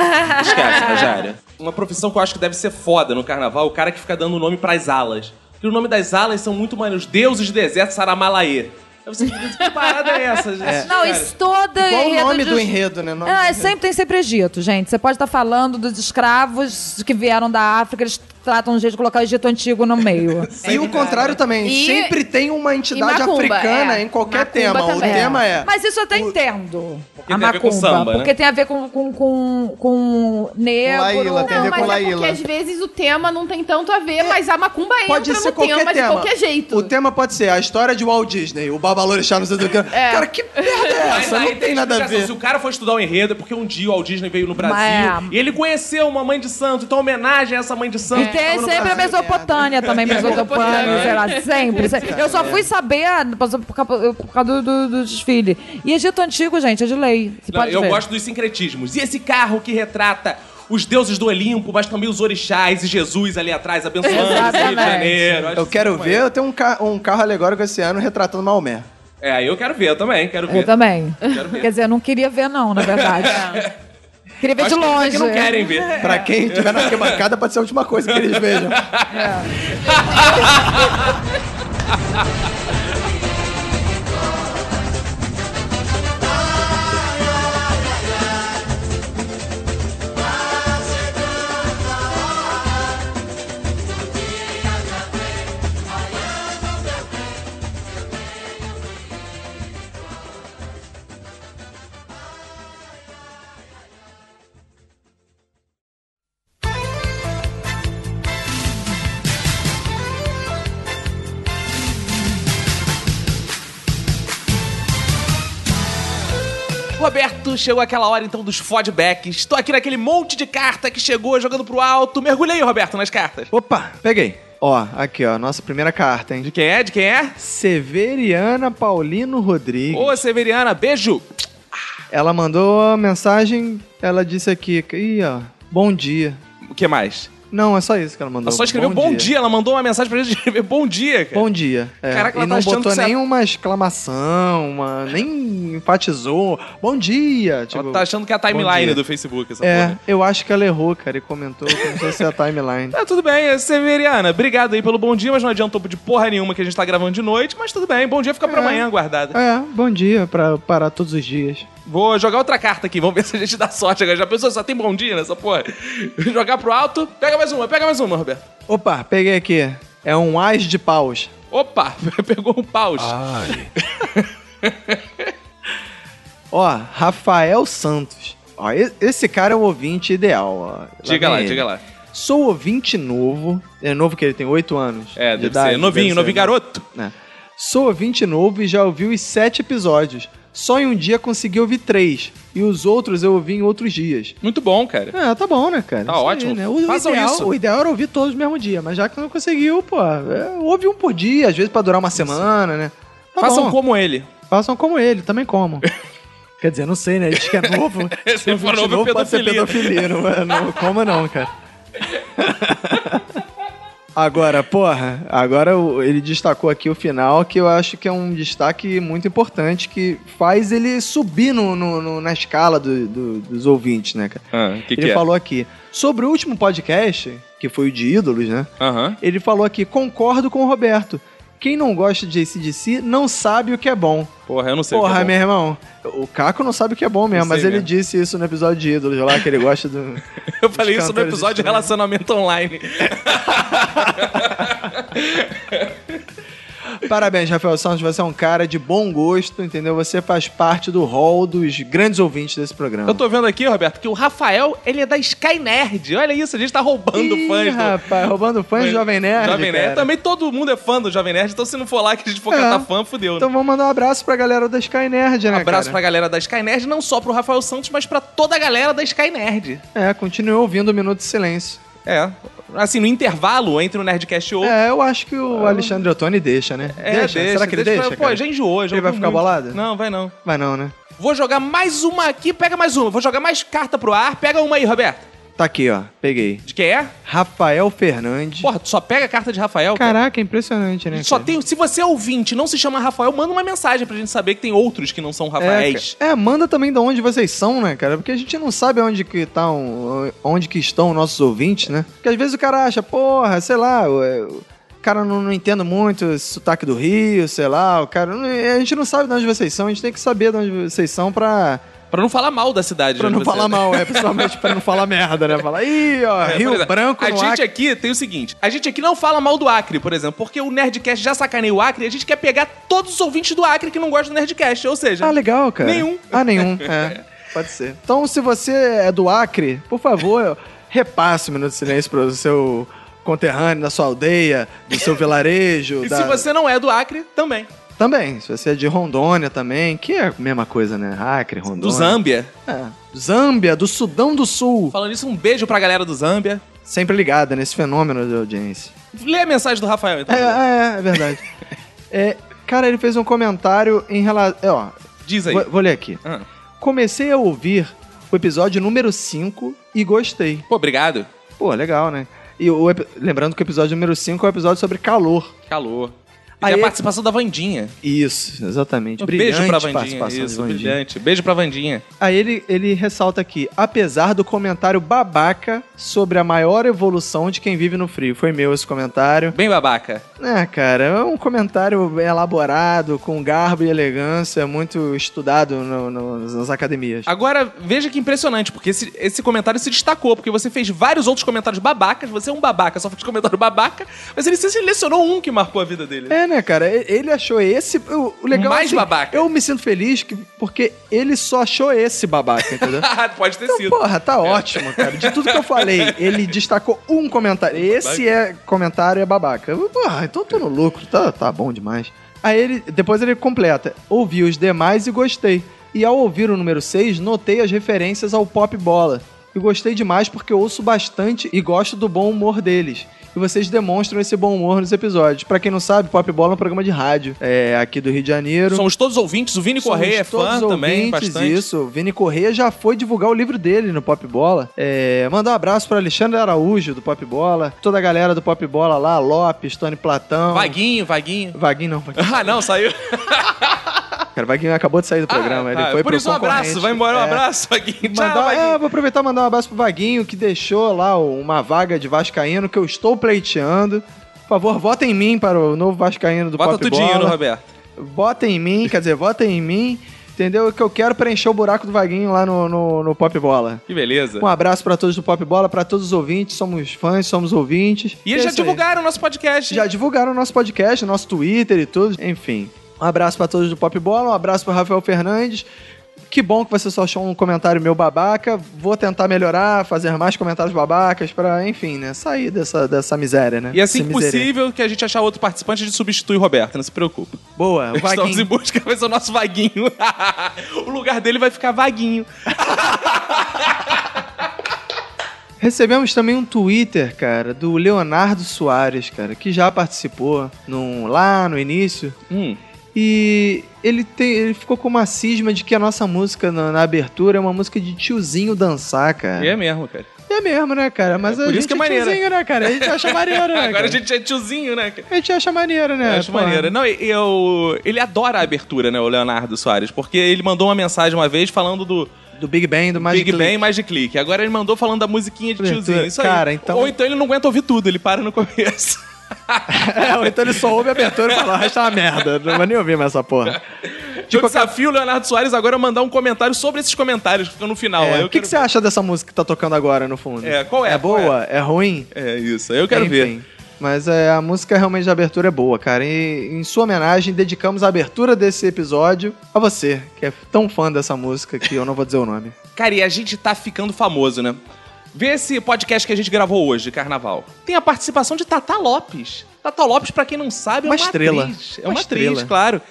S1: Esquece, Rogério. Uma profissão que eu acho que deve ser foda no carnaval, o cara que fica dando nome pras alas. Porque o nome das alas são muito maneiros. Deuses do deserto, Saramalaê. Aí você fica, que parada é essa, gente?
S5: Não,
S1: Cara,
S5: isso toda
S2: Igual o nome
S5: é de-
S2: do enredo, né? Nome
S5: Ah,
S2: do
S5: é, sempre tem sempre Egito, gente. Você pode estar falando dos escravos que vieram da África, eles tratam de colocar o Egito antigo no meio.
S2: E o contrário também.
S3: E-
S2: Sempre tem uma entidade
S3: e macumba,
S2: africana
S3: é.
S2: em qualquer
S3: Macumba
S2: tema.
S3: também.
S2: O
S4: Ah,
S2: tema é.
S5: Mas isso eu até entendo.
S1: Porque tem a ver com samba, né?
S5: porque tem a ver com, com, com, com negro.
S4: Laíla, tem
S3: Não,
S4: a ver
S3: mas
S4: com
S3: é porque
S4: Laíla.
S3: às vezes o tema não tem tanto a ver, mas a macumba
S2: Pode
S3: entra
S2: ser
S3: no tema,
S2: qualquer
S3: de
S2: tema.
S3: qualquer jeito.
S2: O tema pode ser a história de Walt Disney, o Babalorixá, não sei do que. Cara, que merda é
S1: Mas
S2: essa?
S1: aí
S2: Não tem nada a
S1: explicação.
S2: ver.
S1: Se o cara for estudar o enredo, é porque um dia o Walt Disney veio no Brasil
S5: Mas- é.
S1: e ele conheceu uma mãe de santo, então homenagem a essa mãe de santo.
S5: E tem sempre a Mesopotâmia também, Mesopotâmia, sei lá, sempre. sempre. Eu só fui saber ah, por causa- por causa por causa do, do- do desfile. E Egito Antigo, gente, é de lei. Você
S1: Não,
S5: pode
S1: eu
S5: ver.
S1: gosto dos sincretismos. E esse carro que retrata os deuses do Olimpo, mas também os orixás e Jesus ali atrás abençoando o Rio de
S5: Exatamente.
S1: Janeiro. Acho
S2: Eu quero
S1: isso
S2: ver, eu tenho um, ca- um carro alegórico esse ano retratando Maomé.
S1: maneiro. É, eu quero ver, eu também, quero ver.
S5: Eu também.
S1: ver.
S5: Quer dizer, eu não queria ver, não, na verdade. queria ver
S1: Acho que tem pessoas
S5: de longe.
S1: que não querem ver.
S2: Pra quem tiver na arquibancada, pode ser a última coisa que eles vejam.
S1: Roberto, chegou aquela hora então dos fodbacks. Estou aqui naquele monte de carta que chegou jogando pro alto. Mergulhei, Roberto, nas cartas.
S2: Opa, peguei. Ó, aqui, ó, nossa primeira carta, hein?
S1: De quem é? De quem é?
S2: Severiana Paulino Rodrigues.
S1: Ô, Severiana, beijo.
S2: Ela mandou a mensagem, ela disse aqui, ih, ó, bom dia.
S1: O que mais?
S2: Não, é só isso que ela mandou.
S1: Ela só escreveu bom, dia. Ela mandou uma mensagem pra gente escrever bom dia, cara.
S2: Bom dia. É,
S1: Caraca, ela tá
S2: e não
S1: achando
S2: botou
S1: que você é-
S2: nenhuma exclamação, uma- nem enfatizou. Bom dia! Tipo,
S1: Ela tá achando que é a timeline
S2: dia.
S1: do Facebook, essa porra. né?
S2: é, eu acho que ela errou, cara, e comentou como se fosse a timeline.
S1: Tá, tudo bem, Severiana. Obrigado aí pelo bom dia, mas não adiantou de porra nenhuma que a gente tá gravando de noite, mas tudo bem. Bom dia fica pra amanhã guardada.
S2: É, bom dia pra parar todos os dias.
S1: Vou jogar outra carta aqui, vamos ver se a gente dá sorte agora. Já pensou só tem bom dia nessa porra? jogar pro alto. Pega mais uma, pega mais uma, Roberto.
S2: Opa, peguei aqui. É um as de paus.
S1: Opa, pegou um paus.
S2: Ah, Ó, Rafael Santos. Ó, e- esse cara é o ouvinte ideal, ó. Lá
S1: diga
S2: vem
S1: lá,
S2: ele.
S1: diga lá.
S2: Sou ouvinte novo. É novo que ele tem 8 anos.
S1: É,
S2: de
S1: deve
S2: idade,
S1: ser novinho,
S2: deve
S1: novinho
S2: né?
S1: garoto.
S2: né? Sou ouvinte novo e já ouvi os sete episódios. Só em um dia consegui ouvir três. E os outros eu ouvi em outros dias.
S1: Muito bom, cara.
S2: Ah, tá bom, né, cara?
S1: Tá
S2: Isso aí,
S1: ótimo.
S2: né? O,
S1: Façam
S2: o ideal,
S1: isso.
S2: O ideal era ouvir todos no mesmo dia, mas já que não conseguiu, pô, é, ouve um por dia, às vezes pra durar uma semana, né? Tá
S1: Façam
S2: bom.
S1: como ele.
S2: Façam como ele, também como. Quer dizer, não sei, né? Ele diz que é novo.
S1: Se
S2: Ser
S1: for
S2: ouvinte
S1: novo, é
S2: pode ser pedofilia. Não, é- não, como não, cara. Agora, porra, agora o- ele destacou aqui o final, que eu acho que é um destaque muito importante, que faz ele subir no, no- no- na escala do- do- dos ouvintes, né, cara?
S1: Ah, o que,
S2: ele
S1: que é?
S2: falou aqui. Sobre o último podcast, que foi o de ídolos, né?
S1: Aham.
S2: Ele falou aqui, concordo com o Roberto. Quem não gosta de ACDC não sabe o que é bom.
S1: Porra, eu não sei. o que
S2: Porra,
S1: é bom.
S2: meu irmão. O Caco não sabe o que é bom mesmo,
S1: sei
S2: mas ele
S1: mesmo.
S2: disse isso no episódio de ídolos lá, que ele gosta do.
S1: Eu falei isso no
S2: cantores
S1: episódio de relacionamento online.
S2: Parabéns, Rafael Santos. Você é um cara de bom gosto, entendeu? Você faz parte do hall dos grandes ouvintes desse programa.
S1: Eu tô vendo aqui, Roberto, que o Rafael, ele é da Sky Nerd. Olha isso, a gente tá roubando
S2: Ih,
S1: fãs do,
S2: rapaz, roubando fãs do Jovem Nerd.
S1: Jovem Nerd.
S2: cara.
S1: Também todo mundo é fã do Jovem Nerd, então se não for lá que a gente for
S2: É.
S1: catar fã, fudeu. né?
S2: Então vamos mandar um abraço pra galera da Sky Nerd, né?
S1: Abraço pra
S2: cara?
S1: galera da Sky Nerd, não só pro Rafael Santos, mas pra toda a galera da Sky Nerd.
S2: É, continue ouvindo o Minuto de Silêncio.
S1: É. Assim, no intervalo entre o Nerdcast e o outro.
S2: É, eu acho que o Alexandre Ottoni deixa, né?
S1: É,
S2: Será que ele deixa?
S1: Pô,
S2: cara?
S1: já enjoou. Já
S2: Ele vai
S1: ouviu
S2: ficar
S1: muito.
S2: bolado?
S1: Não, vai não.
S2: Vai não, né?
S1: Vou jogar mais uma aqui, pega mais uma. Vou jogar mais carta pro ar, pega uma aí, Roberto.
S2: Tá aqui, ó. Peguei.
S1: De quem é?
S2: Rafael Fernandes.
S1: Porra, tu só pega a carta de Rafael, cara.
S2: Caraca, é impressionante, né?
S1: Só
S2: cara?
S1: tem, se você é ouvinte e não se chama Rafael, manda uma mensagem pra gente saber que tem outros que não são
S2: É,
S1: Rafaéis.
S2: cara. é, manda também de onde vocês são, né, cara? Porque a gente não sabe onde que, tá um- onde que estão nossos ouvintes, né? Porque às vezes o cara acha, porra, sei lá, o, o cara não, não entendo muito esse sotaque do Rio, sei lá, o cara. não- A gente não sabe de onde vocês são, a gente tem que saber de onde vocês são pra,
S1: Pra não falar mal da cidade.
S2: pra
S1: onde
S2: não
S1: você-
S2: falar mal, é, principalmente pra não falar merda, né? Falar, ih, ó,
S1: É, por
S2: Rio
S1: exemplo,
S2: Branco,
S1: A
S2: no
S1: gente
S2: Acre."
S1: aqui tem o seguinte: a gente aqui não fala mal do Acre, por exemplo, porque o Nerdcast já sacaneia o Acre e a gente quer pegar todos os ouvintes do Acre que não gostam do Nerdcast. Ou seja,
S2: Ah, legal, cara.
S1: Nenhum.
S2: Ah, nenhum. É, pode ser. Então, se você é do Acre, por favor, repasse o Minuto de Silêncio pro seu conterrâneo, da sua aldeia, do seu vilarejo.
S1: e
S2: da-
S1: se você não é do Acre, também.
S2: Também, se você é de Rondônia também, que é a mesma coisa, né? Acre, Rondônia.
S1: Do Zâmbia.
S2: É. Zâmbia, do Sudão do Sul.
S1: Falando isso, um beijo pra galera do Zâmbia.
S2: Sempre ligada nesse fenômeno de audiência.
S1: Lê a mensagem do Rafael, então.
S2: É, é, é verdade. É, cara, ele fez um comentário em relação... É, ó,
S1: Diz aí.
S2: vou, vou ler aqui.
S1: Ah.
S2: Comecei a ouvir o episódio número 5 e gostei.
S1: Pô, obrigado.
S2: Pô, legal, né? E o epi- lembrando que o episódio número 5 é o episódio sobre calor.
S1: Calor. E
S2: Aí-
S1: tem a participação da Vandinha.
S2: Isso, exatamente.
S1: Um
S2: brilhante
S1: beijo pra Vandinha.
S2: participação
S1: Isso,
S2: de Vandinha.
S1: brilhante. Beijo pra Vandinha.
S2: Aí ele, ele ressalta aqui, apesar do comentário babaca sobre a maior evolução de quem vive no frio. Foi meu esse comentário.
S1: Bem babaca.
S2: É, cara, é um comentário bem elaborado, com garbo e elegância, muito estudado no- no- nas academias.
S1: Agora, veja que impressionante, porque esse, esse comentário se destacou, porque você fez vários outros comentários babacas, você é um babaca, só fez comentário babaca, mas ele se selecionou um que marcou a vida dele.
S2: É, né, cara? E- Ele achou esse. O o legal é
S1: Mais
S2: assim,
S1: babaca.
S2: Eu me sinto feliz que- porque ele só achou esse babaca, entendeu?
S1: Ah, Pode ter
S2: Então,
S1: sido.
S2: porra, tá ótimo, cara. De tudo que eu falei, ele destacou um comentário. Esse é comentário é babaca. Eu, Porra, então tô no lucro, tá, tá bom demais. Aí ele, depois ele completa. Ouvi os demais e gostei. E ao ouvir o número 6, notei as referências ao pop bola. E gostei demais porque ouço bastante e gosto do bom humor deles. E vocês demonstram esse bom humor nos episódios. Pra quem não sabe, Pop Bola é um programa de rádio. É aqui do Rio de Janeiro.
S1: Somos todos ouvintes, o Vini
S2: Somos
S1: Correia é fã
S2: todos
S1: também,
S2: ouvintes,
S1: bastante.
S2: Isso, o Vini Correia já foi divulgar o livro dele no Pop Bola. É, mandar um abraço para Alexandre Araújo do Pop Bola, toda a galera do Pop Bola lá, Lopes, Tony Platão.
S1: Vaguinho, Vaguinho.
S2: Vaguinho não, Vaguinho.
S1: Ah, não, saiu.
S2: Cara, Vaguinho acabou de sair do programa,
S1: Ah,
S2: ele
S1: tá.
S2: foi
S1: Por
S2: pro
S1: isso, um abraço,
S2: concorrente.
S1: vai embora, um
S2: É.
S1: abraço, Vaguinho. Tchau,
S2: Mandar,
S1: Vaguinho.
S2: é, vou aproveitar e mandar um abraço pro Vaguinho, que deixou lá uma vaga de Vascaíno que eu estou pleiteando. Por favor, votem em mim para o novo Vascaíno do
S1: Bota
S2: Pop
S1: tudinho
S2: Bola.
S1: no Roberto.
S2: Vota em mim, quer dizer, vota em mim, entendeu? Que eu quero preencher o buraco do Vaguinho lá no, no, no Pop Bola.
S1: Que beleza.
S2: Um abraço pra todos do Pop Bola, pra todos os ouvintes, somos fãs, somos ouvintes.
S1: E eles
S2: É
S1: já
S2: isso aí.
S1: divulgaram o nosso podcast.
S2: Já divulgaram o nosso podcast, nosso Twitter e tudo, enfim. Um abraço pra todos do Pop Bola, um abraço pro Rafael Fernandes. Que bom que você só achou um comentário meu babaca. Vou tentar melhorar, fazer mais comentários babacas pra, enfim, né, sair dessa, dessa miséria, né?
S1: E assim que
S2: Dessa miséria.
S1: possível que a gente achar outro participante, a gente substitui o Roberto, não se preocupe.
S2: Boa, É o
S1: Estamos em
S2: Vaguinho.
S1: busca, vai ser o nosso vaguinho. o lugar dele vai ficar vaguinho.
S2: Recebemos também um Twitter, cara, do Leonardo Soares, cara, que já participou num- lá no início.
S1: Hum.
S2: E ele, tem, ele ficou com uma cisma de que a nossa música na, na abertura é uma música de tiozinho dançar, cara.
S1: E é mesmo, cara.
S2: É mesmo, né, cara? Mas
S1: por
S2: a
S1: isso
S2: gente
S1: que é maneiro.
S2: tiozinho, né, cara? A gente acha maneiro, né?
S1: Agora
S2: cara?
S1: a gente é tiozinho, né? cara?
S2: A gente acha maneiro, né?
S1: Eu acho
S2: Pô,
S1: maneiro. Não, e- e eu, ele adora a abertura, né, o Leonardo Soares, porque ele mandou uma mensagem uma vez falando do
S2: Do Big Bang, do Magic
S1: né? Big Bang
S2: Leap.
S1: mais de clique. Agora ele mandou falando da musiquinha de
S2: Abertura.
S1: tiozinho. Isso aí.
S2: Cara, então-
S1: Ou então ele não aguenta ouvir tudo, ele para no começo.
S2: É, ou então ele só ouve a abertura e fala, o resto é uma merda. Não vai nem ouvir mais essa porra.
S1: De eu desafio o Leonardo Soares agora a mandar um comentário sobre esses comentários que ficam no final.
S2: É,
S1: Aí eu
S2: o que, que você
S1: quero
S2: acha dessa música que tá tocando agora, no fundo?
S1: É, qual é?
S2: É
S1: Qual
S2: boa? É, ruim?
S1: ver. É isso, aí eu quero ver.
S2: Enfim. Mas é, a música realmente de abertura é boa, cara. E em sua homenagem, dedicamos a abertura desse episódio a você, que é tão fã dessa música que eu não vou dizer o nome.
S1: Cara, e a gente tá ficando famoso, né? Vê esse podcast que a gente gravou hoje, Carnaval. Tem a participação de Tata Lopes. Tata Lopes, pra quem não sabe, é uma,
S2: Uma estrela.
S1: atriz. É
S2: Uma
S1: uma atriz,
S2: estrela.
S1: claro.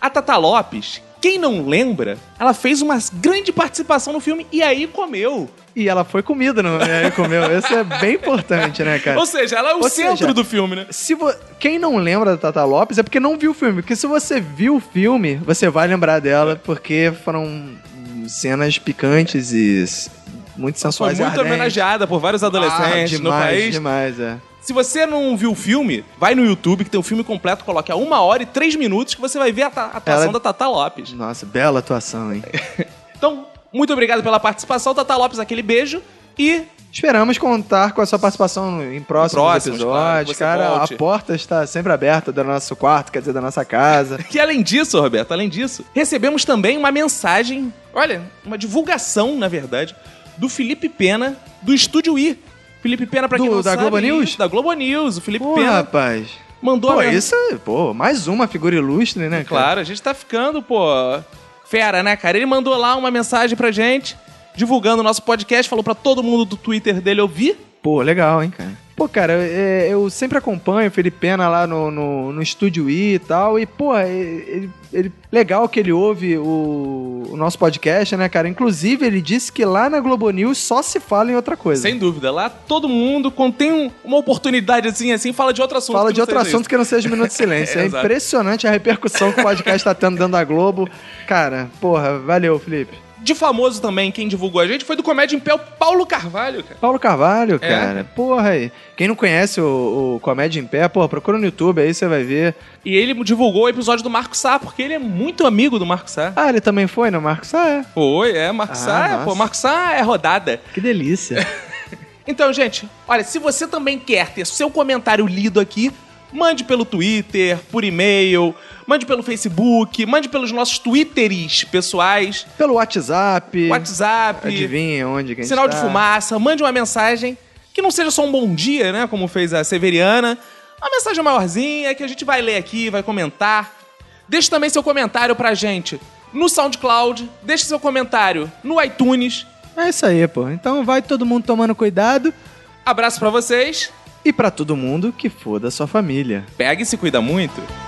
S1: A Tata Lopes, quem não lembra, ela fez uma grande participação no filme E Aí Comeu.
S2: E ela foi comida, não é? Comeu. Isso é bem importante, né, cara?
S1: Ou seja, ela é o
S2: Ou
S1: centro
S2: seja,
S1: do filme, né?
S2: Se vo- Quem não lembra da Tata Lopes é porque não viu o filme. Porque se você viu o filme, você vai lembrar dela, porque foram hum, cenas picantes e s- muito
S1: Foi
S2: sensuais.
S1: muito
S2: e ardentes.
S1: homenageada por vários adolescentes
S2: ah, demais,
S1: no país.
S2: Demais, é.
S1: Se você não viu o filme, vai no YouTube, que tem o filme completo, coloque a uma hora e três minutos, que você vai ver a ta- a atuação
S2: Ela-
S1: da Tata Lopes.
S2: Nossa, bela atuação, hein?
S1: Então, muito obrigado pela participação, Tata Lopes, aquele beijo. E
S2: Esperamos contar com a sua participação em próximos,
S1: Próximos, claro, que
S2: episódios.
S1: você
S2: cara,
S1: volte.
S2: a porta está sempre aberta do nosso quarto, quer dizer, da nossa casa.
S1: que além disso, Roberto, além disso, recebemos também uma mensagem, olha, uma divulgação, na verdade, do Felipe Pena, do Estúdio I. Felipe Pena, pra quem
S2: Do-
S1: não
S2: da
S1: sabe...
S2: Globo News?
S1: Da Globo News. O Felipe
S2: Pô,
S1: Pena
S2: rapaz.
S1: mandou...
S2: Pô,
S1: a men-
S2: isso, é, pô, mais uma figura ilustre, né, cara?
S1: Claro, a gente tá ficando, pô, fera, né, cara? Ele mandou lá uma mensagem pra gente, divulgando o nosso podcast, falou pra todo mundo do Twitter dele ouvir.
S2: Pô, legal, hein, cara. Pô, cara, é, eu sempre acompanho o Felipe Pena lá no, no, no Estúdio I e tal. E, pô, é, ele, ele- legal que ele ouve o, o nosso podcast, né, cara? Inclusive, ele disse que lá na Globo News só se fala em outra coisa.
S1: Sem dúvida, lá todo mundo, quando tem um- uma oportunidade assim, assim, fala de outro assunto.
S2: Fala
S1: que
S2: de
S1: não
S2: outro
S1: seja
S2: assunto
S1: isso.
S2: que não seja o Minuto de Silêncio.
S1: É,
S2: É
S1: exato.
S2: impressionante a repercussão que o podcast tá tendo dentro da Globo. Cara, porra, valeu, Felipe.
S1: De famoso também, quem divulgou a gente foi do Comédia em Pé, o Paulo Carvalho, cara.
S2: Paulo
S1: É.
S2: Carvalho, cara. Porra aí. Quem não conhece o, o Comédia em Pé, porra, procura no YouTube, aí você vai ver.
S1: E ele divulgou o episódio do Marco Sá, porque ele é muito amigo do Marco Sá.
S2: Ah, ele também foi, né, Marcos? Ah, é.
S1: Foi, é, Marco
S2: Ah,
S1: Sá,
S2: nossa.
S1: pô, Marco Sá é rodada.
S2: Que delícia.
S1: Então, gente, olha, se você também quer ter seu comentário lido aqui, mande pelo Twitter, por e-mail, mande pelo Facebook, mande pelos nossos Twitteres pessoais,
S2: Pelo WhatsApp.
S1: WhatsApp,
S2: Adivinha onde que a gente
S1: sinal de
S2: tá.
S1: fumaça, mande uma mensagem que não seja só um bom dia, né, como fez a Severiana, uma mensagem maiorzinha é que a gente vai ler aqui, vai comentar. Deixe também seu comentário pra gente no SoundCloud, deixe seu comentário no iTunes.
S2: É isso aí, pô. Então vai todo mundo tomando cuidado.
S1: Abraço pra vocês.
S2: E pra todo mundo que foda a sua família.
S1: Pega e se cuida muito.